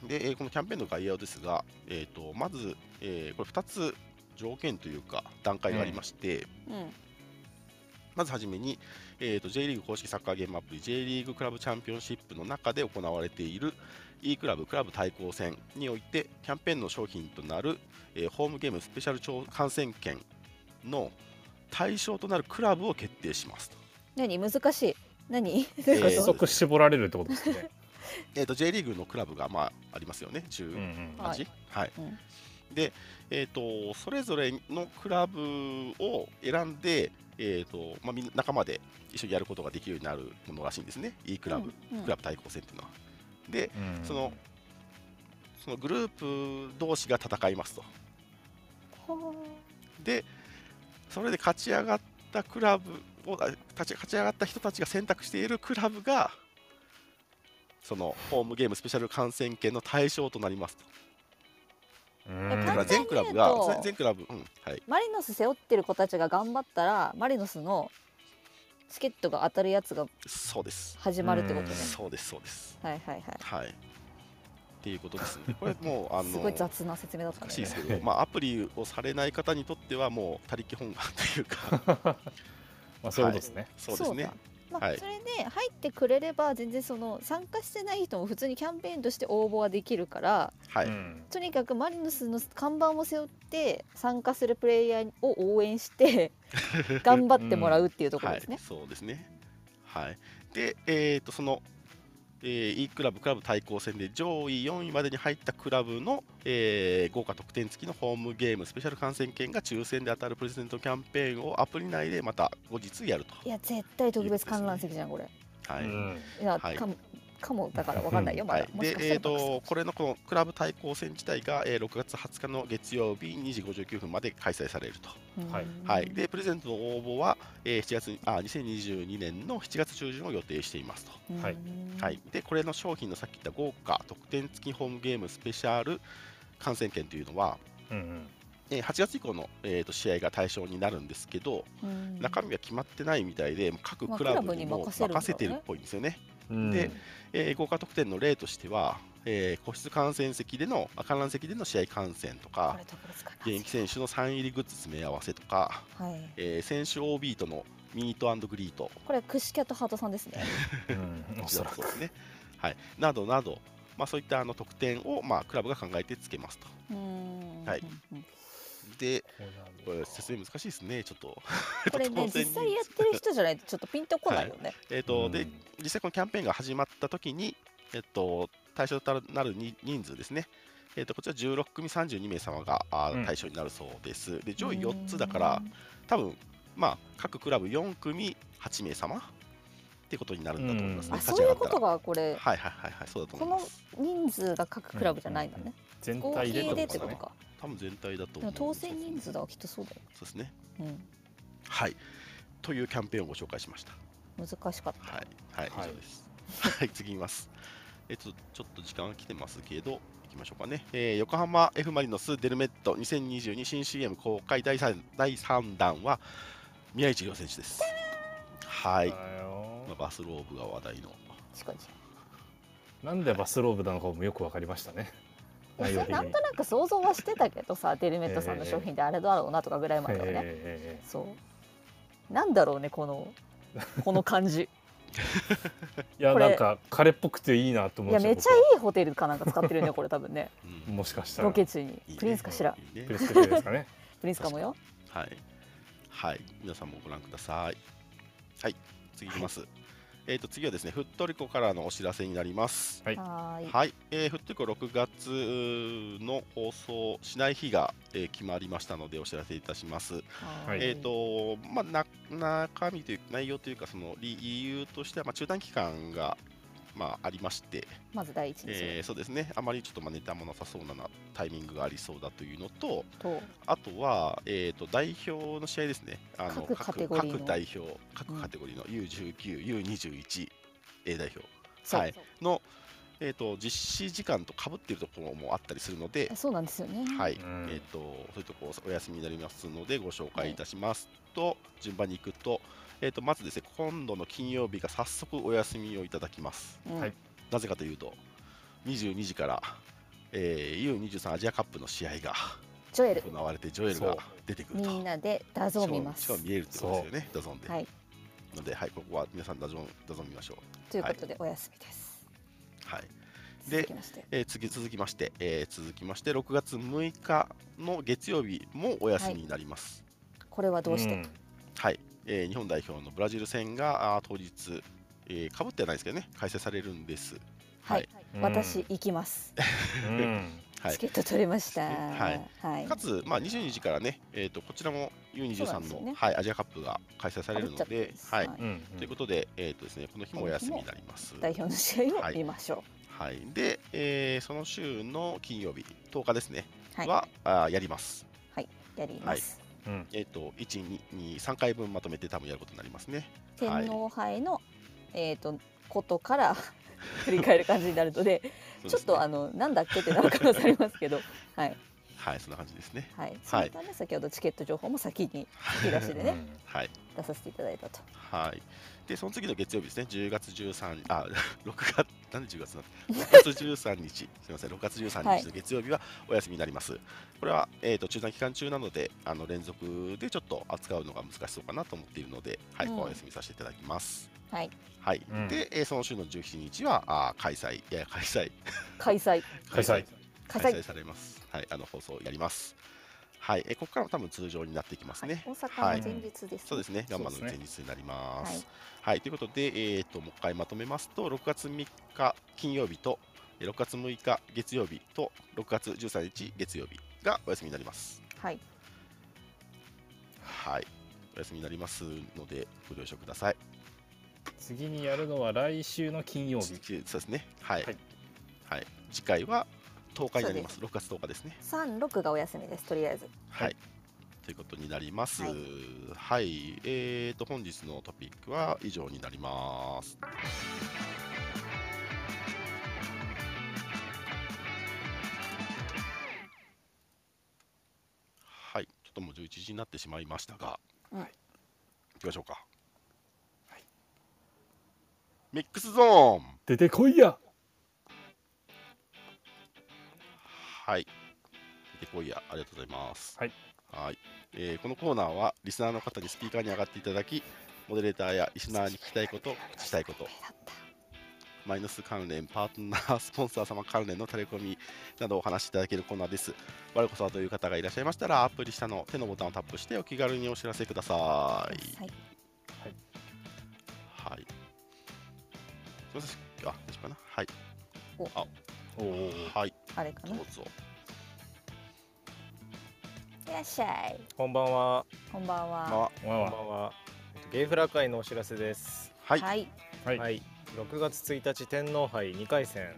[SPEAKER 3] で、えーこのキャンペーンの概要ですが、えー、とまず、えーこれ2つ条件というか段階がありまして、
[SPEAKER 2] うん
[SPEAKER 3] まずはじめに、えー、と J リーグ公式サッカーゲームアプリ J リーグクラブチャンピオンシップの中で行われている E クラブクラブ対抗戦においてキャンペーンの商品となる、えーホームゲームスペシャル超観戦券の対象となるクラブを決定しますと。
[SPEAKER 2] 何難しい何どう
[SPEAKER 3] えー
[SPEAKER 2] いう
[SPEAKER 1] 早
[SPEAKER 2] こと
[SPEAKER 1] 速絞られるってことですね。
[SPEAKER 3] えー、と J リーグのクラブが、まあ、ありますよね、10、
[SPEAKER 1] うんうん。
[SPEAKER 2] はい
[SPEAKER 3] はいはい
[SPEAKER 2] うん
[SPEAKER 3] で、えー、とそれぞれのクラブを選んで、えーとまあ、みんな仲間で一緒にやることができるようになるものらしいんですね、いいクラブ、
[SPEAKER 2] うんうん
[SPEAKER 3] クラブ対抗戦っていうのは。で、
[SPEAKER 1] うん
[SPEAKER 3] そのそのグループ同士が戦いますと。
[SPEAKER 2] ほ
[SPEAKER 3] で、それで勝ち上がったクラブを、あ勝ち勝ち上がった人たちが選択しているクラブが、そのホームゲームスペシャル観戦権の対象となりますと。
[SPEAKER 1] うん
[SPEAKER 2] だ
[SPEAKER 3] だから全クラブ
[SPEAKER 2] 簡単に言う
[SPEAKER 3] が
[SPEAKER 2] と、
[SPEAKER 3] 全クラブ、うん、はい。
[SPEAKER 2] ーマリノス背負ってる子たちが頑張ったらマリノスのチケットが当たるやつが
[SPEAKER 3] そうです。
[SPEAKER 2] 始まるってことね
[SPEAKER 1] うん
[SPEAKER 3] そうです、そうです。
[SPEAKER 2] はいはいはい
[SPEAKER 3] はい。っていうこ
[SPEAKER 2] [laughs]
[SPEAKER 3] とですね。これもう、あの、
[SPEAKER 2] すごい雑な説明だった
[SPEAKER 3] 難
[SPEAKER 2] ね
[SPEAKER 3] しいですけど、まあ、アプリをされない方にとっては、もう、他力本願という
[SPEAKER 2] [laughs]
[SPEAKER 3] か、
[SPEAKER 1] まあそういうことですね。
[SPEAKER 3] そうですね
[SPEAKER 2] だ。まあ
[SPEAKER 3] はい
[SPEAKER 2] それで入ってくれれば全然その参加してない人も普通にキャンペーンとして応募はできるから
[SPEAKER 3] はい。
[SPEAKER 1] うん
[SPEAKER 2] とにかくマリノスの看板を背負って参加するプレイヤーを応援して
[SPEAKER 3] [laughs]
[SPEAKER 2] 頑張ってもらうっていうところです
[SPEAKER 3] は
[SPEAKER 2] ね
[SPEAKER 3] い、。そうですね。はい、で、えー、とその、えー、E クラブクラブ対抗戦で上位4位までに入ったクラブの、えー豪華特典付きのホームゲームスペシャル観戦券が抽選で当たるプレゼントキャンペーンをアプリ内でまた後日やると。
[SPEAKER 2] いや絶対特別観覧席じゃんこれ。
[SPEAKER 3] は
[SPEAKER 1] う
[SPEAKER 3] い
[SPEAKER 1] ん
[SPEAKER 2] いや、
[SPEAKER 3] はい
[SPEAKER 2] かもかもだからわかんないよま
[SPEAKER 3] は
[SPEAKER 2] だ
[SPEAKER 3] い。、
[SPEAKER 2] もし
[SPEAKER 3] で
[SPEAKER 2] かし、た
[SPEAKER 3] え
[SPEAKER 2] ら
[SPEAKER 3] ー、とこれのこのクラブ対抗戦自体が、えー6月20日の月曜日2時59分まで開催されると。
[SPEAKER 2] うん
[SPEAKER 1] はい
[SPEAKER 3] はい、でプレゼントの応募は、えー7月にあ2022年の7月中旬を予定していますと。
[SPEAKER 1] はい
[SPEAKER 2] うん
[SPEAKER 3] はい、でこれの商品のさっき言った豪華特典付きホームゲームスペシャル観戦券というのは、
[SPEAKER 1] うん
[SPEAKER 3] えー8月以降の、えー、と試合が対象になるんですけど、
[SPEAKER 2] うん
[SPEAKER 3] 中身は決まってないみたいで各
[SPEAKER 2] まあ
[SPEAKER 3] クラ
[SPEAKER 2] ク
[SPEAKER 3] ブ
[SPEAKER 2] ラブに
[SPEAKER 3] にも
[SPEAKER 2] 任せるんだろうね
[SPEAKER 3] 任せてるっぽいんですよね。
[SPEAKER 1] うん。
[SPEAKER 3] でえー豪華特典の例としては、えー個室観戦席でのあ観覧席での試合観戦と
[SPEAKER 2] こ
[SPEAKER 3] か
[SPEAKER 2] れ特別観覧
[SPEAKER 3] 現
[SPEAKER 2] 席
[SPEAKER 3] 役選手のサイン入りグッズ詰め合わせとか、
[SPEAKER 2] はい。
[SPEAKER 3] えー選手 OB とのミートグリート
[SPEAKER 2] これクシキャットハートさんです
[SPEAKER 3] [laughs]
[SPEAKER 2] ね。
[SPEAKER 1] うん、おそらく
[SPEAKER 3] そう。ですね、はい、などなど、まあ、そういったあの特典を、まあ、クラブが考えてつけますと。
[SPEAKER 2] うん
[SPEAKER 3] はい
[SPEAKER 2] うんうん
[SPEAKER 3] で、こ
[SPEAKER 1] こ
[SPEAKER 3] れ説明難しいですね、ちょっと。
[SPEAKER 2] [laughs] これね
[SPEAKER 3] 当然
[SPEAKER 2] 実
[SPEAKER 3] に
[SPEAKER 2] 際やってる
[SPEAKER 3] [laughs]
[SPEAKER 2] 人じゃないとちょっとピンとこないよね。
[SPEAKER 3] えっとで実際、このキャンペーンが始まった時に、えっと、対象となるに人数ですね、えっと、こちら16組32名様があ
[SPEAKER 1] うん
[SPEAKER 3] 対象になるそうです。で、上位4つだから、多分まあ各クラブ4組8名様ってことになるんだと思いますね、
[SPEAKER 2] あ
[SPEAKER 3] 勝
[SPEAKER 2] そ
[SPEAKER 3] ち
[SPEAKER 2] うい
[SPEAKER 3] 上
[SPEAKER 2] う
[SPEAKER 3] が
[SPEAKER 2] こ
[SPEAKER 3] った
[SPEAKER 2] と
[SPEAKER 3] ら。
[SPEAKER 2] がこれ
[SPEAKER 3] はいはいはいはい、そうだと
[SPEAKER 2] こ
[SPEAKER 3] 思い
[SPEAKER 2] の
[SPEAKER 3] ます。
[SPEAKER 2] 人数が各クラブじゃないんだね。
[SPEAKER 1] 全
[SPEAKER 2] 合
[SPEAKER 1] 体で
[SPEAKER 2] 計でって
[SPEAKER 1] と
[SPEAKER 2] こ
[SPEAKER 1] か
[SPEAKER 2] と
[SPEAKER 1] ね。
[SPEAKER 2] か。
[SPEAKER 3] 多分全体だと
[SPEAKER 2] で
[SPEAKER 3] 思
[SPEAKER 2] も
[SPEAKER 3] う。
[SPEAKER 2] 当選人数だわきっとそうだよ。
[SPEAKER 3] そうですね。
[SPEAKER 2] う
[SPEAKER 3] はい。というキャンペーンをご紹介しました。
[SPEAKER 2] ん難しかっ
[SPEAKER 3] はい、はい、
[SPEAKER 1] はい
[SPEAKER 3] 以上です。 [laughs] はい、次います。えっと、ちょっと時間が来てますけど、いきましょうかね。えー横浜 F ・マリノスデルメット2022新 CM 公開第 3, 第三弾は、宮市亮選手です。はい、
[SPEAKER 1] だよ
[SPEAKER 3] まあバスローブが話題の。
[SPEAKER 2] た。しかし。
[SPEAKER 1] なんでバスローブなのかもよくわかりましたね。
[SPEAKER 2] いや
[SPEAKER 1] 内容
[SPEAKER 2] それ
[SPEAKER 1] 的に
[SPEAKER 2] なんとなく想像はしてたけどさデルメットさんの商品であれだろうなとかぐらいまではね、
[SPEAKER 1] え
[SPEAKER 2] そうなんだろうねこのこの感じ
[SPEAKER 1] ーいや
[SPEAKER 2] これ
[SPEAKER 1] なんか彼っぽくていいなと思
[SPEAKER 2] い
[SPEAKER 1] い
[SPEAKER 2] や
[SPEAKER 1] ました
[SPEAKER 2] めちゃいいホテルかなんか使ってるねこれ多分ね
[SPEAKER 3] うん
[SPEAKER 1] 僕もしかしたら
[SPEAKER 2] ロケ
[SPEAKER 1] プ
[SPEAKER 2] 地に
[SPEAKER 3] いいね
[SPEAKER 2] プリンスかしら
[SPEAKER 3] いいね
[SPEAKER 1] レステですかね。
[SPEAKER 2] プリンスかもよ
[SPEAKER 3] はい。はい。皆さんもご覧ください。はい。次いきます。えっ、と、次はですね、フットリコからのお知らせになります。
[SPEAKER 1] はい
[SPEAKER 2] はーい
[SPEAKER 3] はい、えー、フットコ6月うーの放送しない日が、えー決まりましたのでお知らせいたします。
[SPEAKER 2] はーい
[SPEAKER 3] えっ、とまあな中身という内容というかその理由としてはまあ中断期間がまあありまして、
[SPEAKER 2] まず第一にそ
[SPEAKER 3] え
[SPEAKER 2] れ
[SPEAKER 3] ーそうですねあまりちょっとまあネタもなさそうななタイミングがありそうだというのと
[SPEAKER 2] と
[SPEAKER 3] あとはえっ、と代表の試合ですねあの
[SPEAKER 2] 各カテゴリーの
[SPEAKER 3] 各代表各カテゴリーの U19、U21A 代表はいの、えー、と実施時間とかぶっているところもあったりするので、
[SPEAKER 2] そうなんですよね。
[SPEAKER 3] はい
[SPEAKER 1] うん
[SPEAKER 3] えー、とそういうとこお休みになりますのでご紹介いたしますと順番にいくと,、えー、とまずですね今度の金曜日が早速お休みをいただきます
[SPEAKER 2] うん
[SPEAKER 1] はい
[SPEAKER 3] なぜかというと22時から、えー U23 アジアカップの試合が
[SPEAKER 2] ジョエル、
[SPEAKER 3] 行われてジョエル
[SPEAKER 1] そう
[SPEAKER 3] が出てくると
[SPEAKER 2] みんなでダゾーン見ます
[SPEAKER 3] しか。も見えるってことですよねダゾンで、
[SPEAKER 2] はい、
[SPEAKER 3] ので、はい、ここは皆さんダゾンダゾン見ましょう
[SPEAKER 2] ということでお休みです。
[SPEAKER 3] はいで
[SPEAKER 2] 続きまして、
[SPEAKER 3] えー次続きまして、えー続きまして6月6日の月曜日もお休みになります。
[SPEAKER 2] これは [laughs] どうして？
[SPEAKER 1] ん
[SPEAKER 3] はい、えー日本代表のブラジル戦があー当日、えー、かぶってはないですけどね、開催されるんです。
[SPEAKER 2] はい、
[SPEAKER 1] うん
[SPEAKER 2] 私行きます。
[SPEAKER 1] うん
[SPEAKER 3] はい
[SPEAKER 2] チケット取れました。
[SPEAKER 3] はい
[SPEAKER 2] はい
[SPEAKER 3] かつ、まあ、22時からね、えー、とこちらも
[SPEAKER 2] そうなん
[SPEAKER 3] U23
[SPEAKER 2] ですよ
[SPEAKER 3] の、
[SPEAKER 2] ね
[SPEAKER 3] はい、アジアカップが開催されるの
[SPEAKER 2] 被っちゃって
[SPEAKER 3] で
[SPEAKER 2] ま、す
[SPEAKER 3] はい
[SPEAKER 2] は
[SPEAKER 1] うんうん
[SPEAKER 3] ということで,、えーとですね、この日もお休みになります。
[SPEAKER 2] 代表の試合を見ましょ
[SPEAKER 3] はい、で、えーその週の金曜日、10日ですね、
[SPEAKER 2] う。はい、
[SPEAKER 3] はあーやります。
[SPEAKER 2] やります。
[SPEAKER 1] うん
[SPEAKER 3] えっ、と、1、2、2、3回分まとめて多分やることになりますね。はい
[SPEAKER 2] 天皇杯のえっとことから振り返る感じになるので、
[SPEAKER 3] [laughs] そ
[SPEAKER 2] ち
[SPEAKER 3] うで
[SPEAKER 2] ょっ
[SPEAKER 3] すね
[SPEAKER 2] とあのなんだっけってなる可能性ありますけど、はい
[SPEAKER 3] はい、そんな感じですね。
[SPEAKER 2] はい。そのため先ほどチケット情報も先に
[SPEAKER 3] は
[SPEAKER 2] 引き
[SPEAKER 3] い
[SPEAKER 2] 出しでね
[SPEAKER 3] [laughs] はい、
[SPEAKER 2] 出させていただいたと。
[SPEAKER 3] はい。で、その次の月曜日ですね、10月13あ、6月、 [laughs] なんで10月なん6月13日、 [laughs] すみません、6月13日の月曜日はお休みになります。これは、えー、と中断期間中なので、あの連続でちょっと扱うのが難しそうかなと思っているので、はい、
[SPEAKER 2] うん
[SPEAKER 3] ここはお休みさせていただきます。
[SPEAKER 2] はい、
[SPEAKER 3] はい、
[SPEAKER 1] うん
[SPEAKER 3] で、えーその週の17日はあー開催、いや、開催、
[SPEAKER 2] 開催
[SPEAKER 1] 開催
[SPEAKER 2] 開
[SPEAKER 3] 開
[SPEAKER 2] 催
[SPEAKER 3] 催されます。はい、あの放送やります。はい、えーここからも多分通常になっていきますね。
[SPEAKER 2] 大
[SPEAKER 3] は
[SPEAKER 2] 阪
[SPEAKER 3] い
[SPEAKER 2] の前日です、ね
[SPEAKER 3] そうですね、ガンマの
[SPEAKER 1] そうで
[SPEAKER 3] 前
[SPEAKER 1] すね
[SPEAKER 3] 日になりま
[SPEAKER 2] は
[SPEAKER 3] す。
[SPEAKER 2] い
[SPEAKER 3] はい、ということで、えー、ともう一回まとめますと、6月3日金曜日と、えー6月6日月曜日と、6月13日月曜日がお休みになります。
[SPEAKER 2] はい
[SPEAKER 3] はい、お休みになりますので、ご了承ください。
[SPEAKER 1] 次にやるのは来週の金曜日
[SPEAKER 3] そうですね、はい。は
[SPEAKER 1] はいい
[SPEAKER 3] 次回は10日になります。6月10日ですね。
[SPEAKER 2] 三六がお休みですとりあえず
[SPEAKER 3] はい、
[SPEAKER 1] はい
[SPEAKER 3] ということになります。は
[SPEAKER 2] はい
[SPEAKER 3] い、えー、と本日のトピックは以上になります。はい、ちょっともう11時になってしまいましたが、
[SPEAKER 2] うん
[SPEAKER 3] はい、行きましょうか。はい、ミックスゾーン。
[SPEAKER 1] 出てこいや
[SPEAKER 3] はい。出てこいや、ありがとうございます。
[SPEAKER 1] はい。
[SPEAKER 3] はいえーこのコーナーは、リスナーの方にスピーカーに上がっていただき、モデレーターやリスナーに聞きたいこと、告知したいこと、
[SPEAKER 2] だった
[SPEAKER 3] マイナス関連、パートナー、スポンサー様関連のタレコミなどをお話しいただけるコーナーです。我こそはという方がいらっしゃいましたら、アプリ下の手のボタンをタップしてお気軽にお知らせください。
[SPEAKER 2] はい
[SPEAKER 3] はい。すいません、あ、大丈夫かなはい。
[SPEAKER 2] お
[SPEAKER 3] あ、
[SPEAKER 1] おお
[SPEAKER 3] はい、
[SPEAKER 2] あれか
[SPEAKER 3] ど
[SPEAKER 2] な
[SPEAKER 3] う
[SPEAKER 2] い
[SPEAKER 3] ぞ。
[SPEAKER 2] らっしゃい
[SPEAKER 6] こんばんは。
[SPEAKER 2] こんばんは
[SPEAKER 3] まあ、
[SPEAKER 1] わ
[SPEAKER 6] こんば
[SPEAKER 1] わ
[SPEAKER 6] んは。ゲイフラ会のお知らせです。
[SPEAKER 3] はい。
[SPEAKER 2] はい
[SPEAKER 1] はい、
[SPEAKER 6] はい。6月1日天皇杯2回戦、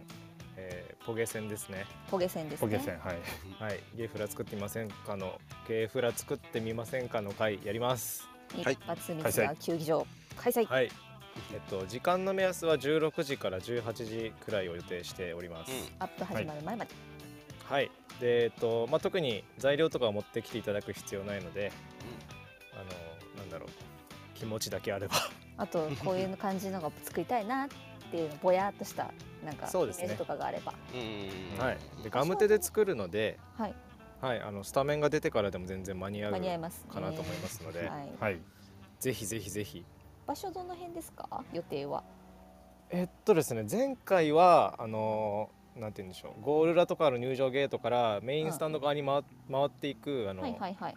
[SPEAKER 6] えーポゲ戦ですね。
[SPEAKER 2] ポゲ戦です
[SPEAKER 1] ポ
[SPEAKER 2] ね
[SPEAKER 1] ケセンはい
[SPEAKER 6] はい。ゲイフラ作ってみませんかのゲイフラ作ってみませんかの会やります。
[SPEAKER 3] はい
[SPEAKER 2] 一発ミスが
[SPEAKER 1] 開
[SPEAKER 2] 球技場開催
[SPEAKER 6] はい。えっと時間の目安は16時から18時くらいを予定しております。
[SPEAKER 3] うん
[SPEAKER 2] アップ始まる前まで
[SPEAKER 6] はい。でえっとまあ特に材料とかは持ってきていただく必要ないので、あのなんだろう気持ちだけあれば。
[SPEAKER 2] あとこういう感じのが作りたいなっていうのぼやっとしたなんかイ
[SPEAKER 6] そう
[SPEAKER 2] メ
[SPEAKER 6] ですね
[SPEAKER 2] ージとかがあれば
[SPEAKER 3] うん
[SPEAKER 6] はい。でガム手で作るので、
[SPEAKER 2] はい
[SPEAKER 6] はいあのスタメンが出てからでも全然間に合う
[SPEAKER 2] 間に合います
[SPEAKER 6] かなと思いますので、
[SPEAKER 2] はい
[SPEAKER 1] はい
[SPEAKER 6] ぜひぜひぜひ。
[SPEAKER 2] 場所どの辺ですか予定は
[SPEAKER 6] えっとですね、前回はあのーなんて言うんでしょう、ゴール裏とかの入場ゲートからメインスタンド側に回,、回っていくあの、
[SPEAKER 2] はいはいはい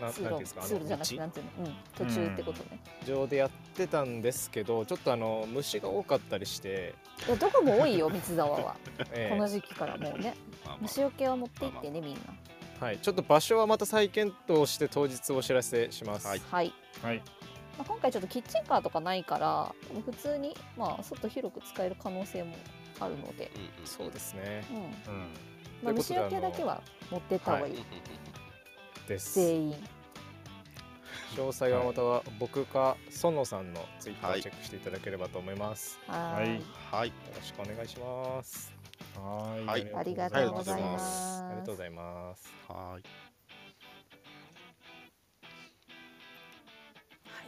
[SPEAKER 6] ななんて
[SPEAKER 2] 通
[SPEAKER 6] いうんで
[SPEAKER 2] 路
[SPEAKER 6] すか、あ
[SPEAKER 2] 通路じゃなくてな
[SPEAKER 6] の
[SPEAKER 2] んていうのうん途中ってことね
[SPEAKER 6] 道上でやってたんですけど、ちょっとあの虫が多かった
[SPEAKER 2] [laughs]
[SPEAKER 6] りして、
[SPEAKER 2] いやどこも多いよ三沢は
[SPEAKER 6] [laughs] え
[SPEAKER 2] こ
[SPEAKER 6] え
[SPEAKER 2] の時期からもうね
[SPEAKER 3] まあまあ
[SPEAKER 2] 虫除けは持って行ってねみんな
[SPEAKER 6] はい、ちょっと場所はまた再検討して当日お知らせします。
[SPEAKER 3] はい
[SPEAKER 2] はい、
[SPEAKER 1] はい
[SPEAKER 2] まあ、今回ちょっとキッチンカーとかないから普通にまあ外広く使える可能性もあるので、
[SPEAKER 3] うんうん
[SPEAKER 6] そうですね。
[SPEAKER 2] うん
[SPEAKER 1] うん
[SPEAKER 2] まあ、
[SPEAKER 6] ということ
[SPEAKER 2] 虫
[SPEAKER 6] で
[SPEAKER 2] 除けだけは持ってった方がいい、
[SPEAKER 3] うんうんうん
[SPEAKER 6] です。
[SPEAKER 2] 全員
[SPEAKER 6] 詳細はまたは僕か園さんのツイッターをチェックしていただければと思います、
[SPEAKER 2] は
[SPEAKER 1] はいい。
[SPEAKER 3] はい
[SPEAKER 6] よろしくお願いします
[SPEAKER 1] は
[SPEAKER 3] はい
[SPEAKER 1] い。
[SPEAKER 2] ありが
[SPEAKER 3] と
[SPEAKER 2] と
[SPEAKER 3] う
[SPEAKER 2] う
[SPEAKER 3] ご
[SPEAKER 2] ご
[SPEAKER 3] ざ
[SPEAKER 2] ざ
[SPEAKER 3] い
[SPEAKER 2] い
[SPEAKER 3] ま
[SPEAKER 2] ますす。
[SPEAKER 6] ありがとうございます
[SPEAKER 3] はい
[SPEAKER 2] はい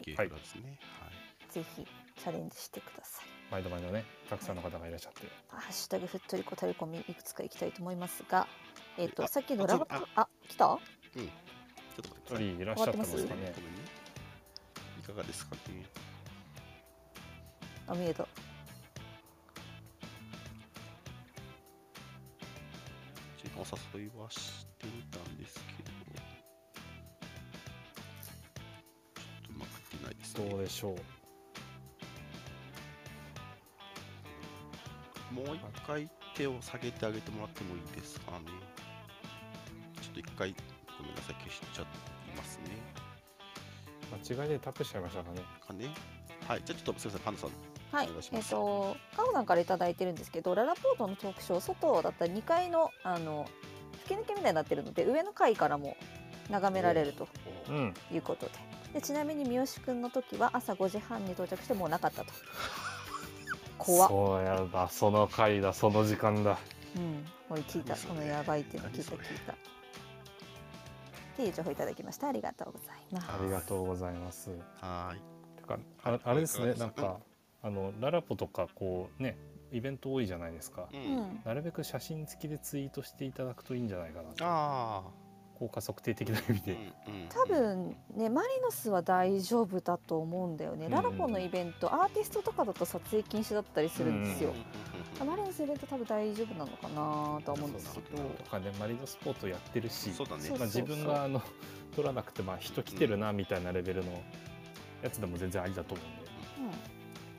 [SPEAKER 3] ゲームですねはい
[SPEAKER 2] ぜひチャレンジしてください。
[SPEAKER 1] 毎度毎度ね、たくさんの方がいらっしゃって。
[SPEAKER 2] ハッシュタグふっとりこたりこみいくつか行きたいと思いますが、えっ、と
[SPEAKER 3] あ
[SPEAKER 2] さっきの
[SPEAKER 3] あちょ
[SPEAKER 2] ラ
[SPEAKER 3] っと
[SPEAKER 2] バトあ来た？
[SPEAKER 3] ちょっと待ってく
[SPEAKER 1] 一
[SPEAKER 3] ださい
[SPEAKER 1] 人いらっしゃってます
[SPEAKER 3] ごめん
[SPEAKER 1] かね
[SPEAKER 3] ね。いかがですかね
[SPEAKER 2] あ見えた。
[SPEAKER 3] ちょっとお誘いはしてみたんですけどちょっとうまくいってないですね
[SPEAKER 1] どうでしょう。
[SPEAKER 3] もう一回手を下げてあげてもらってもいいですかね。ちょっと一回、ごめんなさい、消しちゃいますね。
[SPEAKER 1] 間違いでタップしちゃいましたかね。
[SPEAKER 3] かね。はい、じゃあちょっとすみません、パンダさん。
[SPEAKER 2] はい
[SPEAKER 3] お願いし、
[SPEAKER 2] え
[SPEAKER 3] ま
[SPEAKER 2] っ
[SPEAKER 3] す
[SPEAKER 2] とカオさんからいただいてるんですけどララポートのトークショー外だったら2階のあの吹き抜けみたいになってるので上の階からも眺められると
[SPEAKER 1] うん。
[SPEAKER 2] いうことででちなみに三好くんの時は朝5時半に到着してもうなかったと怖っ、
[SPEAKER 1] そうやだ、その回だ、その時間だ。
[SPEAKER 2] うん、これ聞いた
[SPEAKER 3] 何そ
[SPEAKER 2] こ
[SPEAKER 3] れ
[SPEAKER 2] のやばいっていうの聞いた聞
[SPEAKER 3] 何
[SPEAKER 2] い
[SPEAKER 3] それ
[SPEAKER 2] たっていう情報いただきましたありがとうございます
[SPEAKER 1] ありがとうございます。
[SPEAKER 3] はーい。
[SPEAKER 1] てかああれですね
[SPEAKER 3] いかがですか
[SPEAKER 1] なんかあのララポとかこうねイベント多いじゃないですか、
[SPEAKER 3] う。
[SPEAKER 2] うん
[SPEAKER 3] あ
[SPEAKER 2] ん
[SPEAKER 1] なるべく写真付きでツイートしていただくといいんじゃないかなと
[SPEAKER 3] あ
[SPEAKER 1] 効果測定的な意味
[SPEAKER 3] ー。
[SPEAKER 1] で、
[SPEAKER 3] うんうんうん
[SPEAKER 2] 多分ねマリノスは大丈夫だと思うんだよね、
[SPEAKER 1] うん
[SPEAKER 2] ララポのイベントアーティストとかだと撮影禁止だったりするんですよ、
[SPEAKER 1] うん
[SPEAKER 2] あマリノスイベント多分大丈夫なのかなとは思うんですけど
[SPEAKER 3] なるほ
[SPEAKER 1] とかねマリノスポートやってるし、
[SPEAKER 3] そうだね
[SPEAKER 2] そう
[SPEAKER 1] まあ、自分があの撮らなくてまあ人来てるなみたいなレベルのやつでも全然ありだと思うんで
[SPEAKER 2] う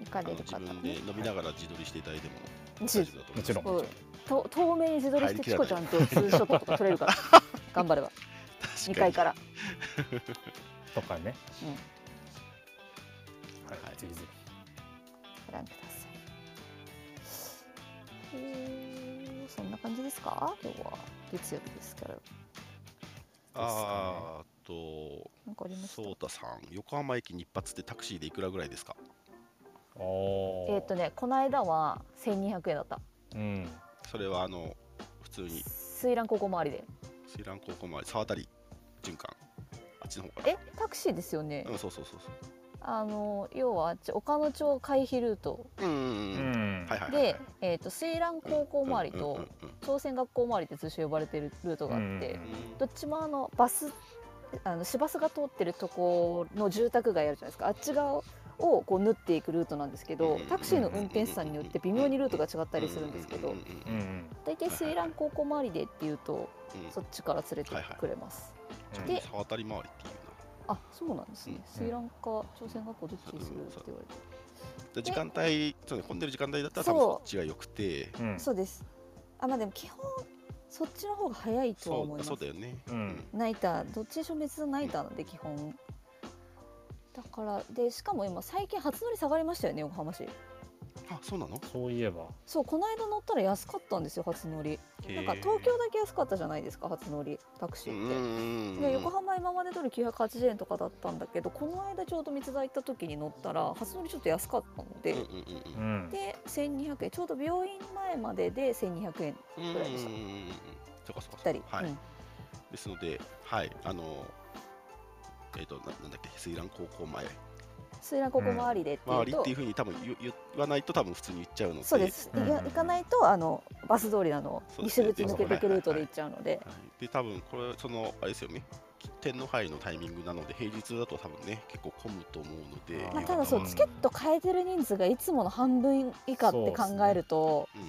[SPEAKER 2] ん行か
[SPEAKER 3] あの
[SPEAKER 2] れる
[SPEAKER 3] 自
[SPEAKER 2] 方
[SPEAKER 3] 分で
[SPEAKER 2] ね
[SPEAKER 3] 飲みながら自撮りしていただいても
[SPEAKER 2] じ
[SPEAKER 3] 大丈夫だと思います。
[SPEAKER 1] [laughs] もちろん
[SPEAKER 2] そうと透明に自撮りして
[SPEAKER 3] 入りき
[SPEAKER 2] チ
[SPEAKER 3] らな
[SPEAKER 2] コ
[SPEAKER 3] い
[SPEAKER 2] ちゃんとツーショットとか撮れる
[SPEAKER 3] [laughs]
[SPEAKER 2] から頑張れば
[SPEAKER 3] 確
[SPEAKER 2] 2階から
[SPEAKER 1] とかね、
[SPEAKER 3] はい
[SPEAKER 1] はい、ぜひぜ
[SPEAKER 2] ご覧くださいへーそんな感じですか今日は月曜日ですから
[SPEAKER 3] あーと、
[SPEAKER 2] なんかありました
[SPEAKER 3] そうたさん、横浜駅に一発でタクシーでいくらぐらいですか
[SPEAKER 1] ひお
[SPEAKER 2] えっ、とねこの間は1200円だった
[SPEAKER 1] うん
[SPEAKER 3] それは、あの、普通に、
[SPEAKER 2] 水蘭高校周りで
[SPEAKER 3] 水蘭高校前、沢渡循環、あっちの方から。
[SPEAKER 2] えタクシーですよね、
[SPEAKER 3] うん、そうそうそうそう。
[SPEAKER 2] あの要はあっち岡野町回避ルート
[SPEAKER 3] うんうん
[SPEAKER 1] う
[SPEAKER 3] う
[SPEAKER 1] ん
[SPEAKER 3] ん。はいはいはいはい、
[SPEAKER 2] で、えー、と水蘭高校周りと朝鮮学校周りって通称呼ばれてるルートがあって、
[SPEAKER 1] うん
[SPEAKER 2] どっちもあのバスあの市バスが通ってるとこの住宅街あるじゃないですかあっち側をこう縫っていくルートなんですけ
[SPEAKER 3] う
[SPEAKER 2] ど
[SPEAKER 3] ん
[SPEAKER 2] タクシーの運転手さんによって微妙にルートが違ったりするんですけ
[SPEAKER 3] う
[SPEAKER 2] ど
[SPEAKER 3] んうん
[SPEAKER 1] う
[SPEAKER 3] うんうん
[SPEAKER 1] ん
[SPEAKER 2] 大体水蘭高校周りでっていうと
[SPEAKER 3] うん
[SPEAKER 2] そっちから連れてくれます。で
[SPEAKER 3] 沢渡り回りっていうな
[SPEAKER 2] あそうなんですね
[SPEAKER 1] うん
[SPEAKER 2] 水蘭か朝鮮学校どっちにするって言われて
[SPEAKER 3] で時間帯そう、ね、混んでる時間帯だった
[SPEAKER 2] そ
[SPEAKER 3] ら多
[SPEAKER 2] う
[SPEAKER 3] 分そっちが良くて
[SPEAKER 1] うん
[SPEAKER 2] そうですあまあでも基本そっちの方が早いとは
[SPEAKER 3] そ
[SPEAKER 2] 思いうます
[SPEAKER 3] そうだよね
[SPEAKER 1] うん
[SPEAKER 2] ナイターどっちにしろ別のナイターなんで基本だからでしかも今最近初乗り下がりましたよね横浜市
[SPEAKER 3] あそうなの
[SPEAKER 1] そういえば
[SPEAKER 2] そうこの間乗ったら安かったんですよ初乗りなんか東京だけ安かったじゃないですか初乗りタクシ
[SPEAKER 3] へー
[SPEAKER 2] ー
[SPEAKER 3] うんう
[SPEAKER 2] って。
[SPEAKER 3] んうん
[SPEAKER 2] で横浜今まで通り980円とかだったんだけどこの間ちょうど三ツ田行った時に乗ったら初乗りちょっと安かったので、
[SPEAKER 3] うんうんうん
[SPEAKER 1] う
[SPEAKER 3] うん
[SPEAKER 2] で1200円ちょうど病院前までで1200円
[SPEAKER 3] ん
[SPEAKER 2] ぐらいでした
[SPEAKER 3] うんうんうんうんそうかそ
[SPEAKER 2] ぴ
[SPEAKER 3] うか
[SPEAKER 2] っ
[SPEAKER 3] そ
[SPEAKER 2] た
[SPEAKER 3] う
[SPEAKER 2] り、
[SPEAKER 3] かはい、
[SPEAKER 2] うん
[SPEAKER 3] ですのではいあのえっ、とななんだっけ水蘭高校前
[SPEAKER 2] 水蘭高校周りでってい
[SPEAKER 3] 周
[SPEAKER 2] う
[SPEAKER 3] り
[SPEAKER 2] と、
[SPEAKER 3] っていうふうに多分言言わないと多分普通に言っちゃうので
[SPEAKER 2] そうです、
[SPEAKER 1] うん
[SPEAKER 2] いや行かないとあのバス通りなの
[SPEAKER 3] そうで
[SPEAKER 2] 西
[SPEAKER 3] すね
[SPEAKER 2] 口抜けていくルートで行っちゃうので
[SPEAKER 3] はい、で多分これそのあれですよね天皇杯のタイミングなので平日だと多分ね結構混むと思うので
[SPEAKER 1] あー
[SPEAKER 2] まあ、ただそう
[SPEAKER 1] うん
[SPEAKER 2] チケット変えてる人数がいつもの半分以下って考えると、
[SPEAKER 3] うん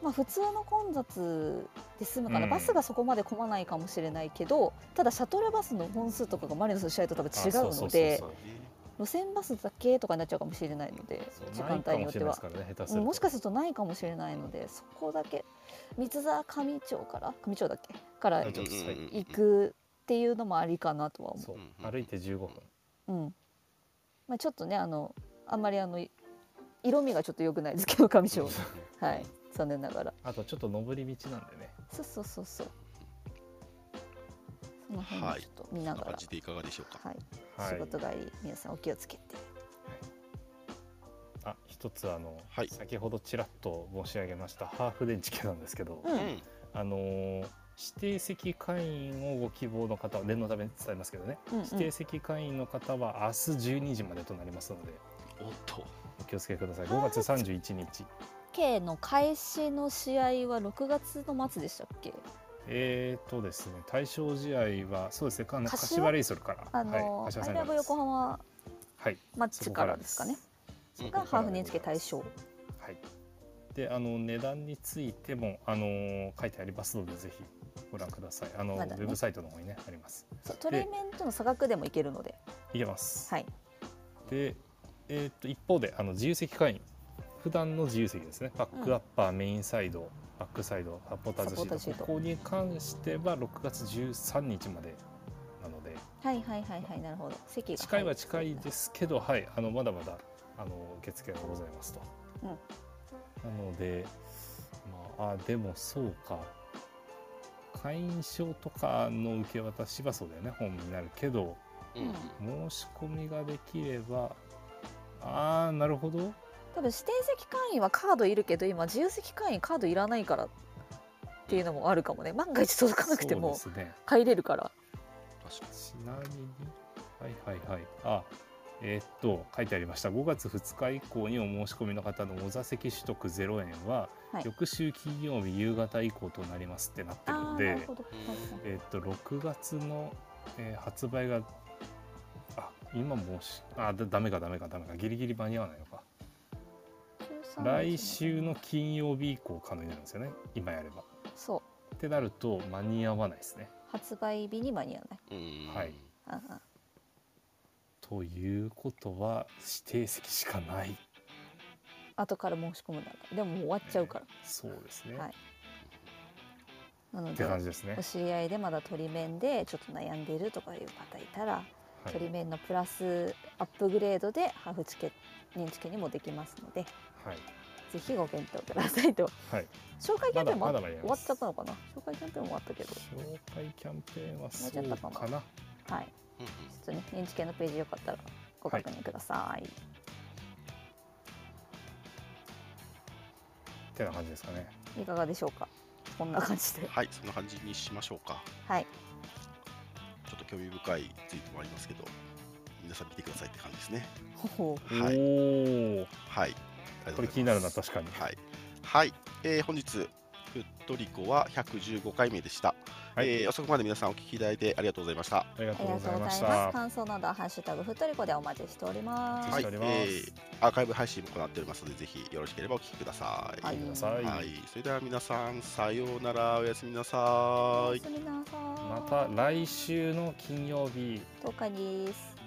[SPEAKER 2] まあ、普通の混雑で済むかな、
[SPEAKER 1] うん
[SPEAKER 2] バスがそこまで混まないかもしれないけどただシャトルバスの本数とかがマリノスの試合と多分違うの
[SPEAKER 1] そう
[SPEAKER 2] で
[SPEAKER 1] そうそう
[SPEAKER 2] 路線バスだけとかになっちゃうかもしれないので
[SPEAKER 1] そう
[SPEAKER 2] 時間帯によって
[SPEAKER 1] ない
[SPEAKER 2] は
[SPEAKER 1] かもしれないですからね下手す
[SPEAKER 2] う
[SPEAKER 1] る
[SPEAKER 2] ん
[SPEAKER 1] と
[SPEAKER 2] もしかするとないかもしれないのでそこだけ三ツ沢上町から上町だっけから
[SPEAKER 1] はいちょっと最後
[SPEAKER 2] 行くっていうのもありかなとは思
[SPEAKER 1] そう
[SPEAKER 3] うん
[SPEAKER 1] 歩いて15分
[SPEAKER 2] う、うんまあ、ちょっとねあのあんまりあのい色味がちょっと良くないですけど上町
[SPEAKER 3] [laughs]
[SPEAKER 2] はい残念ながら
[SPEAKER 1] あとちょっと上り道なんでね
[SPEAKER 2] そうそうそうそうこの辺も
[SPEAKER 3] はい
[SPEAKER 2] ちょっと見な
[SPEAKER 3] こん
[SPEAKER 2] が
[SPEAKER 3] な
[SPEAKER 2] ら
[SPEAKER 3] 感、じでいかがでしょうか。
[SPEAKER 2] はい、
[SPEAKER 6] はい
[SPEAKER 2] 仕事帰り皆さんお気をつけて
[SPEAKER 1] あ一つあの、
[SPEAKER 3] はい
[SPEAKER 1] 先ほどちらっと申し上げましたハーフ電池系なんですけど、
[SPEAKER 2] うん
[SPEAKER 3] うん、
[SPEAKER 1] あのー指定席会員をご希望の方は念のために伝えますけどね、
[SPEAKER 2] うんうん
[SPEAKER 1] 指定席会員の方は明日12時までとなりますので
[SPEAKER 3] おっと、
[SPEAKER 1] お気をつけください5月31日
[SPEAKER 2] K の開始の試合は6月の末でしたっけ
[SPEAKER 1] えーとですね対象試合はそうですねか
[SPEAKER 2] 柏
[SPEAKER 1] 柏レイソルから
[SPEAKER 2] あの、
[SPEAKER 1] はい、柏
[SPEAKER 2] ア
[SPEAKER 1] 戦
[SPEAKER 2] イラブ横浜
[SPEAKER 1] はい
[SPEAKER 2] マッ
[SPEAKER 1] そ
[SPEAKER 2] チ
[SPEAKER 1] こ
[SPEAKER 2] からですかね
[SPEAKER 1] そこ
[SPEAKER 2] がハ
[SPEAKER 1] から
[SPEAKER 2] ーフ
[SPEAKER 1] で
[SPEAKER 2] 認知系対
[SPEAKER 1] ご
[SPEAKER 2] 象
[SPEAKER 1] ざいますはいであの値段についてもあのー書いてありますのでぜひご覧くださいあの、
[SPEAKER 2] まだ
[SPEAKER 1] ウ
[SPEAKER 2] ね
[SPEAKER 1] ェブサイトの方にねあります
[SPEAKER 2] そうトレーメントの差額でもいけるので、
[SPEAKER 1] いけます、
[SPEAKER 2] はい、
[SPEAKER 1] で、えーっと一方であの自由席会員普段の自由席ですねバックアッパー、メインサイドバックサイドサポーターズシ
[SPEAKER 2] サポーター
[SPEAKER 1] ー
[SPEAKER 2] シー
[SPEAKER 1] ト
[SPEAKER 2] ト
[SPEAKER 1] ここに関しては6月13日までなので
[SPEAKER 2] はいはいはいはいなるほど席が
[SPEAKER 1] 近いは近いですすけど、はい、あのまだまだあの受付がございますと。なので、まあ、あでもそうか会員証とかの受け渡しはそうだよね本になるけど
[SPEAKER 3] うんうん、
[SPEAKER 1] 申し込みができればああなるほど
[SPEAKER 2] 多分指定席会員はカードいるけど今自由席会員カードいらないからっていうのもあるかもね万が一届かなくても
[SPEAKER 1] そうですね
[SPEAKER 2] 入れるから
[SPEAKER 3] 確かに。
[SPEAKER 1] ちなみにはいはいはいあえーっと書いてありました5月2日以降にお申し込みの方のお座席取得0円は、
[SPEAKER 2] はい
[SPEAKER 1] 翌週金曜日夕方以降となりますってなってる
[SPEAKER 2] あ
[SPEAKER 1] の
[SPEAKER 2] あな
[SPEAKER 1] で
[SPEAKER 2] るほど、はいはい
[SPEAKER 1] えーっと6月の、えー発売があ今申しあだダメかダメかダメかギリギリ間に合わないのか
[SPEAKER 2] 13
[SPEAKER 1] 来週の金曜日以降可能になるんですよね今やれば
[SPEAKER 2] そう
[SPEAKER 1] ってなると間に合わないですね
[SPEAKER 2] 発売日に間に合わない
[SPEAKER 3] うん、
[SPEAKER 1] はい
[SPEAKER 2] ああ
[SPEAKER 1] ということは指定席しかない
[SPEAKER 2] 後から申し込むならでももう終わっちゃうから、
[SPEAKER 1] そうですね、
[SPEAKER 2] はいなの
[SPEAKER 1] って
[SPEAKER 2] で
[SPEAKER 1] 感じですね
[SPEAKER 2] お、知り合いでまだ鳥面でちょっと悩んでるとかいう方いたら、
[SPEAKER 1] は
[SPEAKER 2] 鳥
[SPEAKER 1] い
[SPEAKER 2] 面のプラスアップグレードでハーフチケ認知券にもできますので
[SPEAKER 1] はい
[SPEAKER 2] ぜひご検討くださいと
[SPEAKER 1] はい、
[SPEAKER 2] 紹介キャンペーンも
[SPEAKER 1] ま
[SPEAKER 2] あ
[SPEAKER 1] だまだ間
[SPEAKER 2] 終
[SPEAKER 1] に合い
[SPEAKER 2] わ
[SPEAKER 1] ま
[SPEAKER 2] っ
[SPEAKER 1] す
[SPEAKER 2] ちゃったのかな紹介キャンペーンもあったけど
[SPEAKER 1] 紹介キャンペーンはそ
[SPEAKER 2] もうちょっ
[SPEAKER 1] う
[SPEAKER 2] とか
[SPEAKER 1] かな
[SPEAKER 2] はい
[SPEAKER 3] うんうん
[SPEAKER 2] ちょっとね認知系のページよかったらご確認ください、
[SPEAKER 1] ってな感じですかね
[SPEAKER 2] い、かがでしょうかこんな感じで
[SPEAKER 3] はい、そんな感じにしましょうか。
[SPEAKER 2] はい
[SPEAKER 3] ちょっと興味深いツイートもありますけど、皆さん見てくださいって感じですね。
[SPEAKER 2] ほほう
[SPEAKER 3] はい
[SPEAKER 1] おお
[SPEAKER 3] はい。ありがとうございます
[SPEAKER 1] これ気になるな確かに
[SPEAKER 3] はい。はい。えー本日、ふっとりこは115回目でした。
[SPEAKER 1] はい、
[SPEAKER 3] えー遅くまで皆さんお聞きいただいてありがとうございました。
[SPEAKER 1] ありが
[SPEAKER 2] あ
[SPEAKER 1] と
[SPEAKER 2] り
[SPEAKER 1] う
[SPEAKER 2] が
[SPEAKER 1] ご
[SPEAKER 2] と
[SPEAKER 1] ざい
[SPEAKER 2] うご
[SPEAKER 1] ま
[SPEAKER 2] ざ
[SPEAKER 1] し
[SPEAKER 2] い
[SPEAKER 1] た
[SPEAKER 2] ます感想などはハッシュタグふとりこでお待ちしております
[SPEAKER 1] は
[SPEAKER 3] はい
[SPEAKER 1] お待ちして
[SPEAKER 3] い
[SPEAKER 1] おります
[SPEAKER 3] アーカイブ配信も行っておりますので、ぜひよろしければお聞きください。
[SPEAKER 2] は
[SPEAKER 1] 聞いてください、
[SPEAKER 3] はいそれでは皆さん、さようなら、おやすみなさ
[SPEAKER 2] お
[SPEAKER 3] ーい
[SPEAKER 2] やす。みなさい
[SPEAKER 1] また来週の金曜日
[SPEAKER 2] 10日です